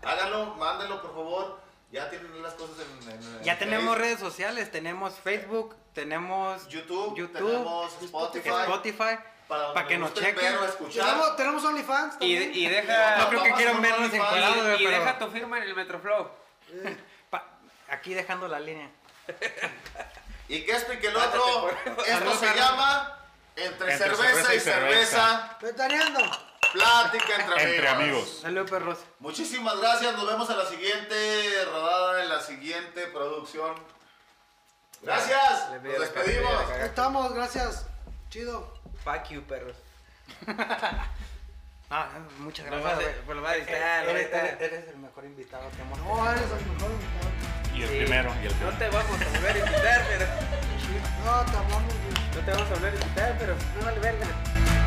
S1: háganlo, mándenlo por favor. Ya tienen las cosas en. en- en
S3: Ya tenemos
S1: Facebook,
S3: redes sociales, tenemos Facebook, tenemos
S1: YouTube,
S3: YouTube,
S1: tenemos Spotify.
S3: Spotify, para,
S1: donde
S3: que
S1: les
S3: nos
S1: guste
S3: chequen.
S1: ver o escuchar.
S4: Tenemos, tenemos OnlyFans
S5: Y,
S4: también.
S5: y deja.
S3: No creo que
S1: Vamos
S3: quieran
S1: con
S3: vernos
S1: OnlyFans.
S3: encuadrados, güey,
S5: y, y
S3: pero
S5: deja tu firma en el Metroflow.
S3: pa- aquí dejando la línea.
S1: Y que esto y que el otro. Esto se llama entre,
S2: Entre
S1: cerveza, y cerveza,
S4: Ventaneando.
S1: plática entre,
S2: Entre amigos.
S3: Saludos, perros.
S1: Muchísimas gracias, nos vemos en la siguiente rodada, en la siguiente producción. Gracias,
S5: Le
S1: nos
S5: pido la cara, le pido la
S1: despedimos.
S5: cara.
S4: Ahí estamos, gracias. Chido.
S5: Fuck you, perros.
S3: Ah, muchas
S5: Lo
S3: gracias.
S5: vas a-
S3: güey.
S5: pues lo vas a editar, lo vas a
S3: Eres- eres-
S5: editar.
S3: eres el mejor invitado que hemos tenido.
S4: No, eres el mejor.
S2: Y el
S5: Sí.
S2: primero, y el
S5: No
S2: primero.
S5: te vamos a volver a invitar, pero.
S4: No, te hablamos, güey.
S5: No te vamos a volver a invitar, pero. No vale verga.